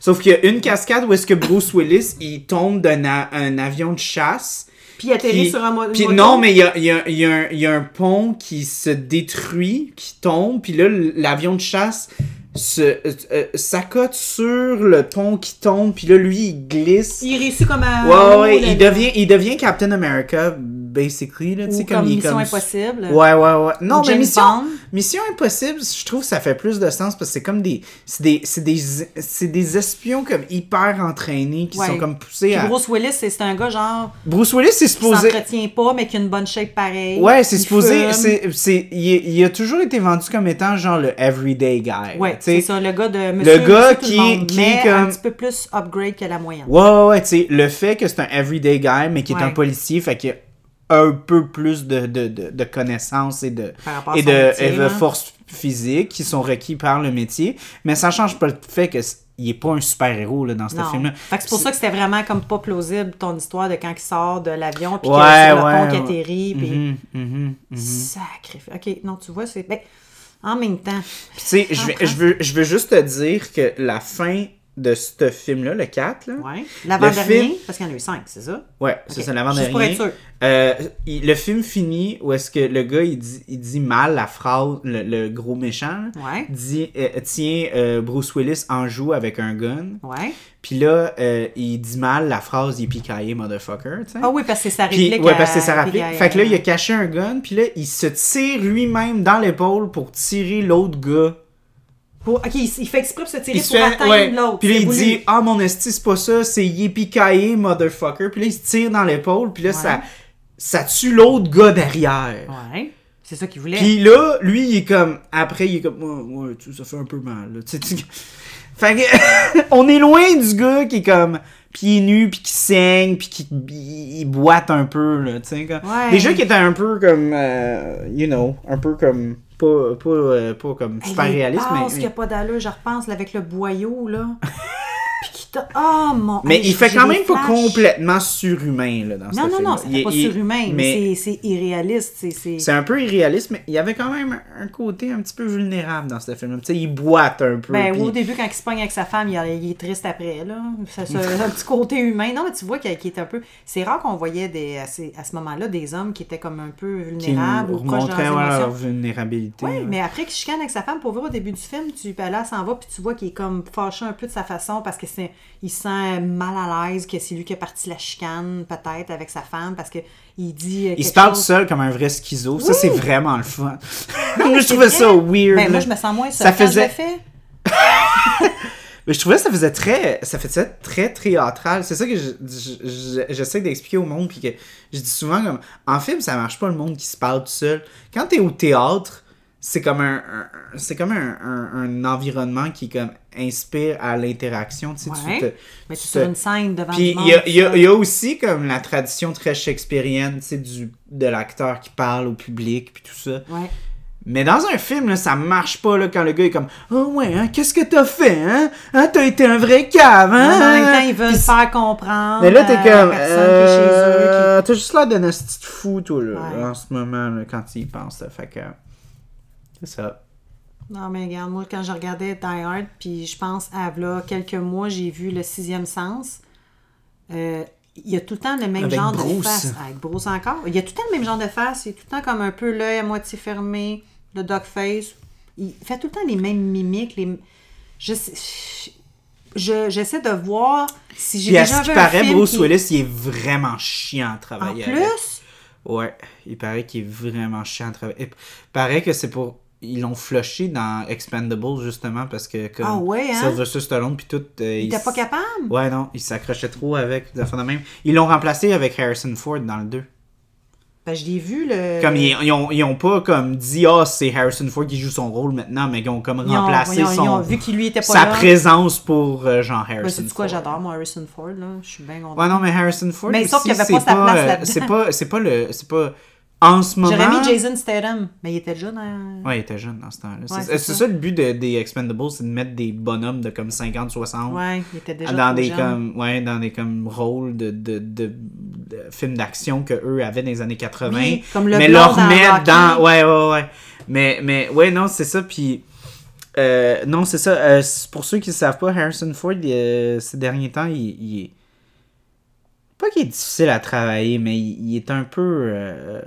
Sauf qu'il y a une cascade où est-ce que Bruce Willis, il tombe d'un a- un avion de chasse. Puis il atterrit Puis- sur un mo- Puis moto. non, mais il y a, il y a- il y a un- il y a un pont qui se détruit, qui tombe, puis là, l'avion de chasse se euh, euh, s'accote sur le pont qui tombe, puis là, lui, il glisse. Il réussit comme un. Ouais, ouais, il devient, il devient Captain America, basically, là, tu sais, Ou comme, comme il est Mission comme- Impossible. Ouais, ouais, ouais. Non, mais James Mission, Bond. Mission Impossible, je trouve que ça fait plus de sens parce que c'est comme des, c'est des, c'est des, c'est des espions comme hyper entraînés qui Ouais. sont comme poussés Puis à... Bruce Willis, c'est c'est un gars genre Bruce Willis, c'est qui supposé... s'entretient pas, mais qui a une bonne shape pareille. Ouais, c'est Il supposé. fume. c'est- c'est- il, est- il a toujours été vendu comme étant genre le everyday guy. Ouais, tu c'est sais. ça, le gars de Monsieur gars Monsieur Tout qui- monde, qui mais est un comme- petit peu plus upgrade que la moyenne. Ouais, ouais, ouais, tu sais, le fait que c'est un everyday guy, mais qui est Ouais. un policier, fait qu'il a un peu plus de, de, de, de connaissances et de, Par rapport à et son de, métier, et de là. force physique qui sont requis par le métier. Mais ça change pas le fait que c- il est pas un super-héros là, dans ce Non. film-là. Fait que c'est pour ça que c'était vraiment comme pas plausible ton histoire de quand il sort de l'avion puis Ouais, qu'il est sur le ouais, pont qui ouais. atterrit puis Mhm, mhm, mhm. sacré. OK, non, tu vois, c'est ben, en même temps. Puis, tu sais, Ah, hein? je vais- je veux, je veux juste te dire que la fin de ce film-là, le 4, là, Ouais. L'avant-dernier film- parce qu'il y en a eu cinq, c'est ça Ouais, c'est Ok, ça, l'avant-dernier. juste pour être sûr. Euh, il- le film finit où est-ce que le gars, il dit, il dit mal la phrase, le, le gros méchant, là, Ouais. dit, euh, tiens, euh, Bruce Willis en joue avec un gun. Ouais. Puis là, euh, il dit mal la phrase, il est picaillé, motherfucker, tu sais. Ah oui, parce que c'est sa Puis, réplique. ouais, parce que à- ça rappelait. à- euh, Fait que là, il a caché un gun, puis là, il se tire lui-même dans l'épaule pour tirer l'autre gars. Pour- OK, il, il fait exprès pour se tirer Il pour se fait, atteindre ouais. l'autre. Puis là, C'est il voulu. dit Ah, mon esti, c'est pas ça, c'est Yippee motherfucker. Puis là, il se tire dans l'épaule, puis là, ça, ça tue l'autre gars derrière. Ouais. C'est ça qu'il voulait. Puis là, lui, il est comme. Après, il est comme. Ouais, ouais, tu- ça fait un peu mal. là. Tu sais, tu- Fait que. on est loin du gars qui est comme. Pieds nus, puis qui saigne, puis qui il, il boite un peu. Là, tu sais, comme... Ouais. Déjà qui étaient un peu comme. euh, you know, un peu comme. Pas, pas, euh, pas comme Hey, super les réaliste, mais. passes qu'il n'y a pas d'allure, je repense, là, avec le boyau, là. Puis qui t'a... Oh, mon... Mais Hey, il fait j'ai quand des même pas flashs. complètement surhumain là, dans ce Non, non, non, film-là. ça Il- fait pas il- surhumain, mais c'est- c'est irréaliste. c'est- C'est c'est un peu irréaliste, mais il y avait quand même un côté un petit peu vulnérable dans ce film. Tu sais, il boite un peu. Ben, puis- au début, quand il se pogne avec sa femme, il, a- il est triste après, là. Ça, ça- un petit côté humain. Non, mais tu vois qu'il qu'il est un peu... C'est rare qu'on voyait, des, à, ces- à ce moment-là, des hommes qui étaient comme un peu qui vulnérables nous ou proches de remontraient ouais, leurs leur émotions. vulnérabilité. hein. Oui, ouais. mais après qu'il chicane avec sa femme, pour vrai, au début du film, tu, puis là, elle s'en va, puis tu vois qu'il est comme fâché un peu de sa façon parce que c'est, il se sent mal à l'aise, que c'est lui qui a parti la chicane, peut-être, avec sa femme, parce que il dit. euh, Il quelque se parle tout chose. seul comme un vrai schizo. Ça, c'est vraiment le fun. je C'est vrai. trouvais ça Ben, weird. là. moi, je me sens moins seule Ça quand je faisait- le fais. Mais je trouvais que ça faisait très, ça faisait très théâtral. C'est ça que je- je- je- j'essaie d'expliquer au monde. Puis que je dis souvent, comme, en film, ça marche pas le monde qui se parle tout seul. Quand t'es au théâtre, c'est comme un, un- c'est comme un, un- un environnement qui comme inspire à l'interaction. Tu sais, tu Ouais. te- Mais tu tu sur te- une scène devant Puis du monde, il y a, il y a- ça. il y a aussi comme la tradition très shakespearienne, tu sais, du, de l'acteur qui parle au public, puis tout ça. Ouais. Mais dans un film, là, ça marche pas là, quand le gars est comme Oh ouais, hein, qu'est-ce que t'as fait, hein? Hein, t'as été un vrai cave, Mais hein? en même temps, ils veulent Puis- faire comprendre. Mais là, t'es euh, à comme. la personne qui est chez eux, qui- euh, T'as juste l'air d'un esti de fou, toi, là, Ouais. en ce moment, là, quand tu y penses. là. Fait que. C'est ça. Non, mais regarde, moi, quand je regardais Die Hard, puis je pense à là, quelques mois, j'ai vu Le Sixième Sens. Euh, il y a tout le temps le même Avec genre de Bruce. face. Avec Bruce encore. Il y a tout le temps le même genre de face. Il est tout le temps comme un peu l'œil à moitié fermé, le dog face. Il fait tout le temps les mêmes mimiques. Les... Je sais- je- J'essaie de voir si j'ai Puis à déjà ce vu qui un paraît, film Bruce qui- Willis, il est vraiment chiant à En travailler. avec. plus, Ouais, il paraît qu'il est vraiment chiant à travailler. Et paraît que c'est pour. Ils l'ont flushé dans Expendables justement parce que comme Ah ouais, hein? Sylvester Stallone puis tout. euh, il était s- pas capable. Ouais, non, il s'accrochait trop avec des affaires de même. Ils l'ont remplacé avec Harrison Ford dans le 2. Ben, je l'ai vu, le... Comme ils, ils ont, ils ont pas comme dit ah c'est Harrison Ford qui joue son rôle maintenant, mais ils ont comme Ils ont- remplacé voyons, son ils ont vu qu'il lui était pas sa là. présence pour euh, genre Harrison. Ben, c'est quoi, Ford. j'adore, moi, Harrison Ford, là. Je suis bien contente. Ouais non mais Harrison Ford. Mais sauf aussi, qu'il avait c'est pas sa place euh, là-dedans. C'est pas c'est pas le c'est pas en ce moment. J'aurais mis Jason Statham, mais il était déjà dans... Ouais, il était jeune dans ce temps-là. c'est c'est c'est ça. le but de- des Expendables, c'est de mettre des bonhommes de comme 50, 60 Ouais, il était déjà dans trop des jeune. comme ouais, dans des comme rôles de, de, de- de films d'action que eux avaient dans les années 80, Oui, comme le mais blond leur dans mettre Rocky. dans ouais ouais ouais. Mais mais ouais non, c'est ça puis euh, non, c'est ça. Euh, c'est- pour ceux qui ne savent pas, Harrison Ford, euh, ces derniers temps, il, il est. Pas qu'il est difficile à travailler, mais il, il est un peu. euh,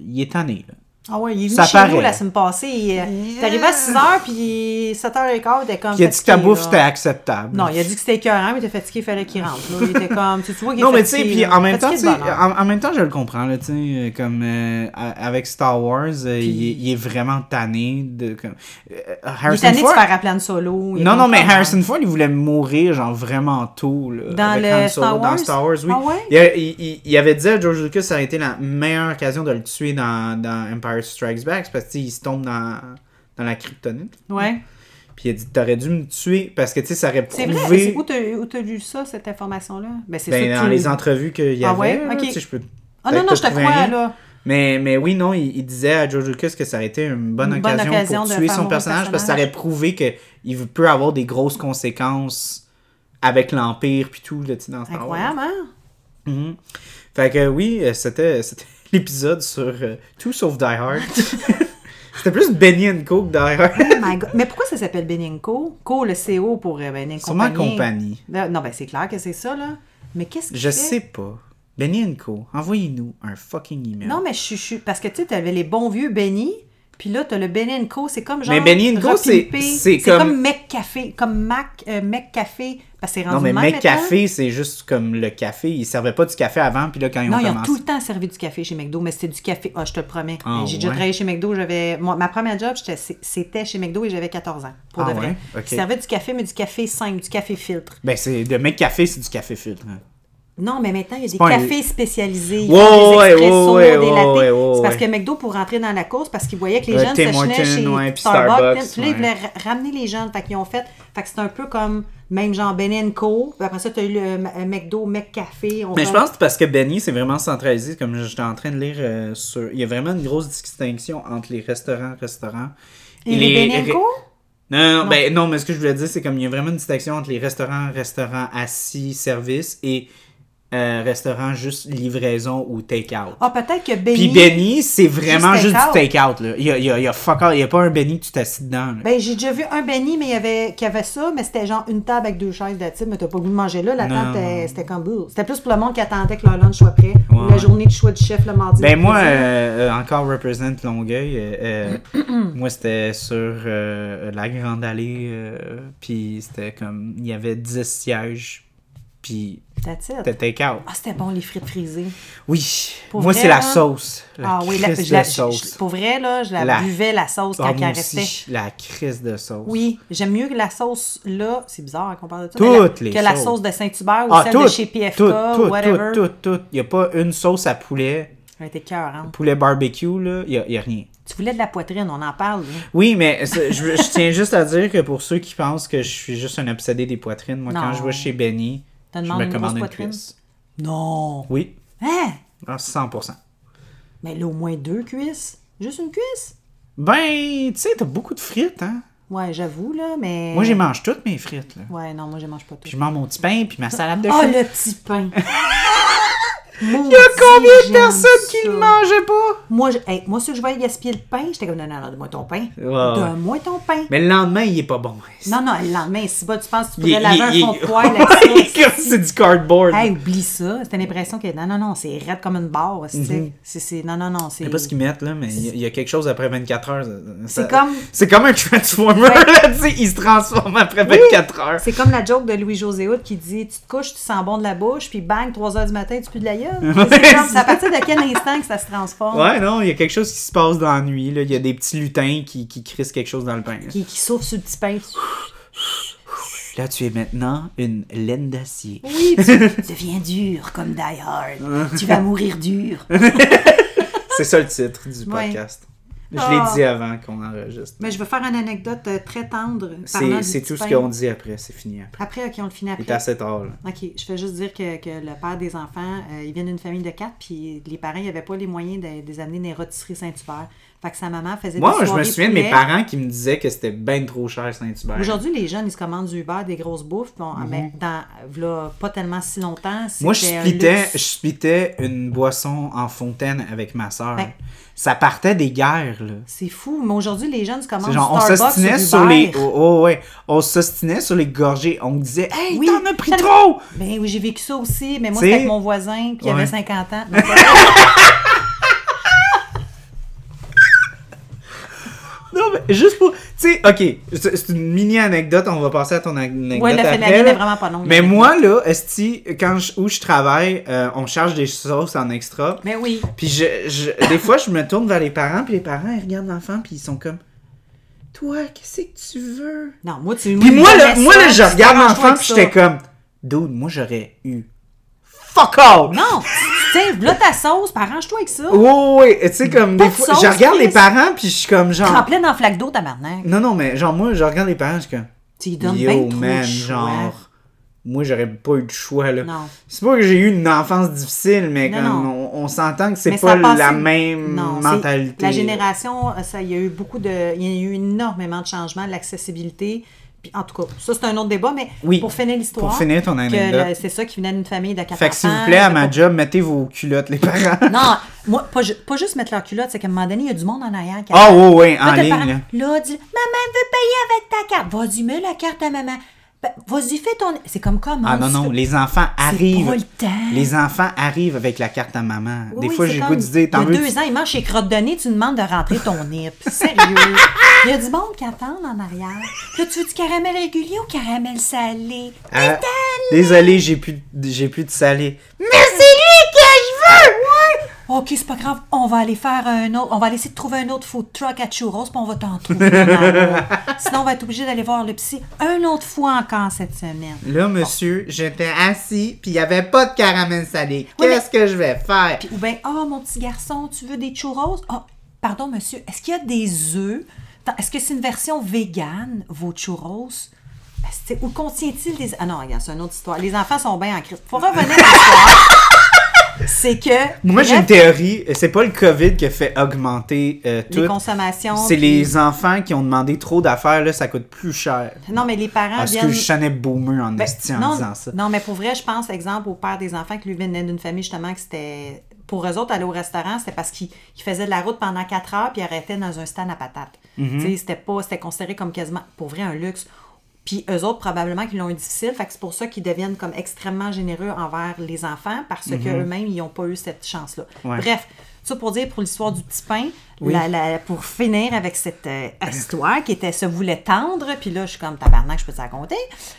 il est tanné. Là. Ah ouais, il est venu Ça chez paraît. nous la semaine passée. Il est arrivé à 6h, puis 7h15, il était comme. Puis il a dit que ta fatigué, bouffe, là. c'était acceptable. Non, il a dit que c'était écœurant, mais il était fatigué, il fallait qu'il rentre. là. Il était comme. Tu, tu vois qu'il Non, est mais tu sais, fatigué, puis là. en même temps, tu Fatigué sais, euh, de bonheur. en, en même temps, je le comprends, là, tu sais, euh, comme euh, a- avec Star Wars, euh, il, est, il est vraiment tanné de comme euh, Il est Harrison tanné de Ford. faire Ah, à plan solo. il est Non, non, comme, mais comment? Harrison Ford, il voulait mourir, genre, vraiment tôt, là, Dans avec le Star Han Solo, dans Wars? Star Wars, oui. Ah ouais? il, a- il- il- il avait dit à George Lucas, ça aurait été la meilleure occasion de le tuer dans, dans Empire Strikes Back, parce qu'il se tombe dans, dans la kryptonite. Ouais. Puis il a dit, t'aurais dû me tuer, parce que, tu sais, ça aurait C'est prouvé... vrai. mais c'est- Où t'as- où t'as lu ça, cette information-là? Ben, c'est Ben, ça que dans tu- les entrevues qu'il y Ah avait, ouais? là, Ok. tu sais, je peux Ah non, peut-être Ah non, je te trouver un crois, lien. là. Mais, mais oui, non, il, il disait à George Lucas que ça aurait été une bonne Une bonne occasion, occasion de pour tuer faire mourir son le personnage, parce que ça personnage. aurait prouvé qu'il peut avoir des grosses conséquences avec l'Empire puis tout, là, tu sais, dans Star Wars. Incroyable, hein? Mhm. Fait que oui, euh, c'était c'était l'épisode sur euh, tout sauf Die Hard. c'était plus Benny and Co que Die Hard. Oh my God. Mais pourquoi ça s'appelle Beninco? Co, le CO pour euh, ben, une Sûrement compagnie. compagnie. Ben, Non, ben c'est clair que c'est ça, là. Mais qu'est-ce que Je sais pas. Benny and Co, envoyez-nous un fucking email. Non, mais je suis- je suis. Parce que tu sais, t'avais les bons vieux Benny, puis là, t'as le Benny Co. C'est comme genre. Mais Benny Co, c'est- repimpé. C'est c'est comme- comme Mec Café. Comme Mac, euh, Mec Café. Parce que c'est rendu Non, mais de même mec maintenant. café, c'est juste comme le café. Ils servaient pas du café avant, puis là, quand ils Non, ont ils ont commencé. tout le temps servi du café chez McDo, mais c'était du café. Ah, je te le promets. Ah, J'ai déjà ouais? travaillé chez McDo. J'avais moi, ma première job, j'étais- c'était chez McDo et j'avais 14 ans, pour Ah, de vrai. ouais? Ok. Ils servaient du café, mais du café simple, du café filtre. Ben, c'est le mec café, c'est du café filtre. hein. Non, mais maintenant, il y a des pas un- cafés spécialisés, ils Ouais, font ouais, des expressos, ouais, ouais, des ouais, latés. ouais, ouais, c'est parce ouais. que McDo, pour rentrer dans la course, parce qu'ils voyaient que les Ouais, jeunes Tim se Hortons, chenaient chez ouais, puis Starbucks. Starbucks, Puis là, ils ouais. voulaient ra- ramener les jeunes. Fait qu'ils ont fait... Fait que c'est un peu comme même genre Ben Co. Puis après ça, tu as eu le M- euh, McDo, McCafé. on Mais je va- pense que parce que Benny, c'est vraiment centralisé, comme j'étais en train de lire euh, sur. Il y a vraiment une grosse distinction entre les restaurants, restaurants. Et les Ben Co? Non, non, non, ben, non, mais ce que je voulais dire, c'est comme il y a vraiment une distinction entre les restaurants, restaurants assis, service et euh, restaurants juste livraison ou take-out. Ah, peut-être que Puis Ben- Benny... Benny, c'est vraiment Juste juste, du take-out. take-out. là. Il y a, il y a- il y a fuck all, il y a pas un Benny que tu t'assis dedans. là. Ben, j'ai déjà vu un Benny, mais il y avait, qui avait ça, mais c'était genre une table avec deux chaises d'attitude, mais t'as pas le goût de manger là. Non. L'attente, euh, c'était comme Ouh. C'était plus pour le monde qui attendait que leur lunch soit prêt. ou Ouais, La ouais. journée de choix du chef le mardi. Ben le moi, mercredi. euh, euh, encore représente Longueuil. euh, euh, moi, c'était sur euh, la Grande Allée. euh, puis c'était comme... Il y avait 10 sièges. Puis That's it. c'était take-out. Ah, c'était bon, les frites frisées. Oui. Pour moi, vrai, c'est la hein? sauce. La ah oui, la, crise je la- de je- sauce. je- pour vrai, là, je la, La- buvais, la sauce, Ah, quand moi elle aussi, restait. la crise de sauce. Oui, j'aime mieux que la sauce là, c'est bizarre hein, qu'on parle de ça, mais la- Toutes les que la sauces. sauce de Saint-Hubert ou Ah, celle tout, de chez PFK tout, ou tout, whatever. tout, tout, tout. Il n'y a pas une sauce à poulet, Elle était cœur, hein. poulet barbecue, là. Il n'y a, il y a rien. Tu voulais de la poitrine, on en parle. hein. Oui, mais c'est- je, je tiens juste à dire que pour ceux qui pensent que je suis juste un obsédé des poitrines, moi, quand Non. je vais chez Benny, T'as je demandé me une commande grosse une poitrine? cuisse. Non. Oui, Hein? à 100%. Mais là, au moins deux cuisses. Juste une cuisse? Ben, tu sais, t'as beaucoup de frites, hein? Ouais, j'avoue, là, mais. Moi, j'y mange toutes mes frites, là. Ouais, non, moi, je mange pas tout. Ah, Je mange mon petit pain, puis ma salade de Oh, chou. le petit pain! Maudit, Il y a combien de j'aime personnes qui ça. le mangeaient pas? Moi, je, hey, moi, ceux que je voyais gaspiller le pain, j'étais comme, non, non, non, donne-moi ton pain. ouais. Donne-moi ton pain. Mais le lendemain, il est pas bon. Non, non, le lendemain, si bas, tu penses que tu Il- pourrais laver il- un fond il- de Oh poêle avec ça, Ouais, c'est du cardboard. Hey, oublie ça. C'est une impression que non, non, non, c'est raide comme une barre. tu sais. C'est- c'est- Non, non, non. Je C'est sais pas ce qu'ils mettent, là, Mhm. mais il y a- il y, a quelque chose après 24 heures. ça- C'est comme- C'est comme un Transformer, Ouais. là, tu sais, il se transforme après 24 heures. c'est comme la joke de Louis-José Hood qui dit Tu te couches, tu sens bon de la bouche, puis bang, 3 heures du matin, tu pues de la gueule. C'est comme- c'est à partir de quel instant que ça se transforme Ouais, non, il y a quelque chose qui se passe dans la nuit, là. Il y a des petits lutins qui, qui crissent quelque chose dans le pain. là. Qui, qui souffle sur le petit pain. Là, tu es maintenant une laine d'acier. Oui, tu deviens dur comme Die Hard. tu vas mourir dur. C'est ça le titre du Ouais. podcast. Je l'ai Ah. dit avant qu'on enregistre. Mais je veux faire une anecdote euh, très tendre. parlant C'est du c'est petit tout ce pain. qu'on dit après, c'est fini après. Après, OK, on le finit Il après. est assez tard, là. OK, je fais juste dire que, que le père des enfants, euh, il vient d'une famille de quatre, puis les parents n'avaient pas les moyens de, de les amener dans les rôtisseries Saint-Hubert. Fait que sa maman faisait Moi, des je me soirées souviens de mes poulet. parents qui me disaient que c'était ben trop cher Saint-Hubert. Aujourd'hui, les jeunes, ils se commandent du Uber, des grosses bouffes, bon, mais dans v'là pas tellement si longtemps. Mhm. Moi, je c'était un splittais, luxe. je splittais une boisson en fontaine avec ma soeur. Ouais. Ça partait des guerres, là. C'est fou, mais aujourd'hui, les jeunes se commandent C'est genre, on du Starbucks s'ostinait ou sur les. Uber. Oh, oh, ouais. On s'ostinait sur les gorgées. On disait, hey, Oui. t'en as pris trop! Ben oui, j'ai vécu ça aussi, mais moi, T'sais- c'était avec mon voisin qui Ouais. avait 50 ans. Donc, Non, mais juste pour. Tu sais, OK, c'est c'est une mini-anecdote, on va passer à ton anecdote. Ouais, la fin de après, l'année là. n'est vraiment pas longue, Mais l'anecdote. moi, là, Esti, quand je, où je travaille, euh, on charge des sauces en extra. mais oui, Puis je, je- des fois, je me tourne vers les parents, puis les parents, ils regardent l'enfant, puis ils sont comme Toi, qu'est-ce que tu veux non, moi, tu Puis moi, là, tu moi, là, connais je ça, regarde tu l'enfant, t'arranges puis pas j'étais avec ça. comme Dude, moi, j'aurais eu Fuck all Non, tiens, là ta sauce, puis arrange-toi avec ça. Oh, Ouais, ouais, ouais, tu sais, comme Pas des de fois, sauce, je regarde les Chris. parents, puis je suis comme genre. Tremplin dans le flaque d'eau, tabarnak. Non, non, mais genre, moi, je regarde les parents, je suis comme. Tu lui donnes Yo, bien trop man, de choix. genre. Moi, j'aurais pas eu de choix, là. Non. C'est pas que j'ai eu une enfance difficile, mais Non, comme, non. On, on s'entend que c'est Mais ça pas a passé- la même Non, c'est- mentalité. La génération, euh, ça, il y a eu beaucoup de, il y a eu énormément de changements, de l'accessibilité. Puis en tout cas, ça c'est un autre débat, mais Oui. pour finir l'histoire. Pour finir ton que anecdote. le- C'est ça qui venait d'une famille de quatre Fait que s'il enfants, vous plaît, à de ma pas- job, mettez vos culottes, les parents. Non, moi, pas, ju- pas juste mettre leur culotte, c'est qu'à un moment donné, il y a du monde en arrière. qui Ah, attend. ouais, ouais, en Là, t'as le ligne, parent, là. Là, dis maman veut payer avec ta carte. Vas-y, mets la carte à maman. Ben, Vas-y, fais ton. C'est comme comment? Ah non, tu non, fais- les enfants arrivent. pas le temps. Les enfants arrivent avec la carte à maman. Oui, Des oui, fois, c'est j'ai le comme, goût de dire, t'en Il y veux. a deux ans, il mange chez Crotdonné, tu demandes de rentrer ton nip. Sérieux. il y a du monde qui attend en arrière. Là, tu veux du caramel régulier ou caramel salé? Ah, désolé, j'ai plus, de- j'ai plus de salé. Mais c'est lui que je veux! Ok, c'est pas grave, on va aller faire un autre. On va aller essayer de trouver un autre food truck à churros, puis on va t'en trouver. mon amour. Sinon, on va être obligé d'aller voir le psy un autre fois encore cette semaine. là, monsieur, j'étais assis, puis il n'y avait pas de caramel salé. Oui, Qu'est-ce que je vais faire? Ou bien, ah, mon petit garçon, tu veux des churros? Ah, pardon, monsieur, est-ce qu'il y a des œufs? Attends, Est-ce que c'est une version végane, vos churros? Est-ce que- Ou contient-il des... Ah non, regarde, c'est une autre histoire. Les enfants sont bien en crise. Faut revenir à l'histoire. c'est que... Moi, j'ai bref, une théorie. euh, C'est pas le COVID qui a fait augmenter euh, tout. Les consommations. C'est puis- les enfants qui ont demandé trop d'affaires, là, ça coûte plus cher. Non, mais les parents Parce viennent... Ah, que je chanais boomer en Ah, Ben, esti en non, disant ça. non, mais pour vrai, je pense, exemple, au père des enfants qui lui venait d'une famille justement que c'était. Pour eux autres, aller au restaurant, c'était parce qu'ils ils faisaient de la route pendant quatre heures puis ils arrêtaient dans un stand à patates. Tu Mhm. sais, c'était pas. C'était considéré comme quasiment, pour vrai, un luxe. Puis eux autres, probablement qu'ils l'ont eu difficile. Fait que c'est pour ça qu'ils deviennent comme extrêmement généreux envers les enfants parce que eux qu'eux-mêmes, ils n'ont pas eu cette chance-là. Mhm. Ouais. Bref, ça pour dire pour l'histoire du petit pain, la- la- pour finir avec cette euh, histoire qui était se voulait tendre, puis là, je suis comme tabarnak, je peux te raconter.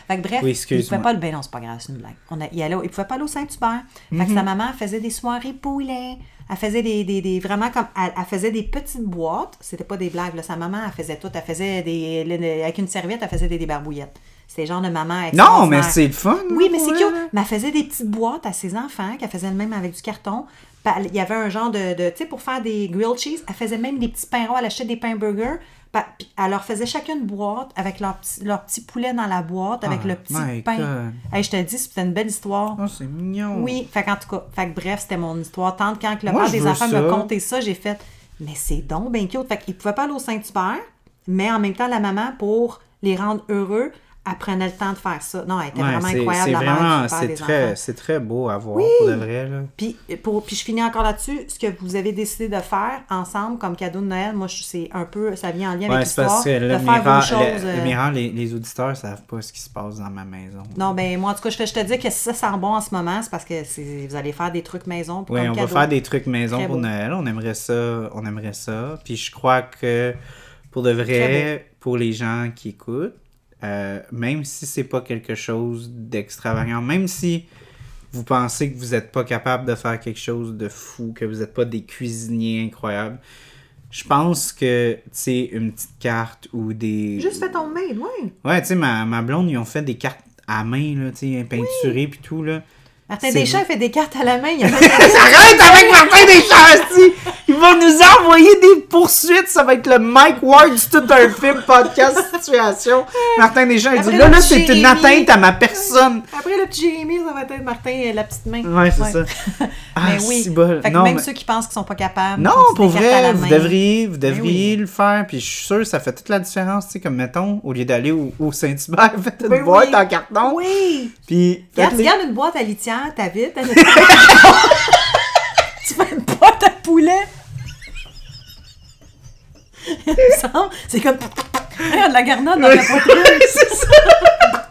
Fait que bref, Oui, il excuse-moi. pouvait pas le ben non, c'est pas grave, c'est une blague. On a, il, allait, au- il pouvait pas aller au Saint-Hubert. Fait Mhm. que sa maman faisait des soirées poulet. Elle faisait des, des, des- vraiment comme elle, elle faisait des petites boîtes, c'était pas des blagues là. sa maman elle faisait tout, elle faisait des le- le- avec une serviette, elle faisait des débarbouillettes. C'était genre de maman Non, mais extraordinaire. c'est le fun. Oui, mais c'est ouais. cute. Mais elle faisait des petites boîtes à ses enfants, qu'elle faisait le même avec du carton. Puis elle- Il y avait un genre de. de- tu sais, pour faire des grilled cheese, elle faisait même des petits pains ronds, elle achetait des pains burgers. Puis puis elle leur faisait chacune une boîte avec leur petit, leur petit poulet dans la boîte, avec Ah, le petit my pain. God. Hey, je te dis, c'était une belle histoire. Oh, c'est mignon. Oui, fait qu'en tout cas, fait que bref, c'était mon histoire. Tant que quand le Moi, père je des veux enfants ça. me contait ça, j'ai fait Mais c'est donc bien cute. Fait qu'ils pouvaient pas aller au Saint-Hubert, mais en même temps, la maman, pour les rendre heureux, elle prenait le temps de faire ça. Non, elle était Ouais, vraiment c'est- incroyable. c'est la mère qui vraiment, parle c'est des très, enfants. c'est très beau à voir Oui. pour de vrai. Là. Puis, pour, puis je finis encore là-dessus. Ce que vous avez décidé de faire ensemble comme cadeau de Noël, moi, je- c'est un peu, ça vient en lien Ouais, avec c'est l'histoire. parce que De le faire miroir, vos choses. le- euh, le miroir, les, les auditeurs savent pas ce qui se passe dans ma maison. Non, ben moi, en tout cas, je, te- je te dis que si ça sent bon en ce moment, c'est parce que c'est- vous allez faire des trucs maison pour Oui, comme on cadeau. va faire des trucs maison Très pour beau. Noël. On aimerait ça. On aimerait ça. Puis je crois que pour de vrai, pour les gens qui écoutent, euh, même si c'est pas quelque chose d'extravagant, même si vous pensez que vous n'êtes pas capable de faire quelque chose de fou, que vous n'êtes pas des cuisiniers incroyables, je pense que, tu sais, une petite carte ou des. Juste fait ton mail, oui. Ouais, tu sais, ma, ma blonde, ils ont fait des cartes à main, là, tu sais, peinturées puis tout, là. Martin C'est Deschamps fait des cartes à la main. Il y a pas Arrête avec Martin Deschamps, asti! Il va nous envoyer des poursuites, ça va être le Mike Ward du tout un film podcast situation. Martin Deschamps, il dit Après, là, là, le c'est une Jérémy. atteinte à ma personne. Après le petit Jérémy, ça va être Martin et la petite main. Ouais, c'est ça. Ah, mais oui. c'est bol. Fait que Non, même mais- ceux qui pensent qu'ils sont pas capables. Non, font des pour cartes à la vrai, vous main. Ben devriez, vous devriez oui. le faire, puis je suis sûr que ça fait toute la différence, tu sais, comme mettons, au lieu d'aller au, au Saint-Hubert, faites une Ben oui. boîte en carton, Oui. puis Regarde, faites-les- tu gardes une boîte à litière, t'as vite. tu fais une boîte à poulet. Il me semble, c'est comme. Regarde la garnotte dans la poitrine. c'est ça!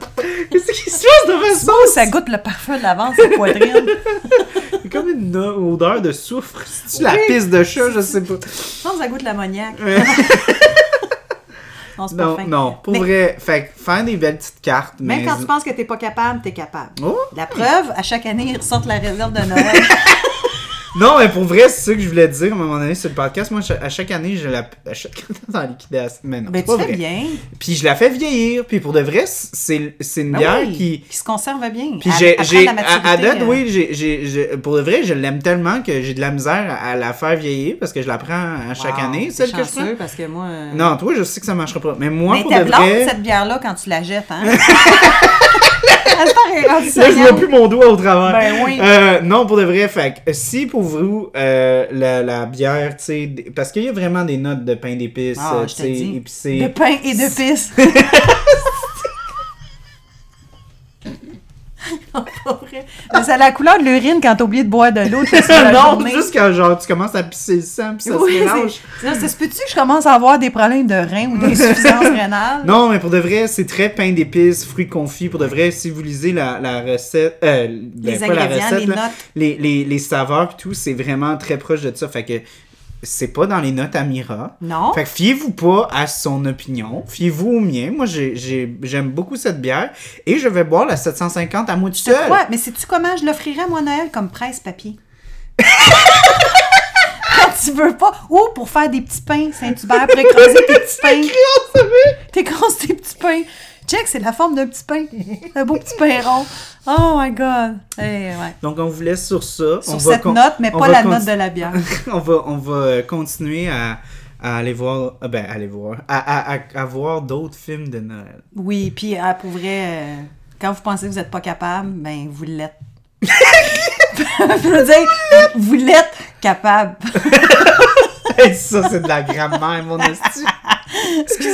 Qu'est-ce qui se passe de façon? Ça goûte le parfum de l'avance à la poitrine. C'est comme une o- odeur de soufre. C'est-tu la pisse de chat? Je sais pas. Je pense que ça goûte l'ammoniac. non, c'est pas Non, fin. non, pour Mais vrai. Fait que faire des belles petites cartes. Même mais... quand tu penses que t'es pas capable, t'es capable. Oh! La preuve, à chaque année, ils ressortent la réserve de Noël. Non, mais pour vrai, c'est ça que je voulais dire à un moment donné sur le podcast. Moi, je- à chaque année, je la achète dans la liquidation. Mais non, ben, c'est tu pas fais vrai. bien. Puis je la fais vieillir. Puis pour de vrai, c'est c'est une Ben bière oui, qui. se conserve bien. Puis Elle- j'ai, elle prend j'ai, la à, maturité, à date, euh, oui, j'ai, j'ai, j'ai- pour de vrai, je l'aime tellement que j'ai de la misère à, à la faire vieillir parce que je la prends à chaque Wow, année, t'es celle que je chanceux, prends. parce que moi. euh, Non, toi, je sais que ça marchera pas. Mais moi, Mais pour t'es de blonde, vrai. cette bière-là, quand tu la jettes, hein? Elle part est rendue Là, je vois saillante. plus mon doigt au travers. Ben oui. Euh, non, pour de vrai, fait que si pour vous, euh, la, la bière, tu sais, d- parce qu'il y a vraiment des notes de pain d'épices, Ah, euh, je tu te sais, dis. épicées. De pain et de pisse. Non, pas vrai. Mais ça a la couleur de l'urine quand t'as oublié de boire de l'eau. tu fais ça la non, journée. juste quand genre, tu commences à pisser le sang, puis ça Oui, se mélange. c'est- c'est- ça se peut-tu que je commence à avoir des problèmes de reins ou d'insuffisance rénale? Non, mais pour de vrai, c'est très pain d'épices, fruits confits. Pour de vrai, si vous lisez la, la recette, euh, ben, Les pas la ingrédients, recette, les là, notes. les, les- les saveurs et tout, c'est vraiment très proche de ça. Fait que c'est pas dans les notes Amira. Non. Fait que fiez-vous pas à son opinion. Fiez-vous au mien. Moi, j'ai- j'ai- j'aime beaucoup cette bière et je vais boire la 750 à moi tout seul. Ouais, mais sais-tu comment je l'offrirais à mon Noël comme presse-papier? Quand tu veux pas. Ou pour faire des petits pains, Saint-Hubert, après creuser tes petits pains. T'écrases tes petits pains. Check, c'est la forme d'un petit pain. Un beau petit pain rond. Oh my God. Eh, ouais. Donc, on vous laisse sur ça. Sur On va cette con- note, mais on pas va la conti- note de la bière. on, va, on va euh, continuer à, à aller voir. ah, Ben, aller voir. À, à- à- à voir d'autres films de Noël. Oui, puis ah, pour vrai, euh, quand vous pensez que vous n'êtes pas capable, ben vous l'êtes. Je veux dire, vous l'êtes capable. Hey, ça, c'est de la grammaire, mon esti. Excusez,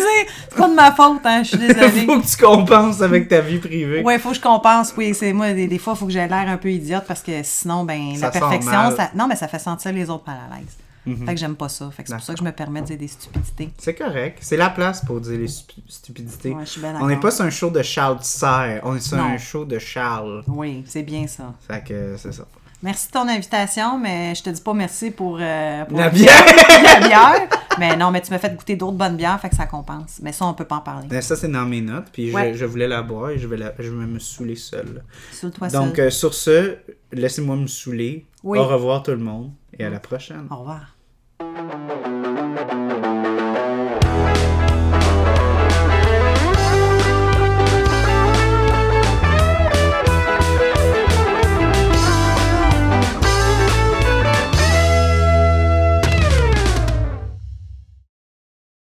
c'est pas de ma faute, hein, je suis désolée. Faut que tu compenses avec ta vie privée. Ouais, faut que je compense. Oui, c'est moi, des, des fois, faut que j'ai l'air un peu idiote parce que sinon, ben, Ça la sent perfection, mal. Mm-hmm. ça, non, mais ça fait sentir les autres mal à l'aise. Fait que j'aime pas ça. Fait que c'est pour ça que je me permets de dire des stupidités. C'est correct. C'est la place pour dire les stup- stupidités. Ouais, je suis bien d'accord. on n'est pas sur un show de Charles Serre, on est sur Non. un show de Charles. Oui, c'est bien ça. Fait que c'est ça. Merci de ton invitation, mais je te dis pas merci pour, euh, pour La bière! la bière. Mais non, mais tu m'as fait goûter d'autres bonnes bières, fait que ça compense. Mais ça, on peut pas en parler. Mais Ben, ça, c'est dans mes notes, puis je- Ouais. je, voulais la boire et je vais, la- je vais me saouler seul. Sur toi Donc, seul. euh, sur ce, laissez-moi me saouler. Oui. Au revoir tout le monde et à la prochaine. Au revoir.